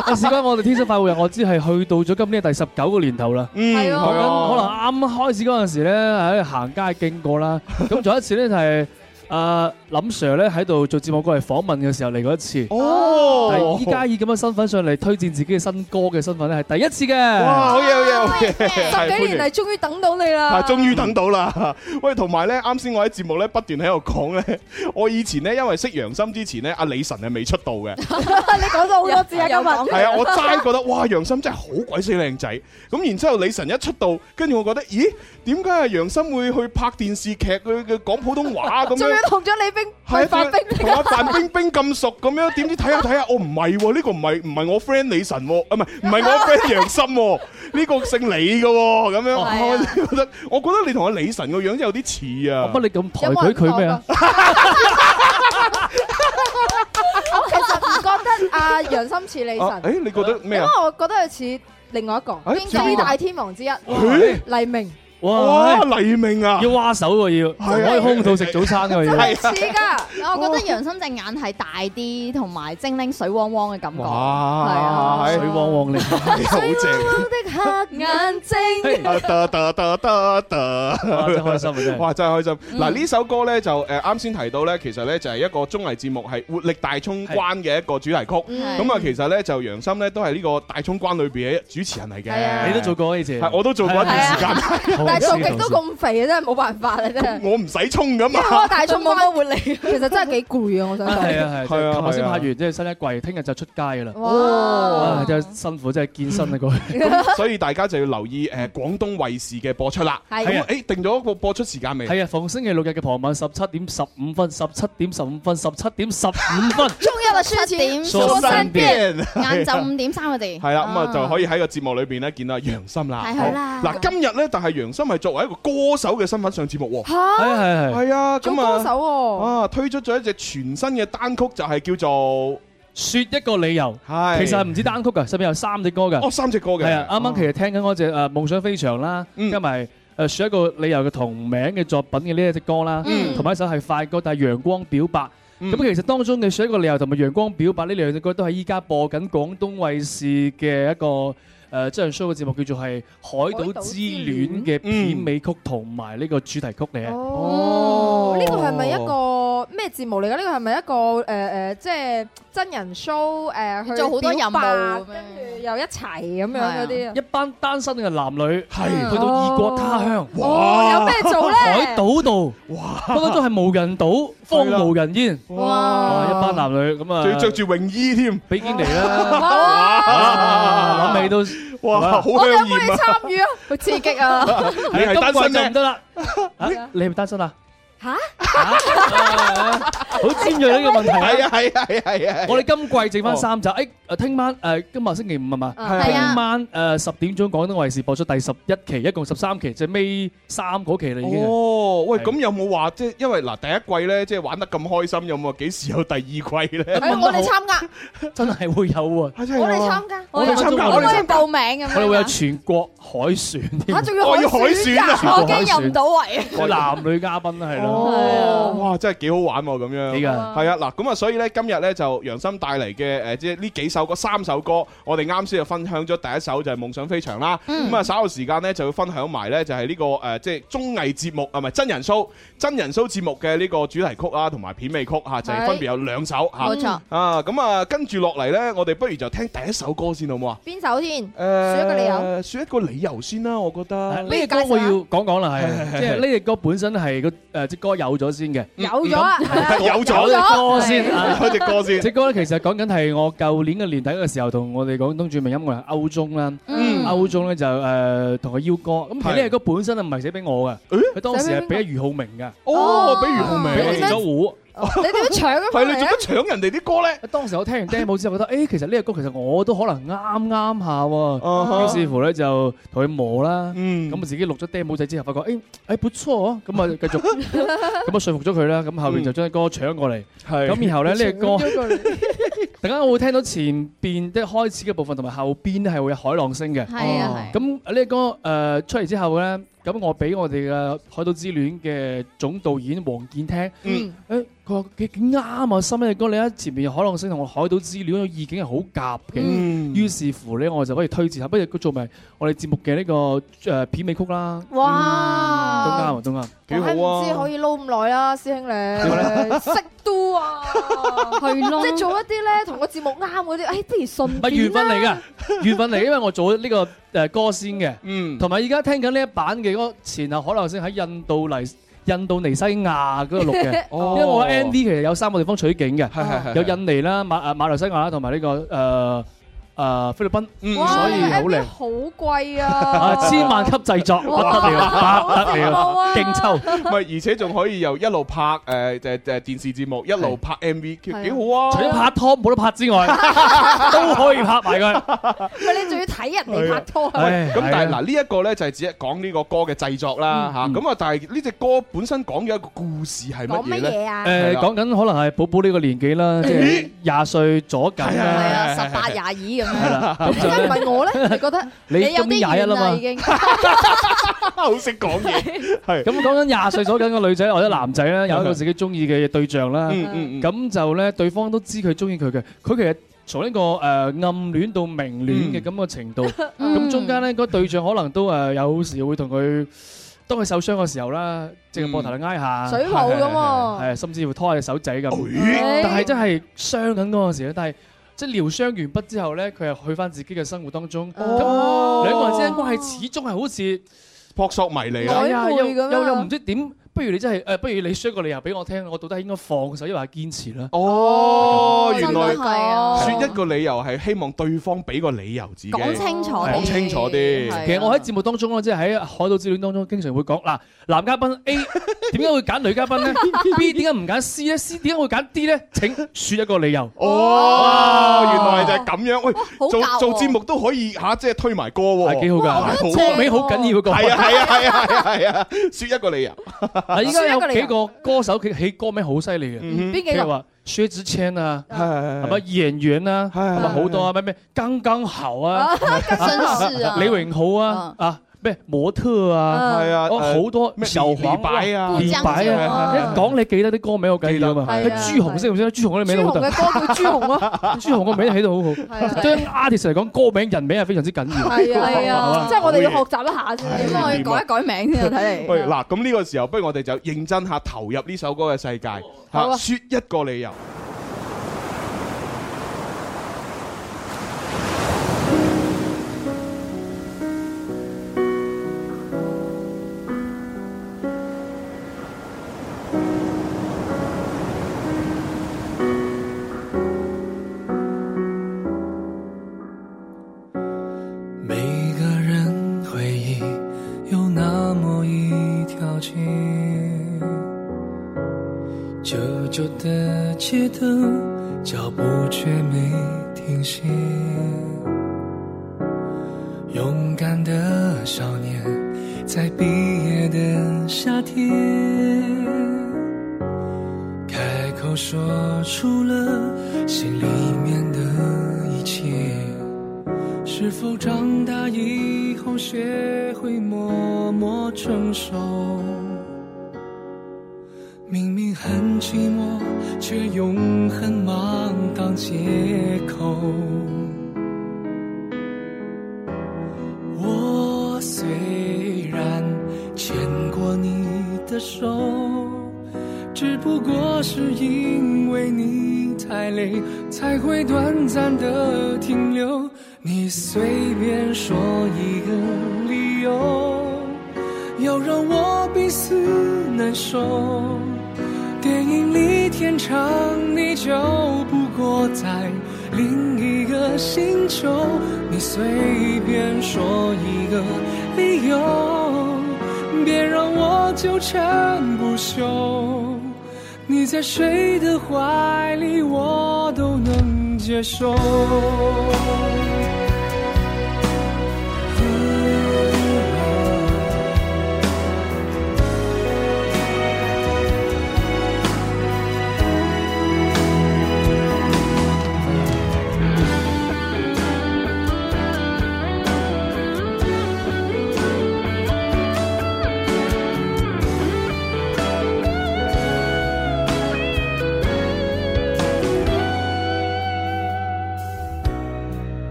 Speaker 9: 我事關我哋天生快活人，我知係去到咗今年第十九個年頭啦。
Speaker 5: 嗯
Speaker 6: 係啊
Speaker 9: 講
Speaker 5: Ờ.
Speaker 9: 緊可能啱開始嗰陣時咧，喺行街經過啦。咁仲有一次咧就係阿林 ờ, Sir 咧喺度做節目過嚟訪問嘅時候嚟過一次。
Speaker 5: 哦
Speaker 9: 但係依家以咁嘅身份上嚟推薦自己嘅新歌嘅身份咧，係第一次嘅。
Speaker 5: 哇！好嘢，好嘢，好嘢！*laughs* 係
Speaker 6: 啊十
Speaker 5: 歡
Speaker 6: 幾
Speaker 5: 迎
Speaker 6: 年嚟終於等到你啦
Speaker 5: 啊，！終於等到啦！ *laughs* 喂，同埋咧，啱先我喺節目咧不斷喺度講咧，我以前咧因為識楊心之前咧，阿李晨係未出道嘅，
Speaker 6: 你講咗好多次啊，今日
Speaker 5: 係啊，我齋覺得哇，楊心真係好鬼死靚仔。咁然之後李晨一出道，跟住我覺得，咦，點解阿楊心會去拍電視劇佢佢講普通話咁
Speaker 6: 仲要
Speaker 5: 樣？
Speaker 6: 同咗李冰
Speaker 5: 係啊
Speaker 6: 去范冰
Speaker 5: 同阿范冰冰咁熟咁樣，點知睇下睇下，哦唔係喎，呢個唔係唔係我 friend 李晨喎，啊唔係唔係我 friend 楊心喎，呢個姓李嘅喎，咁樣
Speaker 9: 哦係啊
Speaker 5: 我覺得我覺得你同阿李晨個樣有啲似啊，
Speaker 9: 乜你咁抬舉佢咩啊？
Speaker 5: *laughs*
Speaker 6: *laughs* 我其實唔覺得阿楊心似李
Speaker 5: 啊誒
Speaker 6: 晨，
Speaker 5: 你覺得
Speaker 6: 因
Speaker 5: 咩
Speaker 6: 為
Speaker 5: 啊？
Speaker 6: 我覺得佢似另外一個
Speaker 5: 誒邊個
Speaker 6: 四大天王之一
Speaker 5: 咦
Speaker 6: 黎明，
Speaker 5: 哇！黎明啊，
Speaker 9: 要挖手喎，要唔
Speaker 5: 係啊
Speaker 9: 可以空肚食早餐㗎要。
Speaker 5: 係啊
Speaker 1: 似㗎，我覺得楊森隻眼係大啲，同埋精靈水汪汪嘅感覺。
Speaker 5: 哇，水
Speaker 9: 汪汪你
Speaker 5: 好正。
Speaker 6: 黑眼睛
Speaker 5: 啊得得得得得，
Speaker 9: 哇真係開心啊真係
Speaker 5: 哇真係開心！嗱
Speaker 9: 嗯
Speaker 5: 呢首歌咧就誒啱先提到咧，其實咧就係一個綜藝節目係活力大衝關嘅一個主題曲。
Speaker 9: 嗯
Speaker 5: 咁啊，其實咧就楊森咧都係呢個大衝關裏邊嘅主持人嚟
Speaker 9: 係啊
Speaker 5: 嘅。
Speaker 9: 你都做過以前
Speaker 5: 哦係我都做過一段時間。啊
Speaker 9: 好
Speaker 6: 但係做極都咁肥啊，真係冇辦法啦，真係。
Speaker 5: 我唔使衝噶嘛
Speaker 6: 因為我大葱冇乜活力，其實真係幾攰啊！我想講。
Speaker 3: 係啊係，
Speaker 5: 係啊
Speaker 3: 係，頭先
Speaker 5: 係啊
Speaker 3: 拍完即係新一季，聽日就出街噶啦。
Speaker 5: 啊
Speaker 6: 哇
Speaker 3: 哇！真係辛苦，真係健身啊，各位。
Speaker 5: 咁所以大家就要留意誒廣東衛視嘅播出啦。
Speaker 3: 係
Speaker 5: 咁誒定咗個播出時間未？
Speaker 3: 係啊，逢星期六日嘅傍晚十七點十五分、十七點十五分、十七點十五分。
Speaker 1: 中一個出點
Speaker 5: 說三遍
Speaker 1: 晏晝五點三個字。
Speaker 5: 係啦，咁啊就可以喺個節目裏邊咧見到阿楊森啦。
Speaker 1: 太好啦
Speaker 5: 嗱，今日咧，但係楊森係作為一個歌手嘅身份上節目喎。
Speaker 6: 嚇係啊係啊係
Speaker 5: 係啊，咁啊，
Speaker 6: 做歌手喎
Speaker 5: 啊，推出咗一隻全新嘅單曲，就係叫做。
Speaker 3: 説一個理由，
Speaker 5: 係
Speaker 3: 其實唔止單曲㗎，上面有三隻歌㗎。
Speaker 5: 哦三隻歌嘅
Speaker 3: 係啊，啱
Speaker 5: 哦
Speaker 3: 啱其實聽緊嗰隻誒夢想飛翔啦，加埋誒説一個理由嘅同名嘅作品嘅呢一隻歌啦，
Speaker 5: 嗯
Speaker 3: 同埋一首係快歌，但係陽光表白。咁其實當中嘅説一個理由同埋陽光表白呢兩隻歌都係依家播緊廣東衛視嘅一個。誒真人 show 嘅節目叫做係《海島之戀》嘅片尾曲同埋呢個主題曲嚟嘅。
Speaker 6: 哦
Speaker 3: 哦，
Speaker 6: 呢個係咪一
Speaker 5: 哦
Speaker 6: 個咩節目嚟㗎？呢個係咪一個誒誒，即係真人 show 誒去
Speaker 1: 做好多
Speaker 6: 表
Speaker 1: 任務
Speaker 6: 白
Speaker 1: 咁樣
Speaker 6: 跟住又一齊咁樣嗰啲啊
Speaker 3: 一班單身嘅男女係去到異國他鄉，
Speaker 6: 哇哦有咩做呢
Speaker 3: 海島度，哇，不過都係無人島，荒無人煙，
Speaker 6: 哇
Speaker 3: 一班男女咁啊，
Speaker 5: 仲要着住泳衣添，
Speaker 3: 比堅尼
Speaker 5: *laughs*
Speaker 3: 啦，
Speaker 6: 哇
Speaker 3: 諗起都
Speaker 5: 哇，好
Speaker 6: 我哋有
Speaker 5: 香
Speaker 6: 冇
Speaker 5: 豔
Speaker 6: 去
Speaker 5: 啊！
Speaker 6: 參與啊？好刺激啊！
Speaker 3: *laughs* 你
Speaker 5: 係單身
Speaker 3: 就
Speaker 5: 啫
Speaker 3: 唔得啦，啊你係咪單身啊？
Speaker 6: 嚇？
Speaker 3: 好尖鋭呢個問題，
Speaker 5: 係啊係啊係啊係啊！
Speaker 3: 我哋今季剩翻三集，誒誒，聽晚誒今日星期五係嘛？
Speaker 5: 係啊
Speaker 3: 聽晚誒十點鐘廣東衛視播出第十一期，一共十三期，即係尾三嗰期啦已經係。
Speaker 5: 哦，喂，咁有冇話即係因為嗱第一季咧，即係玩得咁開心，有冇話幾時有第二季咧？
Speaker 6: 誒我哋
Speaker 3: *laughs*
Speaker 6: 參加，
Speaker 3: 真係會有喎，
Speaker 6: 我哋參加，
Speaker 3: 我哋參加
Speaker 6: 我
Speaker 3: 我哋
Speaker 6: 哋
Speaker 3: 參
Speaker 6: 報名
Speaker 3: 我
Speaker 6: 咁樣啊。
Speaker 3: 哋會有全國海選添
Speaker 6: 啊仲要海哦要海選啊選㗎
Speaker 3: 全國
Speaker 6: 我
Speaker 3: 海
Speaker 6: 驚入唔到圍
Speaker 3: 選有男女嘉賓啦，係
Speaker 5: 哦
Speaker 3: 咯，，
Speaker 5: 哇，真係幾好玩喎咁樣，
Speaker 3: 幾㗎
Speaker 5: 係啊，嗱，咁啊，所以咧今日咧就楊森帶嚟嘅誒，即係呢幾首嗰三首歌，我哋啱先就分享咗第一首就係夢想飛翔啦，
Speaker 3: 嗯
Speaker 5: 咁啊稍後時間咧就會分享埋咧就係呢個誒即係綜藝節目啊，唔係真人 show 真人 show 節目嘅呢個主題曲啊，同埋片尾曲嚇，就係
Speaker 3: 係
Speaker 5: 分別有兩首嚇，
Speaker 6: 冇錯
Speaker 5: 啊，咁啊跟住落嚟咧，我哋不如就聽第一首歌先好唔好啊？
Speaker 6: 邊首先？
Speaker 5: 誒，
Speaker 6: 選一個理由。
Speaker 5: 選一個理由先啦，我覺得 *laughs*
Speaker 3: 呢只歌我要講講啦，係，
Speaker 5: 係
Speaker 3: 即係
Speaker 5: *laughs*
Speaker 3: 呢隻歌本身係個誒呃隻歌有咗先嘅，
Speaker 6: 有咗啊
Speaker 3: 咁 *laughs*
Speaker 6: 係啊
Speaker 5: 有咗
Speaker 3: 隻歌先，啊
Speaker 5: 有隻歌先
Speaker 3: 隻歌咧其實講緊係我舊年嘅年底嘅時候，同我哋廣東著名音樂人歐中啦，歐中咧就誒同佢邀歌，咁其實呢隻歌本身係唔係寫俾我嘅，佢當時係俾余浩明嘅，
Speaker 5: 哦，俾俞浩明，
Speaker 3: 俾我截咗胡。
Speaker 6: 你點樣搶啊？
Speaker 3: *laughs*
Speaker 5: 係你做乜搶人哋啲歌咧？
Speaker 3: 當時我聽完 demo 之後，覺得誒，其實呢個歌其實我都可能啱啱下
Speaker 5: 哈
Speaker 3: 喎。於是乎咧就同佢磨啦，咁我自己錄咗 demo 仔之後，發覺誒誒不錯啊，咁啊繼續，咁啊說服咗佢啦。咁後面就將啲歌搶過嚟，咁然後咧呢 *laughs* 個歌，突然間我會聽到前邊即係開始嘅部分同埋後邊咧係會有海浪聲嘅。
Speaker 1: 係
Speaker 5: 哦
Speaker 1: 啊係
Speaker 3: 咁呢個歌誒出嚟之後咧，咁我俾我哋嘅《海島之戀》嘅總導演黃健聽。
Speaker 5: 嗯，
Speaker 3: 誒，佢話幾幾啱啊！心呢隻歌你喺前面海浪聲同我海島資料嘅意境係好夾嘅，
Speaker 5: 嗯
Speaker 3: 於是乎咧我就不如推薦下，不如佢做埋我哋節目嘅呢個誒片尾曲啦，都啱
Speaker 6: 哇！
Speaker 3: 啊，都啱，
Speaker 6: 我唔知可以撈咁耐啦，師兄你識 do 啊，係
Speaker 1: 咯
Speaker 6: 即係做一啲咧同個節目啱嗰啲，誒不如順
Speaker 3: 唔係緣
Speaker 6: 便
Speaker 3: 分
Speaker 6: 啦。
Speaker 3: 嚟㗎，緣分嚟，因為我做咗呢個誒歌先嘅，
Speaker 5: 嗯，
Speaker 3: 同埋而家聽緊呢一版嘅嗰個前後海浪聲喺印度尼印度尼西亞嗰度錄嘅，
Speaker 5: *laughs* 哦
Speaker 3: 因為我 MV 其實有三個地方取景嘅，
Speaker 5: 係係係
Speaker 3: 有印尼啦、馬啊馬來西亞啦，同埋呢個誒誒菲律賓，
Speaker 5: 嗯
Speaker 6: 哇！
Speaker 3: 所以好靚
Speaker 6: MV。好貴
Speaker 3: 啊！
Speaker 6: 啊！
Speaker 3: 千萬級製作，哦不得
Speaker 6: 哇
Speaker 3: 了，不得了，勁抽。
Speaker 5: 唔係，而且仲可以又一路拍誒誒誒電視節目，一路拍 MV，幾
Speaker 6: 係啊
Speaker 5: 幾好啊！
Speaker 3: 除咗拍拖冇得拍之外，都可以拍埋佢。
Speaker 6: 唔係你仲要睇人哋拍
Speaker 9: *laughs*
Speaker 6: 拖啊？
Speaker 5: 喂 *laughs* 咁
Speaker 3: 係啊
Speaker 5: 但係嗱呢一個咧就係只係講呢個歌嘅製作啦嚇，咁啊但係呢只歌本身講嘅一個故事係乜嘢
Speaker 6: 講乜嘢
Speaker 5: 咧？ *laughs*
Speaker 6: 啊
Speaker 3: 誒，講緊可能係寶寶呢個年紀啦，即係廿歲左近
Speaker 1: 係
Speaker 3: 啦。
Speaker 1: 啊，十八廿二咁
Speaker 3: 係
Speaker 1: 樣。
Speaker 3: 啦，咁
Speaker 6: 點解唔
Speaker 3: 就
Speaker 6: 係我咧？你覺得
Speaker 3: 你
Speaker 6: 有
Speaker 3: 今
Speaker 6: 啲
Speaker 3: 年廿一啦嘛
Speaker 6: 遠啊啦已經。
Speaker 5: 好識講嘢，係
Speaker 3: 咁講緊廿歲左近嘅女仔或者男仔啦，有一個自己中意嘅對象啦。
Speaker 5: 嗯嗯嗯
Speaker 3: 咁就咧，對方都知佢中意佢嘅，佢其實。從呢個誒暗戀到明戀嘅咁個程度，咁中間咧個對象可能都
Speaker 1: 呃
Speaker 3: 誒有時會同佢，當佢受傷嘅時候啦，即係膊頭嚟挨下，
Speaker 6: 水泡咁喎
Speaker 3: 係甚至乎拖下隻手仔
Speaker 5: 哦
Speaker 3: 咁。但係真係傷緊嗰陣時咧，但係即係療傷完畢
Speaker 6: 哦
Speaker 3: 之後咧，佢又去翻自己嘅生活當中。咁兩個人之間關係始終係好似
Speaker 5: 撲朔迷離啦。
Speaker 6: 哎
Speaker 1: 係啊，又又又唔知點，不如你真係呃誒，不如你 share 個理由俾我聽，我到底應該放手，抑或係堅持啦？
Speaker 5: 哦，原來
Speaker 1: 真係啊
Speaker 5: 説一個理由係希望對方俾個理由自己啊
Speaker 1: 講清楚啲
Speaker 5: 講清楚啲。
Speaker 1: 其實我喺節目當中咧，即係喺《海島之戀》當中，經常會講嗱，男嘉賓 A 點解會揀女嘉賓咧？B 點解唔揀 C 咧？C 點解會揀 D 咧？請説一個理由。
Speaker 5: 哦，原來就係咁樣。喂，
Speaker 1: 好
Speaker 5: 做
Speaker 1: 夾喎
Speaker 5: 做節目都可以嚇，即係推埋歌喎，
Speaker 1: 係幾好
Speaker 3: à?
Speaker 1: 㗎哇好正歌名好緊要㗎
Speaker 5: 係啊係啊係啊係啊係啊，説一個理由。
Speaker 3: À,
Speaker 1: 啊！依家
Speaker 5: 説一個
Speaker 1: 有
Speaker 5: 理由
Speaker 1: 幾個歌手佢起歌名好犀利嘅，
Speaker 5: 嗯哼邊幾
Speaker 1: 譬
Speaker 5: 個
Speaker 1: 如
Speaker 3: à,
Speaker 1: 話薛之謙啊，
Speaker 5: 係
Speaker 1: 咪演員啊，
Speaker 5: Ừ.
Speaker 1: 係咪好多啊？咩咩剛剛好啊，
Speaker 5: 真是啊
Speaker 1: 李榮浩啊，
Speaker 3: à,
Speaker 1: 啊咩模特
Speaker 6: 嗯 Ừ.
Speaker 1: 啊，
Speaker 5: 係啊
Speaker 1: 哦
Speaker 5: 誒
Speaker 1: 好多
Speaker 5: 咩
Speaker 1: 小
Speaker 5: 李
Speaker 1: 黃
Speaker 5: 白啊
Speaker 1: 李白
Speaker 5: 顧江啊
Speaker 1: 啊，一講你記得啲歌名好緊要啊嘛。
Speaker 5: 記
Speaker 1: 佢
Speaker 5: 得
Speaker 1: 朱紅識唔識得？朱紅嗰啲名都好得。
Speaker 6: 紅嘅歌叫朱紅
Speaker 3: *laughs*
Speaker 6: 咯
Speaker 1: 朱紅個名起到好
Speaker 6: 係啊
Speaker 1: 好，對於 artist 嚟講，歌名人名
Speaker 3: à,
Speaker 1: 係非常之緊要。
Speaker 6: 係啊係
Speaker 1: 好
Speaker 6: 啊，即係我哋要學習一下先。
Speaker 5: 咁我要改一
Speaker 6: 改名先啊睇
Speaker 5: 喂，嗱，咁呢個時候，不如我哋就認真下投入呢首歌嘅世界，嚇
Speaker 6: 好啊
Speaker 5: 説一個理由。
Speaker 3: 每个人回忆有那么一条街，旧旧的街灯，脚步却没停歇。勇敢的少年，在毕业的夏天，开口说出了心里面的一切。是否长大以后学会默默承受？明明很寂寞，却用很忙当借口。我虽然牵过你的手，只不过是因为你太累，才会短暂的停留。你随便说一个理由，要让我彼此难受。电影里天长地久，不过在另一个星球。你随便说一个理由，别让我纠缠不休。你在谁的怀里，我都能接受。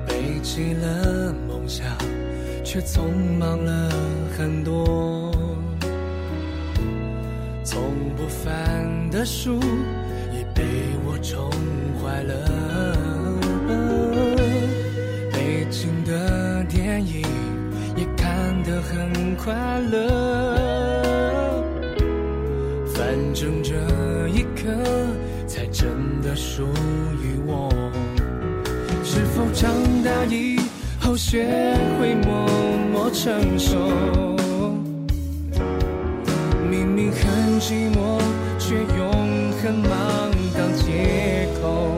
Speaker 3: 背弃了梦想，却匆忙了很多。从不翻的书已被我宠坏了，北京的电影也看得很快乐。反正这一刻才真的属于我。是否长大以后学会默默承受？明明很寂寞，却用很忙当借口。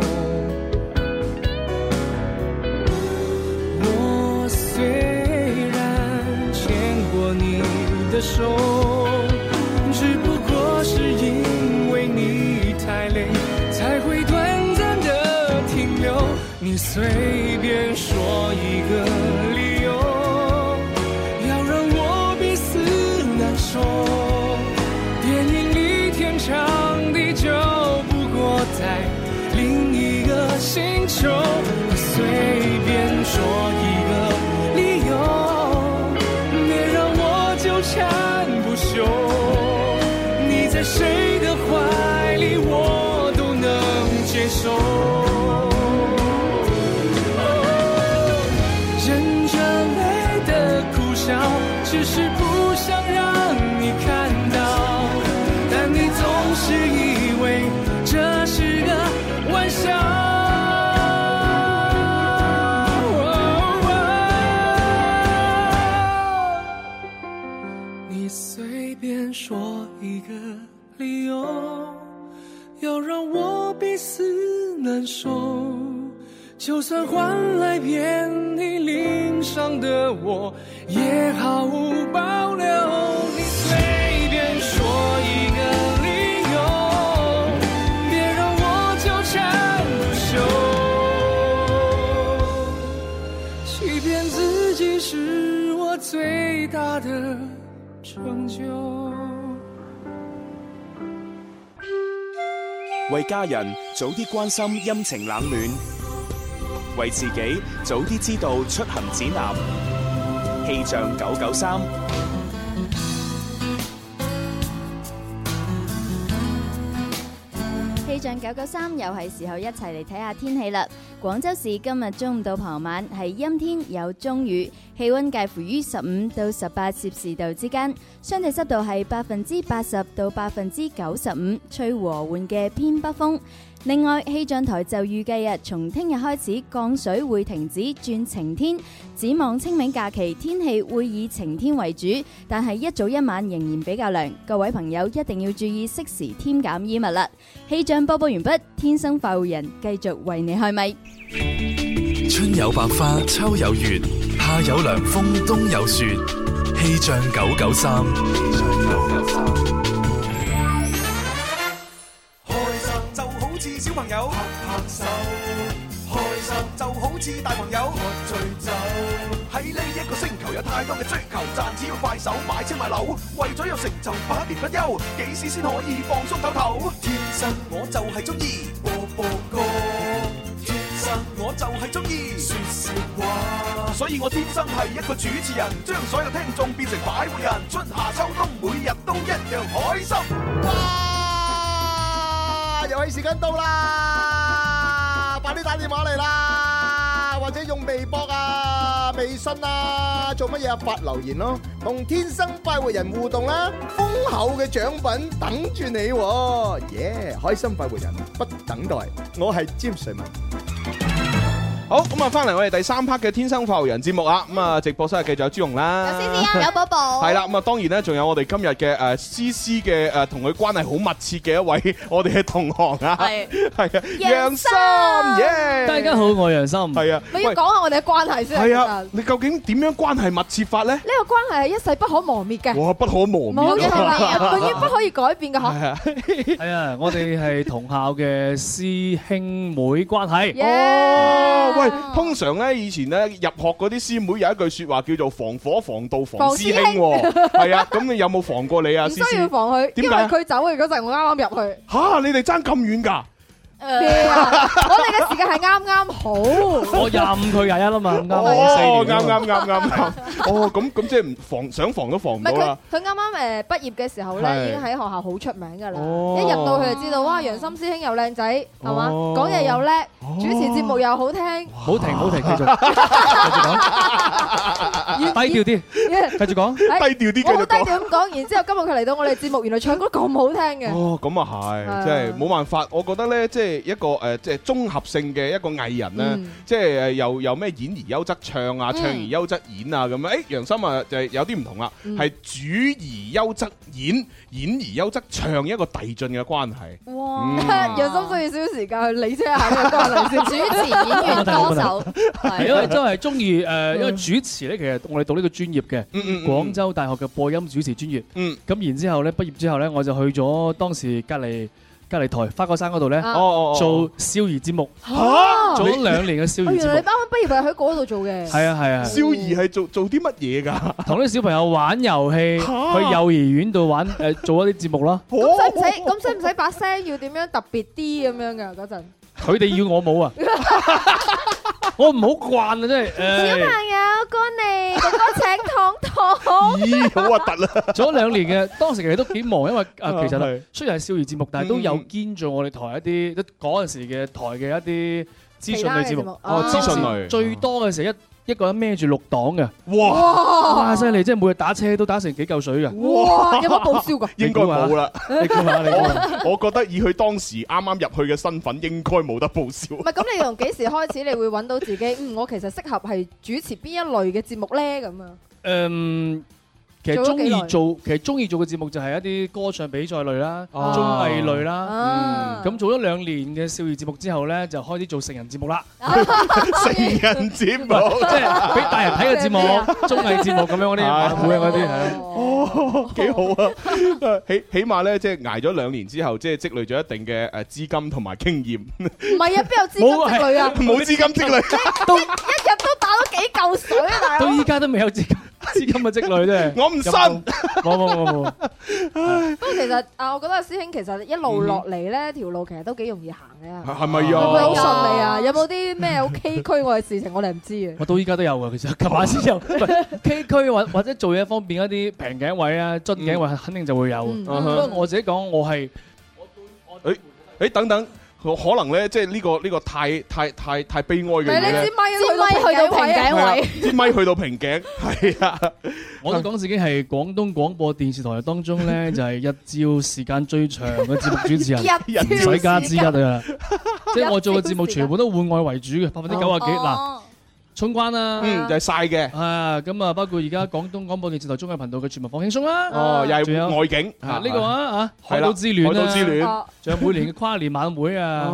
Speaker 3: 我虽然牵过你的手，只不过是因为你太累，才会短暂的停留。你随便说一个理由，要让我彼此难受。电影里天长地久，不过在另一个星球。我随便说一个理由，别让我纠缠不休。你在谁的怀里，我都能接受。Oh 忍着泪的苦笑，只是不想
Speaker 17: 就算换来遍体鳞伤的我，也毫无保留。你随便说一个理由，别让我纠缠不休。欺骗自己是我最大的成就。
Speaker 18: 为家人早啲关心阴晴冷暖，为自己早啲知道出行指南。气象九九三，
Speaker 1: 啊氣象九九三又係時候一齊嚟睇下天氣啦。廣州市今日中午到傍晚係陰天有中雨，氣温介乎於十五到十八攝氏度之間，相對濕度係百分之八十到百分之九十五，吹和緩嘅偏北風。另外，氣象台就預計啊，從聽日開始降水會停止轉晴天，展望清明假期天氣會以晴天為主，但係一早一晚仍然比較涼，各位朋友一定要注意適時添減衣物啦。氣象播報完畢，天生快活人繼續為你開咪。
Speaker 19: 春有百花，秋有月，夏有涼風，冬有雪。氣象九九三，
Speaker 20: 开心就好似小朋友拍拍手，开心就好似大朋友喝醉酒。喺呢一個星球有太多嘅追求，賺錢要快手，買車買樓，為咗有成就百年不休，幾時先可以放鬆唞唞？天生我就係中意播播歌，天生我就係中意说笑話，所以我天生係一個主持人，將所有聽眾變成擺活人，春夏秋冬每日都一樣開心。
Speaker 21: 啊，遊戲時間到啦，快啲打電話嚟啦，或者用微博啊、微信啊，做乜嘢啊發留言咯，同天生快活人互動啦，豐厚嘅獎品等住你喎，耶！開心快活人不等待，我係詹瑞文。
Speaker 5: 好咁啊，翻嚟我哋第三 part 嘅天生快活人節目啊，咁啊，直播室繼續有朱容啦，有 C C
Speaker 22: 有寶
Speaker 6: 哦
Speaker 22: 寶，
Speaker 5: 啊系啦，，咁啊，當然咧，仲有我哋今日嘅誒 C C 嘅誒同佢關係好密切嘅一位 *laughs* 我哋嘅同行啊，
Speaker 6: 係
Speaker 5: 係啊，
Speaker 6: 楊
Speaker 5: 楊
Speaker 6: 森
Speaker 5: 森，耶！
Speaker 3: 大家好，我係楊森，
Speaker 5: 係啊，
Speaker 6: 咪要講下我哋嘅關係先。
Speaker 5: 係
Speaker 6: 其實
Speaker 5: 啊，你究竟點樣關係密切法咧？
Speaker 6: 呢個關係係一世不可磨滅嘅，
Speaker 5: 哇，不可磨
Speaker 6: 冇
Speaker 5: 滅
Speaker 6: 嘅，
Speaker 5: 啊，
Speaker 6: 永遠不可以改變嘅
Speaker 5: 係 *laughs*
Speaker 6: 嗬。
Speaker 5: 啊，
Speaker 3: 係啊，我哋係同校嘅師兄妹關係。
Speaker 6: Dạ.
Speaker 5: 哦，喂，通常咧以前咧入學嗰啲師妹有一句説話叫做防火防盜防
Speaker 6: 防
Speaker 5: 師
Speaker 6: 師
Speaker 5: 兄
Speaker 6: 兄
Speaker 5: 喎，係啊，咁你有冇防過你啊？
Speaker 6: 唔
Speaker 5: C
Speaker 6: 需要
Speaker 5: C
Speaker 6: 防佢，
Speaker 5: 點
Speaker 6: 因為
Speaker 5: 解啊
Speaker 6: 佢走嘅嗰陣，我啱啱入去。
Speaker 5: 嚇，你哋爭咁遠㗎？
Speaker 6: 咩啊我哋嘅時間係啱啱好。
Speaker 3: *laughs* 我廿五佢廿一啦
Speaker 5: *laughs*
Speaker 3: 嘛，咁啱
Speaker 5: 哦
Speaker 3: 係四年啊嘛
Speaker 5: 啱啱啱啱哦，咁咁即係唔防想防都防唔
Speaker 6: 唔
Speaker 5: 到
Speaker 6: 係
Speaker 5: 啦
Speaker 6: 佢。，佢啱啱誒畢業嘅時候
Speaker 5: 係
Speaker 6: 咧，已經喺學校好出名㗎啦。
Speaker 5: 哦
Speaker 6: 一入到佢就知道，哇！楊森師兄又靚仔，係嘛？
Speaker 3: 哦
Speaker 6: 講嘢又叻，主持節目又好聽，
Speaker 3: 好停
Speaker 5: *laughs*
Speaker 3: 好停，繼續繼續講，低調啲，繼續講，
Speaker 6: 哎
Speaker 5: 低調
Speaker 6: 我好低調咁講。然之後今日佢嚟到我哋節目，原來唱歌咁好聽嘅。
Speaker 5: 哦，咁啊
Speaker 6: 係
Speaker 5: 係，即係冇辦法。我覺得咧，即係一個誒，即係綜合性嘅一個藝人咧
Speaker 6: 嗯，
Speaker 5: 即係誒又又咩演而優則唱啊，
Speaker 6: 嗯
Speaker 5: 唱而優則演啊咁樣。誒，楊森啊就係有啲唔同啦，
Speaker 6: 嗯
Speaker 5: 係主而優則演，演而優則唱一個遞進嘅關係。
Speaker 6: 哇 *laughs*
Speaker 5: 嗯！
Speaker 6: 楊森需要少少時間去理清一下呢個關係先。
Speaker 22: 主持演員歌手
Speaker 3: 係因為真係中意誒，因為主持咧，其實我哋讀呢個專業嘅，廣州大學嘅播音主持專業。
Speaker 5: 嗯，
Speaker 3: 咁然之後咧，畢業之後咧，我就去咗當時隔離隔離台花果山嗰度咧
Speaker 6: 啊哦哦哦，
Speaker 3: 做少兒節目，
Speaker 6: 嚇
Speaker 3: 做咗兩年嘅少
Speaker 6: 哦
Speaker 3: 兒
Speaker 6: 原
Speaker 3: 節
Speaker 6: 來你
Speaker 3: 目
Speaker 6: 啱。啱畢業係喺嗰度做嘅。
Speaker 3: 係啊係啊，
Speaker 5: 少兒係做做啲乜嘢㗎？
Speaker 3: 同啲小朋友玩遊戲，去幼兒園度玩誒，做一啲節目啦。
Speaker 6: 咁使唔使？
Speaker 5: 哦
Speaker 6: 咁使唔使把聲要點樣特別啲咁樣㗎嗰陣？
Speaker 3: 佢哋要我
Speaker 23: *laughs*
Speaker 3: 冇啊，我唔好慣啊，真係。
Speaker 6: 小
Speaker 3: 誒
Speaker 6: 朋友，哥你哥哥請糖糖。
Speaker 5: 哦咦，好核突啦！
Speaker 3: 做咗兩年嘅，當時其實都幾忙，因為啊，
Speaker 5: 啊
Speaker 3: *laughs* 其
Speaker 5: 係
Speaker 3: 實雖然係少兒節目，但係都有兼做我哋台一啲嗰陣時嘅台嘅一啲資訊類節目。
Speaker 5: 哦資訊類
Speaker 3: 當時最多嘅時候一一個人孭住六檔嘅。
Speaker 5: 哇
Speaker 3: 哇！犀利，即係每日打車都打成幾嚿水嘅。
Speaker 5: 哇有冇報銷
Speaker 3: 㗎
Speaker 5: 應該冇啦。
Speaker 3: 你估下，你估下。
Speaker 5: *laughs* 我我覺得以佢當時啱啱入去嘅身份，應該冇得報銷
Speaker 6: 唔。係咁，你從幾時開始你會揾到 *laughs* 自己？嗯，我其實適合係主持邊一類嘅節目咧咁啊？
Speaker 3: 誒，其
Speaker 23: 做
Speaker 3: 實
Speaker 23: 咗
Speaker 3: 中
Speaker 23: 幾
Speaker 3: 意
Speaker 23: 耐
Speaker 3: 做，其實中意做嘅節目就係一啲歌唱比賽類啦、
Speaker 23: 哦
Speaker 3: 綜藝類啦
Speaker 23: 啊。
Speaker 3: 咁做咗兩年嘅少兒節目之後咧，就開始做成人節目啦。
Speaker 5: *laughs* 成人節目
Speaker 3: 即係俾大人睇嘅節目
Speaker 5: 咩啊、
Speaker 3: 綜藝節目咁樣嗰啲晚會啊嗰啲係
Speaker 6: *laughs*
Speaker 3: 啊。
Speaker 5: 哦， *laughs* 幾好啊！ *laughs* 起起碼咧，即係捱咗兩年之後，即係積累咗一定嘅誒資金同埋經 *laughs* 驗。
Speaker 6: 唔係啊，邊有資金積累啊？
Speaker 5: 冇資金 *laughs* 積累
Speaker 6: 一日都打咗幾嚿水啊，
Speaker 3: *laughs*
Speaker 6: 大佬
Speaker 3: 到！依家都未有資金 *laughs* 資金嘅積累啫。
Speaker 5: 我唔
Speaker 3: 信。冇冇冇冇。
Speaker 6: 不過其實啊，我覺得阿師兄其實一路落嚟咧，條路其實都幾容易行嘅。
Speaker 3: 係係咪啊
Speaker 5: *laughs*
Speaker 6: 會唔會好順利啊？有冇啲咩好崎嶇我嘅事情我哋唔
Speaker 3: *laughs*
Speaker 6: 知嘅？
Speaker 3: 我到依家都有㗎，其實琴晚先有。唔係 K 區或或者做嘢方面一啲平頸位啊、樽頸位，肯定就會有。啊
Speaker 5: 嗯
Speaker 3: 不過我自己講，我係
Speaker 5: 誒誒，等等，可可能咧，即係呢個呢個太太太太悲哀嘅嘢咧。係啊支咪去到瓶 *laughs* 頸，係啊，
Speaker 3: 我都講自己係廣東廣播電視台當中咧，就係日照時間最長嘅節目主持人
Speaker 5: 日照，
Speaker 3: 唔使加之一
Speaker 5: 時
Speaker 3: 啊！
Speaker 5: *laughs*
Speaker 3: 即係我做嘅節目全部都戶外為主嘅，百分之九啊
Speaker 5: 哦
Speaker 3: 幾嗱。春關啦，
Speaker 5: 嗯就係晒嘅，
Speaker 3: 啊咁啊，包括而家廣東廣播電視台綜藝頻道嘅全民放輕鬆啦，
Speaker 5: 哦又係
Speaker 3: 仲有
Speaker 5: 外景
Speaker 3: 啊呢個啊啊海島之戀
Speaker 5: 海
Speaker 3: 啦，
Speaker 5: 島之 *laughs* 戀哦
Speaker 3: 仲有每年嘅跨年晚會啊，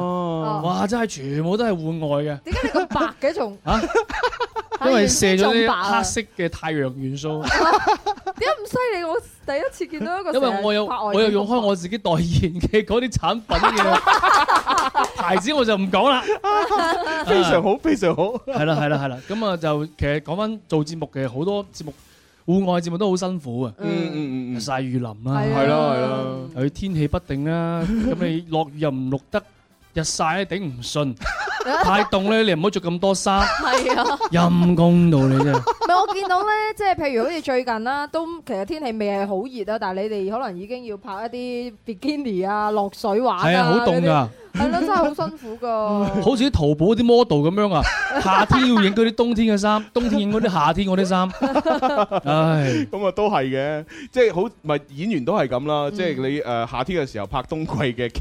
Speaker 3: 哇真係全部都係戶外嘅，
Speaker 6: 哦點解你咁白嘅仲？
Speaker 3: 因為射咗
Speaker 6: 原先仲白
Speaker 3: 啲
Speaker 6: 啊
Speaker 3: 黑色嘅太陽元
Speaker 5: *laughs*
Speaker 3: 素。
Speaker 6: 點解咁犀利？我第一次見到一個
Speaker 3: 因為
Speaker 6: 成日
Speaker 3: 我有
Speaker 6: 拍外
Speaker 3: 我有
Speaker 6: 景
Speaker 3: 用開我自己代言嘅嗰啲產品嘅
Speaker 5: *laughs*
Speaker 3: 牌子，我就唔講啦。啊
Speaker 5: 非常好，非常好。
Speaker 3: 係啦，係啦，係啦。咁啊，就其實講翻做節目嘅好多節目，戶外節目都好辛苦啊。
Speaker 5: 嗯嗯嗯，
Speaker 3: 曬雨淋啦，
Speaker 5: 係啊係咯係咯，
Speaker 3: 又要天氣不定啦。咁你落雨又唔落得，日曬咧頂唔順，太凍咧你唔好着咁多衫，
Speaker 6: 係啊。
Speaker 3: 陰公到你真
Speaker 6: *laughs*
Speaker 3: 係。
Speaker 6: 唔係我見到咧，即係譬如好似最近啦，都其實天氣未係好熱啊，但係你哋可能已經要拍一啲 bikini 啊、落水玩
Speaker 3: 係啊，好凍
Speaker 6: 嗰
Speaker 3: 㗎
Speaker 6: 啲。係咯，真係好辛苦噶。
Speaker 3: *laughs* 好似啲淘寶啲 model 咁樣啊，夏天要影嗰啲冬天嘅衫，冬天影嗰啲夏天嗰啲衫，唉，
Speaker 5: 咁啊都係嘅，即係好咪演員都係咁啦，即係你誒夏天嘅時候拍冬季嘅劇，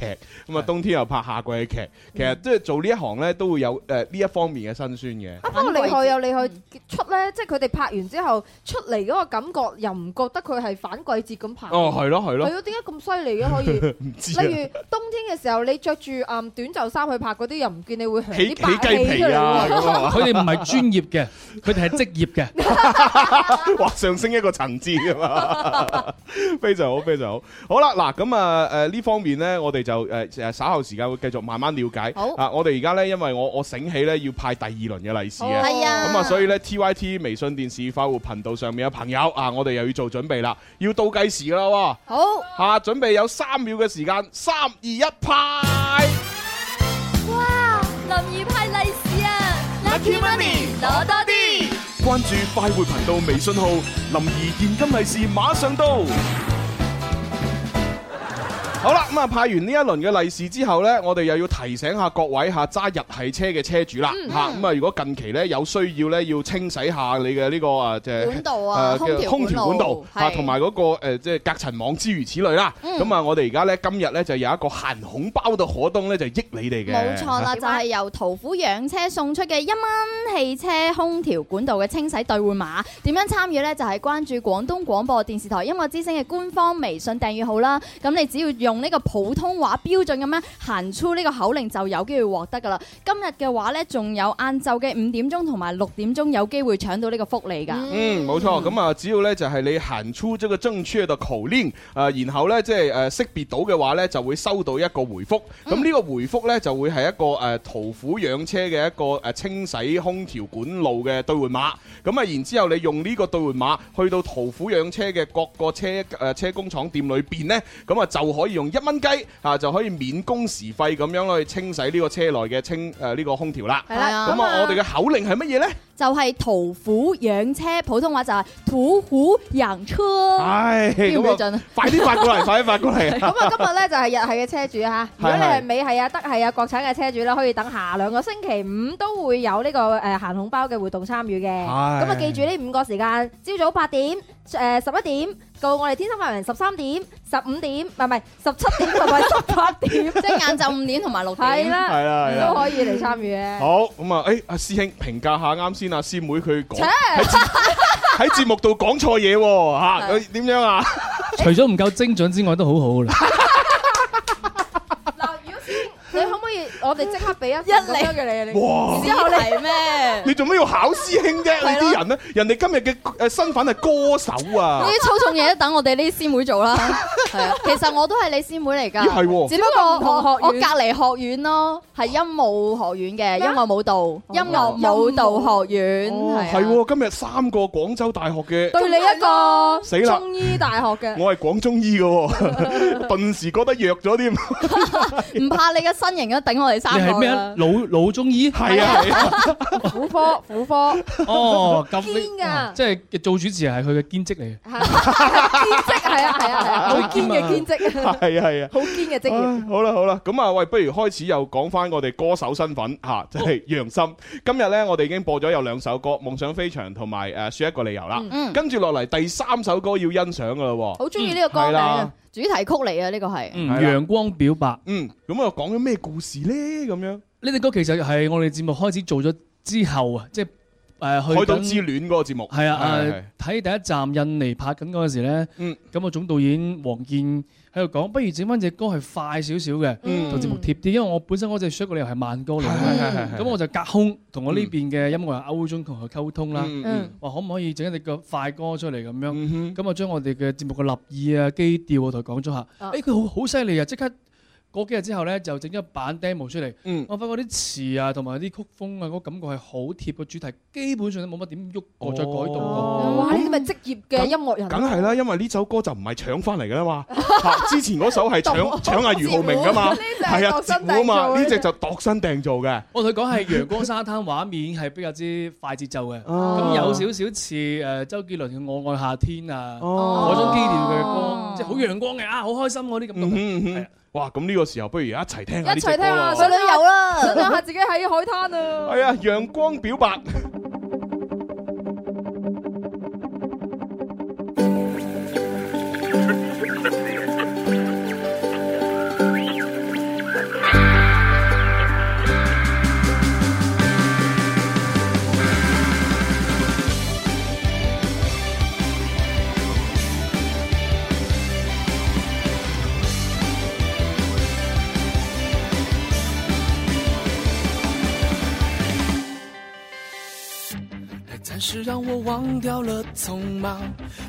Speaker 5: 咁啊冬天又拍夏季嘅劇，其實即係做呢一行咧都會有誒呢一方面嘅辛酸嘅。
Speaker 6: 啊不過厲害又厲害，出咧即係佢哋拍完之後出嚟嗰個感覺，又唔覺得佢係反季節咁拍。
Speaker 5: 哦係咯係咯
Speaker 6: 係咯，點解咁犀利嘅可以？
Speaker 5: 唔 *laughs* 知啊
Speaker 6: 例如冬天嘅時候，你着住誒短袖衫去拍嗰啲，又唔見你會響
Speaker 3: 起
Speaker 5: 啊
Speaker 6: 啲白氣出嚟喎。
Speaker 3: 佢啊哋唔係專業嘅，佢哋係職業嘅。
Speaker 5: 啊哇！上升一個層次噶嘛，非常好，非常好。好啦，嗱咁啊誒呢方面呢，我哋就誒誒稍後時間會繼續慢慢了解。
Speaker 23: 好
Speaker 5: 啊，我哋而家呢，因為我我醒起呢，要派第二輪嘅利是嘅，
Speaker 23: 哦係啊
Speaker 5: 咁啊，所以呢 TYT 微信電視快活頻道上面嘅朋友啊，我哋又要做準備啦，要倒計時啦喎。
Speaker 6: 好，
Speaker 5: 嚇，準備有三秒嘅時間，三二一派。
Speaker 10: 哇！林怡派利是啊，Lucky Money 攞多啲。
Speaker 15: 關注快活頻道微信號，林兒現金利是馬上到。
Speaker 5: 好啦，咁啊派完呢一輪嘅利是之後呢，我哋又要提醒下各位吓揸日系車嘅車主啦
Speaker 23: 嗯
Speaker 5: 吓，咁啊如果近期呢，有需要呢，要清洗下你嘅呢個啊即係
Speaker 23: 管道啊
Speaker 5: 誒
Speaker 23: 空調管道
Speaker 5: 空調管道
Speaker 23: 係
Speaker 5: 吓，同埋嗰個誒即係隔塵網之如此類啦。
Speaker 1: 嗯
Speaker 5: 咁啊，我哋而家呢，今日呢，就有一個限紅包嘅可東呢，就益你哋嘅。
Speaker 1: 冇錯啦，就係由途虎養車送出嘅一蚊汽車空調管道嘅清洗兑換碼。點樣參與呢？就係關注廣東廣播電視台音樂之聲嘅官方微信訂閱號啦。咁你只要用呢個普通話標準咁樣行出呢個口令，就有機會獲得噶啦。今日嘅話呢，仲有晏晝嘅五點鐘同埋六點鐘有機會搶到呢個福利㗎。
Speaker 5: 嗯，冇錯。咁啊，只要咧就係你行出這個正確嘅口令，啊，然後咧即係誒識別到嘅話咧，就會收到一個回覆。咁呢個回覆咧就會係一個誒途虎養車嘅一個誒清洗空調管路嘅兌換碼。咁啊，然之後你用呢個兌換碼去到途虎養車嘅各個車誒車工廠店裏邊咧，咁啊就可以用一蚊雞啊就可以免工時費咁樣去清洗呢個車內嘅清誒呢個空調啦。
Speaker 1: 係啦
Speaker 5: 咁
Speaker 1: 咁
Speaker 5: 啊
Speaker 1: 啊
Speaker 5: 我哋嘅口令係乜嘢咧？
Speaker 1: 就係途虎養車，普通話就係途虎養車。
Speaker 5: 唉，
Speaker 1: 標唔標
Speaker 5: 咁
Speaker 1: 準
Speaker 5: 啊，快啲發過
Speaker 1: *laughs*
Speaker 5: 嚟，快啲發過嚟。*laughs*
Speaker 6: 咁啊，今日咧就係日系嘅車主嚇。如果你
Speaker 5: 係
Speaker 6: 係美系啊、德系啊、國產嘅車主咧，可以等下兩個星期五都會有呢個誒限紅包嘅活動參與嘅。咁啊，記住呢五個時間：朝早八點、誒十一點，到我哋天生發人十三點、十五點，唔係唔係十七點同埋十八點，即
Speaker 1: 係晏晝五點同埋六點
Speaker 6: 係
Speaker 5: *laughs*
Speaker 6: 啦，
Speaker 5: 係啊啦係啦
Speaker 6: 都可以嚟參與
Speaker 1: *laughs*
Speaker 6: 嘅。
Speaker 5: 好咁啊！誒，阿師兄評價下啱先阿師妹佢講
Speaker 6: 切
Speaker 5: 喺節喺節目度講錯嘢喎嚇，佢點
Speaker 1: *laughs*
Speaker 5: 樣啊？
Speaker 9: 除咗唔夠精準之外，都好好啦。
Speaker 6: 你可唔可以我哋即刻俾一一咁樣嘅你啊？你
Speaker 5: 哇
Speaker 6: 之後你
Speaker 24: 咩？
Speaker 5: 你做咩要考師兄啫？你啲人咧，人哋今日嘅誒身份係歌手啊！
Speaker 1: *laughs* 呢啲粗重嘢都等我哋呢啲師妹做啦。係啊，其實我都係你師妹嚟㗎。
Speaker 5: 咦係喎
Speaker 1: 只不過
Speaker 6: 不過唔
Speaker 1: 我
Speaker 6: 同
Speaker 1: 我
Speaker 6: 學
Speaker 1: 隔
Speaker 6: 院
Speaker 1: 離學院咯，係音舞學院嘅音樂舞蹈、音樂舞蹈學院
Speaker 5: 哦
Speaker 1: 係
Speaker 5: 係
Speaker 1: 啊。
Speaker 5: 喎，今日三個廣州大學嘅，
Speaker 6: 對你一個
Speaker 5: 死啦
Speaker 6: 中醫大學嘅，
Speaker 5: 我係廣中醫嘅
Speaker 1: *laughs*
Speaker 5: 喎，頓時覺得弱咗添。
Speaker 1: 唔怕你嘅身形都頂我哋三
Speaker 9: 你係
Speaker 1: 個
Speaker 9: 咩啊
Speaker 1: 啦？。
Speaker 9: 老老中醫
Speaker 5: 係
Speaker 9: 啊
Speaker 5: 係啊，
Speaker 6: 婦科婦科
Speaker 9: *laughs* 哦咁
Speaker 6: 堅㗎，
Speaker 9: 即係做主持係佢嘅兼職嚟嘅。
Speaker 6: 係係啊係啊係啊，好堅嘅
Speaker 5: *laughs*
Speaker 6: 兼職，
Speaker 5: 係啊係啊。
Speaker 6: 好堅嘅職業。
Speaker 5: 好啦好啦，咁啊喂，不如開始又講翻我哋歌手身份嚇，就係楊森。今日呢，我哋已經播咗有兩首歌《夢想飛翔》同埋誒説一個理由啦。
Speaker 1: 嗯
Speaker 5: 跟住落嚟第三首歌要欣賞噶啦喎。
Speaker 1: 好中意呢個歌
Speaker 5: 係
Speaker 1: 名
Speaker 5: 啦
Speaker 1: 啊，主題曲嚟啊，呢個係。
Speaker 9: 嗯，陽光表白。
Speaker 5: 嗯，咁啊講咗咩故事呢？咁樣呢
Speaker 9: 啲歌其實係我哋節目開始做咗之後啊，即係誒去
Speaker 5: 海島
Speaker 9: 緊
Speaker 5: 之戀嗰個節目
Speaker 9: 係啊
Speaker 5: 係係嗯
Speaker 9: 誒，睇第一站印尼拍緊嗰陣時咧，咁啊總導演黃健喺度講，不如整翻只歌係快少少嘅，
Speaker 5: 嗯
Speaker 9: 同節目貼啲，因為我本身嗰只 s h o t 嘅又係慢歌嚟
Speaker 5: 係係係
Speaker 9: 嘅，
Speaker 5: 係
Speaker 9: 咁我就隔空同我呢邊嘅音樂人歐中同佢溝通啦
Speaker 5: 嗯嗯，
Speaker 9: 話可唔可以整一隻個快歌出嚟咁樣，咁啊將我哋嘅節目嘅立意啊、基調啊同佢講咗下，
Speaker 5: 啊
Speaker 9: 誒佢好好犀利啊，即刻。嗰幾日之後咧，就整咗版 demo 出嚟。
Speaker 5: 嗯
Speaker 9: 我發覺啲詞啊，同埋啲曲風啊，嗰個感覺係好貼個主題，基本上都冇乜點喐過再改動過。
Speaker 5: 哦
Speaker 6: 哇！呢啲咪職業嘅音樂人，
Speaker 5: 梗係啦，因為呢首歌就唔係搶翻嚟噶啦
Speaker 9: *laughs*
Speaker 5: 嘛，嚇之前嗰首係搶
Speaker 9: 度
Speaker 5: 搶阿俞浩明噶嘛
Speaker 9: 呢，隻係
Speaker 5: 係啊，
Speaker 9: 度身
Speaker 5: 截胡啊
Speaker 9: 訂造
Speaker 5: 嘛，
Speaker 9: 嘅
Speaker 5: 呢隻就度身訂造嘅。
Speaker 9: 我同佢講係陽光沙灘畫面係比較之快節奏嘅，
Speaker 5: 哦
Speaker 9: 咁有少少似誒周杰倫嘅《我愛夏天》啊
Speaker 5: 哦
Speaker 9: 嗰種基調嘅歌，即係好陽光嘅啊，好開心嗰啲咁。
Speaker 5: 嗯哼哇！咁呢個時候不如一齊聽下呢
Speaker 6: 一
Speaker 5: 隻
Speaker 6: 齊
Speaker 5: 歌
Speaker 6: 聽下
Speaker 5: 啦。
Speaker 6: 想
Speaker 1: 旅遊啦
Speaker 6: 想象下自己喺海灘啊。
Speaker 5: 係啊，陽光表白。
Speaker 3: 它暂时让我忘掉了匆忙，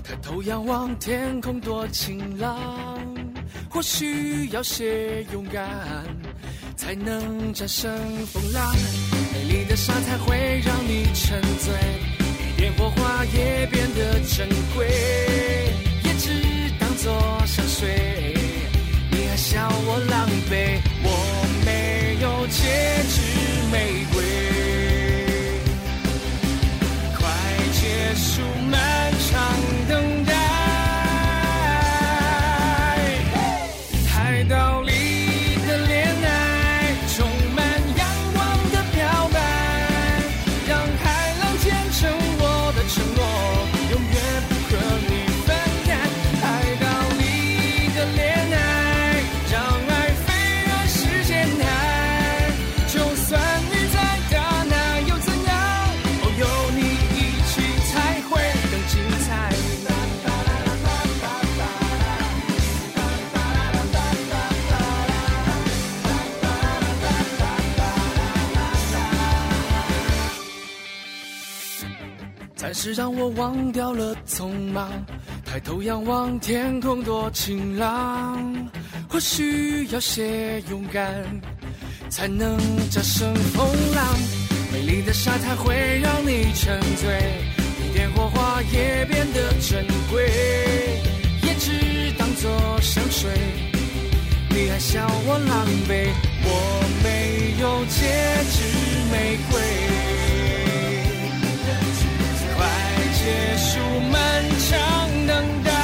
Speaker 3: 抬头仰望天空多晴朗。或许要些勇敢，才能战胜风浪。美丽的沙才会让你沉醉，一点火花也变得珍贵，也只当作香水。你还笑我狼狈，我没有戒指玫瑰。快结束漫长等待，海岛里的恋爱充满阳光的表白，让海浪见证我的承诺，永远不和你分开。海岛里的恋爱，让爱飞越时间海。就算你再大，那又怎样？哦，有你一起才会更精彩。暂时让我忘掉了匆忙，抬头仰望天空多晴朗。或许要些勇敢，才能战胜风浪。美丽的沙滩会让你沉醉，一点火花也变得珍贵，也只当作香水。你还笑我狼狈，我没有戒指玫瑰。快结束漫长等待。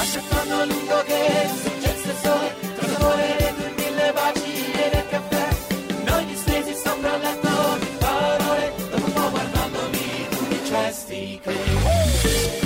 Speaker 25: Accettando lungo che sorgesse il sole, tra colore di mille baci e nel caffè, noi distesi sopra il letto di parole, dopo un po' guardandomi tu mi dicesti che...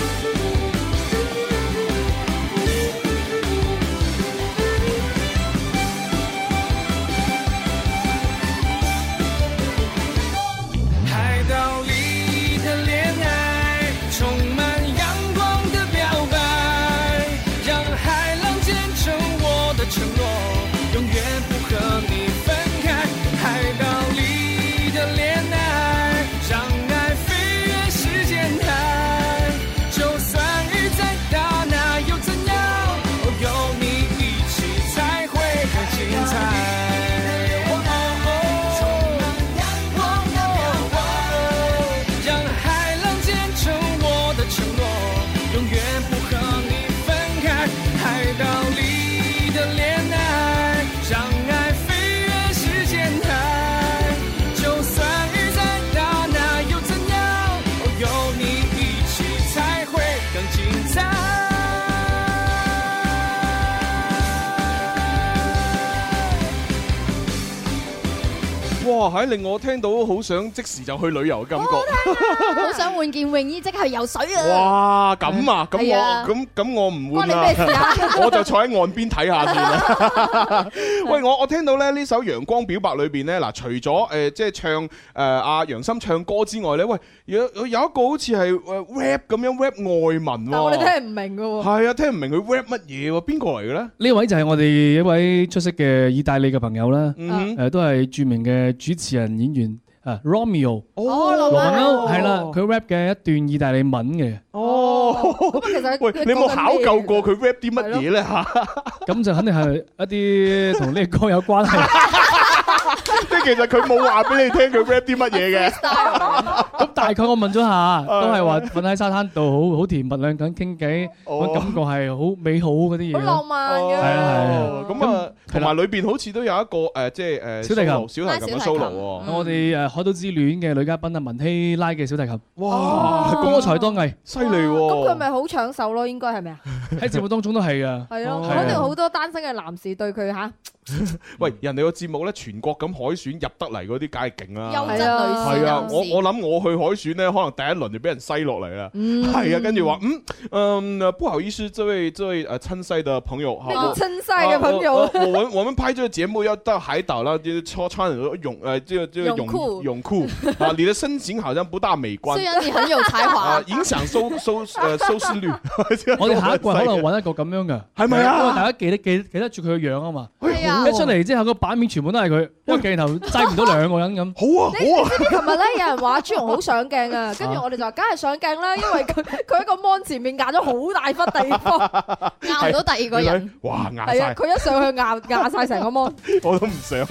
Speaker 5: 哇！喺令我聽到好想即時就去旅遊嘅感覺。
Speaker 1: 好想換件泳衣即刻去游水啊！
Speaker 5: 哇！咁啊，咁
Speaker 1: 係啊
Speaker 5: 我咁咁我唔
Speaker 1: 關
Speaker 5: 換
Speaker 1: 你
Speaker 5: 啦
Speaker 1: 咩事啊，
Speaker 5: *laughs* 我就坐喺岸邊睇下先啦。 *laughs* 喂，我我聽到咧呢首《陽光表白》裏邊咧，嗱，除咗誒即係唱誒呃阿楊森唱歌之外咧，喂，有有一個好似係誒 rap 咁樣 rap 外文喎。
Speaker 6: 但我哋真係唔明嘅喎。
Speaker 5: 係啊，聽唔明佢 rap 乜嘢喎？邊個嚟嘅咧？
Speaker 3: 呢位就係我哋一位出色嘅意大利嘅朋友啦，
Speaker 5: 嗯
Speaker 3: 誒都係著名嘅主持人演員啊 Romeo，
Speaker 5: 哦
Speaker 3: 羅
Speaker 5: 羅
Speaker 3: 密
Speaker 5: 密歐
Speaker 3: 歐係啦，佢 rap 嘅一段意大利文嘅，
Speaker 5: 哦，
Speaker 6: 其實
Speaker 5: 喂，你有冇考究過佢 rap 啲乜嘢咧嚇？
Speaker 3: 咁就肯定係一啲同呢個歌有
Speaker 5: *laughs*
Speaker 3: 關係。
Speaker 5: *laughs* 即係其實佢冇話俾你聽佢 rap 啲乜嘢嘅。
Speaker 6: *laughs*
Speaker 3: 咁大概我問咗
Speaker 5: *laughs*
Speaker 3: 下，都係話瞓喺沙灘度好好甜蜜，兩個人傾偈，
Speaker 5: 哦
Speaker 3: 我感覺係好美好嗰啲嘢。
Speaker 6: 好浪漫嘅
Speaker 3: 係啊
Speaker 5: 哦咁啊，同埋裏邊好似都有一個誒，即係誒
Speaker 3: 小提琴嗯
Speaker 5: solo，小提琴嘅 solo 喎。
Speaker 3: 我哋誒《海島之戀》嘅女嘉賓啊，文希拉嘅小提琴，
Speaker 5: 哇
Speaker 3: 歌才多藝，
Speaker 5: 犀利
Speaker 6: 咁佢
Speaker 3: 喎！
Speaker 6: 咪好搶手咯？應該係咪啊？
Speaker 3: 喺節目當中都係噶，
Speaker 6: 係咯，
Speaker 3: 係啊
Speaker 6: 肯定好多單身嘅男士對佢吓，
Speaker 5: 喂，人哋個節目咧全國咁海選入得嚟嗰啲，梗係勁啦。
Speaker 6: 優質女士
Speaker 5: 係啊
Speaker 6: 男，士
Speaker 5: 我我諗我去海選咧，可能第一輪就俾人篩落嚟啦。
Speaker 6: 嗯
Speaker 5: 係啊，跟住話嗯嗯，呃不好意思，這位這位誒親西的朋友哈。
Speaker 6: 咩啊叫
Speaker 5: 我
Speaker 6: 親西嘅朋友
Speaker 5: 啊我我我 *laughs* 我我們拍這個節目要到海島啦，就是穿穿呃泳誒，這個這個
Speaker 1: 泳褲
Speaker 5: 泳泳褲啊，你的身形好像不大美觀。
Speaker 1: 雖然你很有才華
Speaker 5: 啊，影響收
Speaker 1: *laughs*
Speaker 5: 收誒收視率。
Speaker 3: 我
Speaker 5: *laughs*
Speaker 3: 哋下一季可能揾一個咁樣嘅，
Speaker 5: 係咪啊
Speaker 3: 因為大家記得記記得住佢嘅樣啊嘛。
Speaker 6: 係啊
Speaker 3: 一出嚟之後個版面全部都係佢，個鏡頭擠唔到兩個人咁。
Speaker 5: 好啊
Speaker 6: 你知唔知琴日咧有人話朱紅好上鏡 *laughs* 啊？跟住我哋就話梗係上鏡啦，因為佢 *laughs* 佢喺個 mon 前面壓咗好大忽地方，
Speaker 1: 拗到第二個人，哎
Speaker 5: 哇，硬
Speaker 6: 係啊，
Speaker 5: 晒。
Speaker 6: 佢一上去壓壓晒成個 mon。
Speaker 5: *laughs* 我都唔想啊！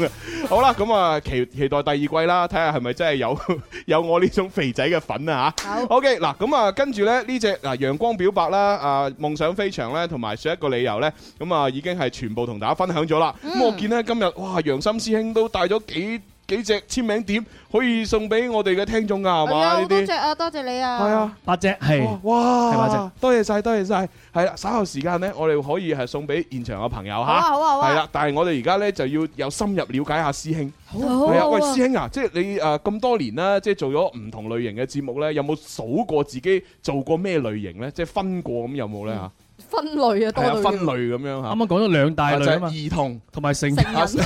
Speaker 5: 好啦，咁啊，期期待第二季啦，睇下係咪真係有 *laughs* 有我呢種肥仔嘅粉啊吓。OK，嗱，咁啊，跟住咧呢只嗱陽光表白啦，啊夢想飛翔咧，同埋說一個理由咧，咁啊已經係全部同大家分享咗啦。咁我見咧今日哇，楊森師兄都帶咗幾幾隻簽名碟可以送俾我哋嘅聽眾噶，係
Speaker 6: *laughs* 係啊
Speaker 5: 嘛
Speaker 6: 好
Speaker 5: 呢
Speaker 6: 多
Speaker 5: 啲
Speaker 6: 謝。啊，多謝你啊。
Speaker 5: 係啊，
Speaker 3: 八隻係
Speaker 5: 哇，
Speaker 3: 係八隻
Speaker 5: 多謝晒，多謝晒，係啦，稍後時間咧，我哋可以係送俾現場嘅朋友嚇，
Speaker 3: 好啊好啊好啊
Speaker 5: 係啦，但係我哋而家咧就要有深入了解下師兄，
Speaker 3: 好啊
Speaker 5: 係啊，喂
Speaker 3: 好啊
Speaker 5: 師兄啊，即係你誒咁多年啦，即係做咗唔同類型嘅節目咧，有冇數過自己做過咩類型咧？即係分過咁有冇咧嚇？
Speaker 6: 分類啊，多
Speaker 5: 係啊，
Speaker 6: 到
Speaker 5: 分類咁樣嚇。
Speaker 3: 啱啱講咗兩大類啊嘛，
Speaker 5: 就係兒童
Speaker 3: 同埋成人，
Speaker 1: *laughs*
Speaker 6: 真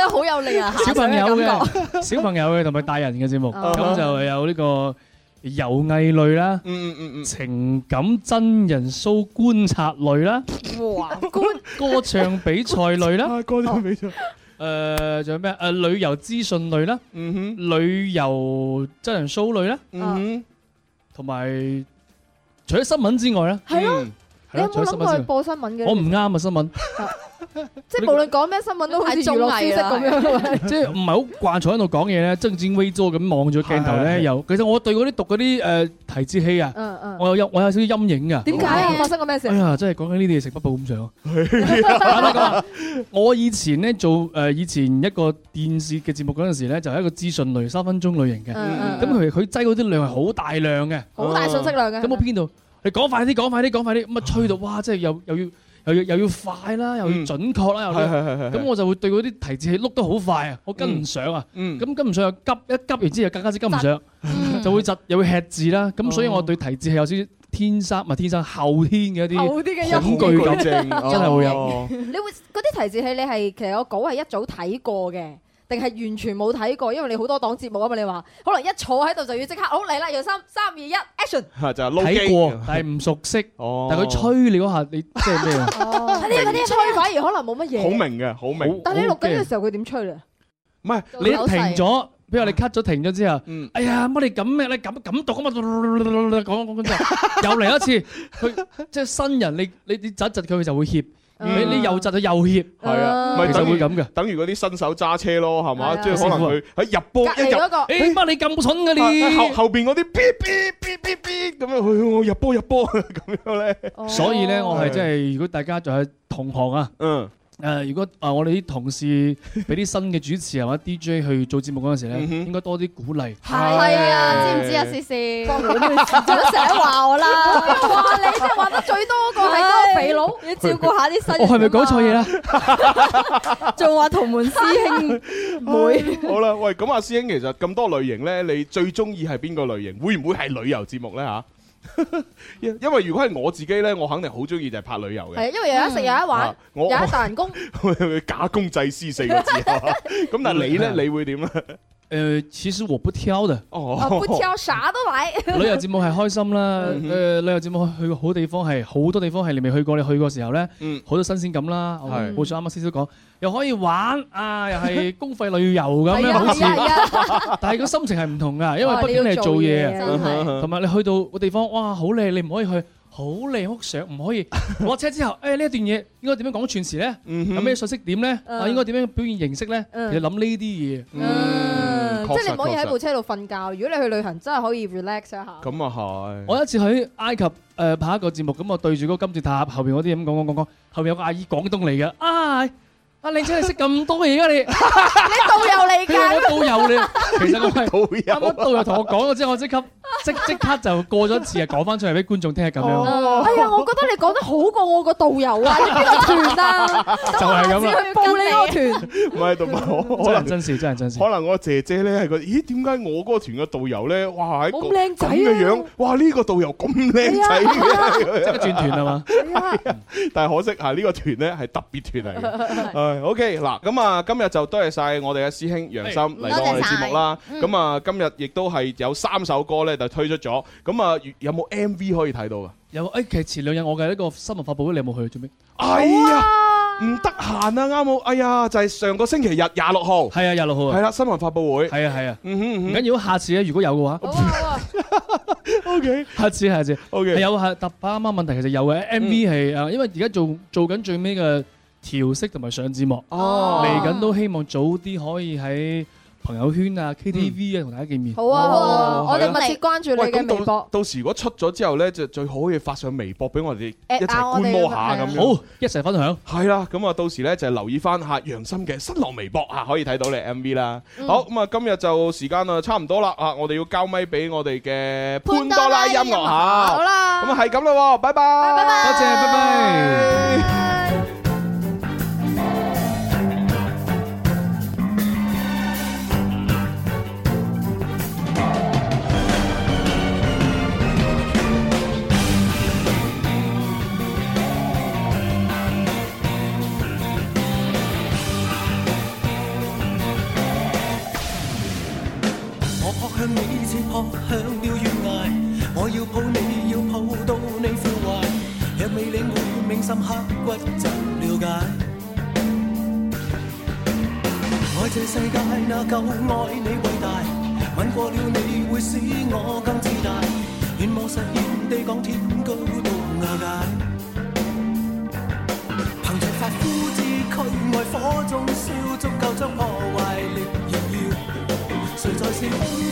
Speaker 6: 係好有力啊！
Speaker 3: *laughs* 小朋友
Speaker 6: 嘅感覺
Speaker 3: 嘅小朋友嘅同埋大人嘅節目，
Speaker 6: 哦
Speaker 3: 咁就有呢個遊藝類啦，
Speaker 5: 嗯嗯嗯，
Speaker 3: 情感真人 show 觀察類
Speaker 5: *laughs*
Speaker 3: 啦，
Speaker 6: 哇，
Speaker 3: 歌唱比賽類啦，
Speaker 5: 歌唱比賽，
Speaker 3: 誒仲有咩？誒旅遊資訊類啦，
Speaker 5: 嗯
Speaker 3: 哼，旅遊真人 show 類啦，
Speaker 5: 嗯哼，
Speaker 3: 同埋除咗新聞之外啦，
Speaker 6: 係咯
Speaker 3: 嗯，
Speaker 6: 你有
Speaker 3: 除
Speaker 6: 冇
Speaker 3: 咗新聞
Speaker 6: 諗過
Speaker 3: 之
Speaker 6: 去
Speaker 3: 外
Speaker 6: 播新聞嘅？
Speaker 3: 我唔啱啊新
Speaker 6: *laughs*
Speaker 3: 聞。
Speaker 6: 即係無論講咩新聞都好似娛樂消息咁樣。
Speaker 3: 即係唔係好慣坐喺度講嘢咧，正襟危坐咁望住個鏡頭咧，又其實我對嗰啲讀嗰啲誒提子器啊，
Speaker 6: 嗯嗯。
Speaker 3: 我有我有少少陰影噶。
Speaker 6: 點解啊？發生過咩 *laughs* 事
Speaker 3: 哎？呀，真係講緊呢啲嘢食不飽咁上。坦白講啊我以前咧做誒以前一個電視嘅節目嗰陣時咧，就係一個資訊類三分鐘類型嘅，
Speaker 6: 嗯嗯
Speaker 3: 咁佢佢擠嗰啲量係好大量嘅，
Speaker 6: 好大信息量嘅
Speaker 3: 咁我編到你講快啲，講快啲，講快啲，咁啊吹到哇，即係又又要。又要又要快啦，又要準確啦，又
Speaker 5: 嗯係係係係係
Speaker 3: 咁我就會對嗰啲提字器碌得好快啊，我跟唔上啊，
Speaker 5: 嗯
Speaker 3: 咁跟唔上又急，一急完之後更加之跟唔上，就會窒又會吃字啦。咁所以
Speaker 5: 哦
Speaker 3: 我對提字器有少少天生唔係天生後天嘅一
Speaker 6: 後天嘅陰
Speaker 3: 啲
Speaker 6: 影
Speaker 3: 恐懼感， *laughs* 真
Speaker 5: 哦
Speaker 3: 係會有
Speaker 5: 哦。
Speaker 6: 你會嗰啲提示器，你係其實個稿係一早睇過嘅，定係完全冇睇過？因為你好多檔節目啊嘛，你話可能一坐喺度就要即刻好嚟啦，楊三三二一 action，
Speaker 5: 就係撈機
Speaker 3: 睇過，但係唔熟悉。
Speaker 5: 哦
Speaker 3: 但係佢吹你嗰下，你即係咩啊？
Speaker 6: 快啲快啲吹，反而可能冇乜嘢。
Speaker 5: 好明嘅，好明。
Speaker 6: 但係你錄緊嘅時候，佢點吹咧？
Speaker 5: 唔係
Speaker 3: 你一
Speaker 6: 啊
Speaker 3: 停咗，比
Speaker 5: 嗯
Speaker 3: 如你 cut 咗停咗之後，哎呀乜你咁咩你咁咁讀啊嘛，講講講之後又嚟一次，佢
Speaker 5: *laughs*
Speaker 3: 即係新人，你你你窒一窒佢，佢就會怯，你你又窒佢又怯，
Speaker 5: 係嗯啊，咪
Speaker 3: 其實
Speaker 5: 等
Speaker 3: 會
Speaker 5: 於
Speaker 3: 咁嘅。
Speaker 5: 等於嗰啲新手揸車咯，係嘛？
Speaker 3: 係啊
Speaker 5: 即係可能佢喺入波
Speaker 3: 隔
Speaker 5: 一
Speaker 3: 離
Speaker 5: 入，
Speaker 3: 嗰個誒哎乜你咁蠢嘅你
Speaker 5: 後後邊嗰啲嗶嗶嗶嗶嗶咁樣，佢我 *laughs* 入波入波咁樣咧。哦
Speaker 3: 所以咧，我係真係如果大家仲係同行啊，
Speaker 5: 嗯，
Speaker 3: 誒、如果啊，我哋啲同事俾啲新嘅主持人或者 DJ 去做節目嗰陣時
Speaker 5: 嗯
Speaker 3: 咧，應該多啲鼓勵。
Speaker 1: 係啊，知唔知啊，思思？
Speaker 6: 關我咩事
Speaker 1: 做乜成日話我啦？
Speaker 6: 話你真係話得最多個係嗰個肥佬，你照顧下啲新
Speaker 3: 我
Speaker 6: 人。
Speaker 3: 哦係咪講錯嘢啊啦？
Speaker 6: 仲話同門師兄妹。
Speaker 5: 好啦，喂，咁阿師兄，其實咁多類型呢，你最中意係邊個類型？會唔會係旅遊節目 *laughs* 呢？吓？因因為如果係我自己呢，我肯定好中意就係拍旅遊嘅。
Speaker 6: 係因為有得食有得玩
Speaker 5: 啊，我
Speaker 6: 有 *laughs* 得打人工。
Speaker 5: 假公濟私四個字，咁但係你呢？你會點啊？
Speaker 3: 誒，其實我不挑
Speaker 6: *laughs*
Speaker 3: 的。
Speaker 6: 啊不挑啥都來。
Speaker 3: 旅遊節目係開心啦，誒、旅遊節目去過好地方係好多地方係你未去過，你去過時候咧，好、多新鮮感啦。
Speaker 5: 係
Speaker 3: 冇錯，啱啱思思講，又可以玩啊，又係公費旅遊咁樣
Speaker 6: 係啊
Speaker 3: 好似
Speaker 6: 係啊係，
Speaker 3: 但係個心情係唔同噶，因為
Speaker 6: 哇
Speaker 3: 畢竟你係做嘢
Speaker 6: 你要做嘢真
Speaker 3: 啊，
Speaker 6: 係
Speaker 3: 同埋你去到個地方，哇，好靚，你唔可以去。好靚屋上唔
Speaker 6: *laughs*
Speaker 3: 可以落車之後，誒呢一段嘢應該點樣講串詞咧？有咩信息點咧？啊
Speaker 6: 嗯
Speaker 3: 應該點樣表現形式咧？
Speaker 6: 嗯
Speaker 3: 其實諗呢啲嘢，
Speaker 6: 嗯即係你唔可以喺部車度瞓覺。如果你去旅行，真係可以 relax 一下。
Speaker 5: 咁啊係。
Speaker 3: 我有一次喺埃及誒、呃拍一個節目，咁我對住嗰個金字塔後邊嗰啲咁講講講講，後邊有個阿姨廣東嚟嘅，啊阿靚仔你識咁多嘢㗎 *laughs* 你？
Speaker 6: 你導遊嚟
Speaker 3: 佢
Speaker 5: *laughs*
Speaker 3: 話
Speaker 6: 㗎？
Speaker 3: 我導遊你， *laughs* 啊其實我係
Speaker 5: 導遊
Speaker 3: 啱啱導遊同我講咗之後，我即刻即即刻就過咗一次啊，講翻出嚟俾觀眾聽係咁樣，
Speaker 5: 哦
Speaker 6: 哎呀，我覺得你講得好過我個導遊
Speaker 5: *laughs*
Speaker 6: 啊！你邊個團啊？
Speaker 3: 就係咁啦。
Speaker 6: 報你個團。
Speaker 5: 唔係，同埋我可能
Speaker 3: 真事真係真事。
Speaker 5: *laughs* 可能我姐姐咧係個，咦？點解我嗰個團嘅導遊咧，哇！
Speaker 6: 冇咁靚仔啊
Speaker 5: 咁嘅樣，哇！呢個導遊咁靚仔
Speaker 6: 係啊
Speaker 3: 即
Speaker 5: 嘅，*laughs*
Speaker 6: *laughs*
Speaker 3: 刻轉團係嘛？
Speaker 5: 但係可惜啊，呢個團咧係特別
Speaker 6: *laughs*
Speaker 5: 團嚟嘅。唉，OK 嗱，咁啊，今日就多謝晒我哋嘅師兄楊
Speaker 3: 係
Speaker 5: 森嚟到我哋節目啦。
Speaker 3: 多謝晒
Speaker 5: 咁啊，今日亦都係有三首歌咧就推出咗。咁啊，如有冇 MV 可以睇到啊？
Speaker 3: 有誒，其實前兩日我嘅一個新聞發佈會，你有冇去做咩？
Speaker 5: 哎呀，唔得閒啊，啱好。哎呀，就係上個星期日廿六號。
Speaker 3: 係啊，廿六號啊
Speaker 5: 係啦，新聞發佈會。
Speaker 3: 係啊係啊，
Speaker 5: 唔
Speaker 3: 緊要，下次啊咧如果有嘅話。
Speaker 5: O K，
Speaker 3: 下次下次
Speaker 5: *laughs* ，OK，
Speaker 3: 有係答啱啱問題，其實有嘅 MV 係啊，因為而家做做緊最尾嘅調色同埋上字幕，
Speaker 5: 哦
Speaker 3: 嚟緊都希望早啲可以喺朋友圈啊、KTV 啊同大家見面。
Speaker 6: 好啊好啊，
Speaker 5: 哦
Speaker 6: 我哋
Speaker 5: 係啊
Speaker 6: 密切關注你
Speaker 5: 喂，
Speaker 6: 嘅
Speaker 5: 咁
Speaker 6: 微博。
Speaker 5: 到到時如果出咗之後咧，就最好可以發上微博俾我哋一
Speaker 6: at
Speaker 5: 齊
Speaker 6: 啊我哋
Speaker 5: 觀摩下
Speaker 6: 係啊
Speaker 5: 咁樣。
Speaker 3: 好，一齊分享。
Speaker 5: 係啦，咁啊，到時咧就留意翻下楊森嘅新浪微博啊，可以睇到你 M V 啦。
Speaker 3: 嗯
Speaker 5: 好，咁啊，今日就時間啊差唔多啦啊，我哋要交咪俾我哋嘅潘多拉音樂嚇。
Speaker 3: 好
Speaker 6: 啦，
Speaker 5: 咁啊係咁啦喎，拜拜，拜
Speaker 3: 拜，多謝，拜拜。
Speaker 13: 我撲向你似撲向了懸崖，我要抱你要抱到你腐壞，若未領會銘心刻骨怎了解？愛這世界那夠愛你偉大，吻過了你會使我更自大，願望實現地講天高到瓦解。憑着發膚之軀，愛火中燒，足夠將破壞力燃耀。誰在是空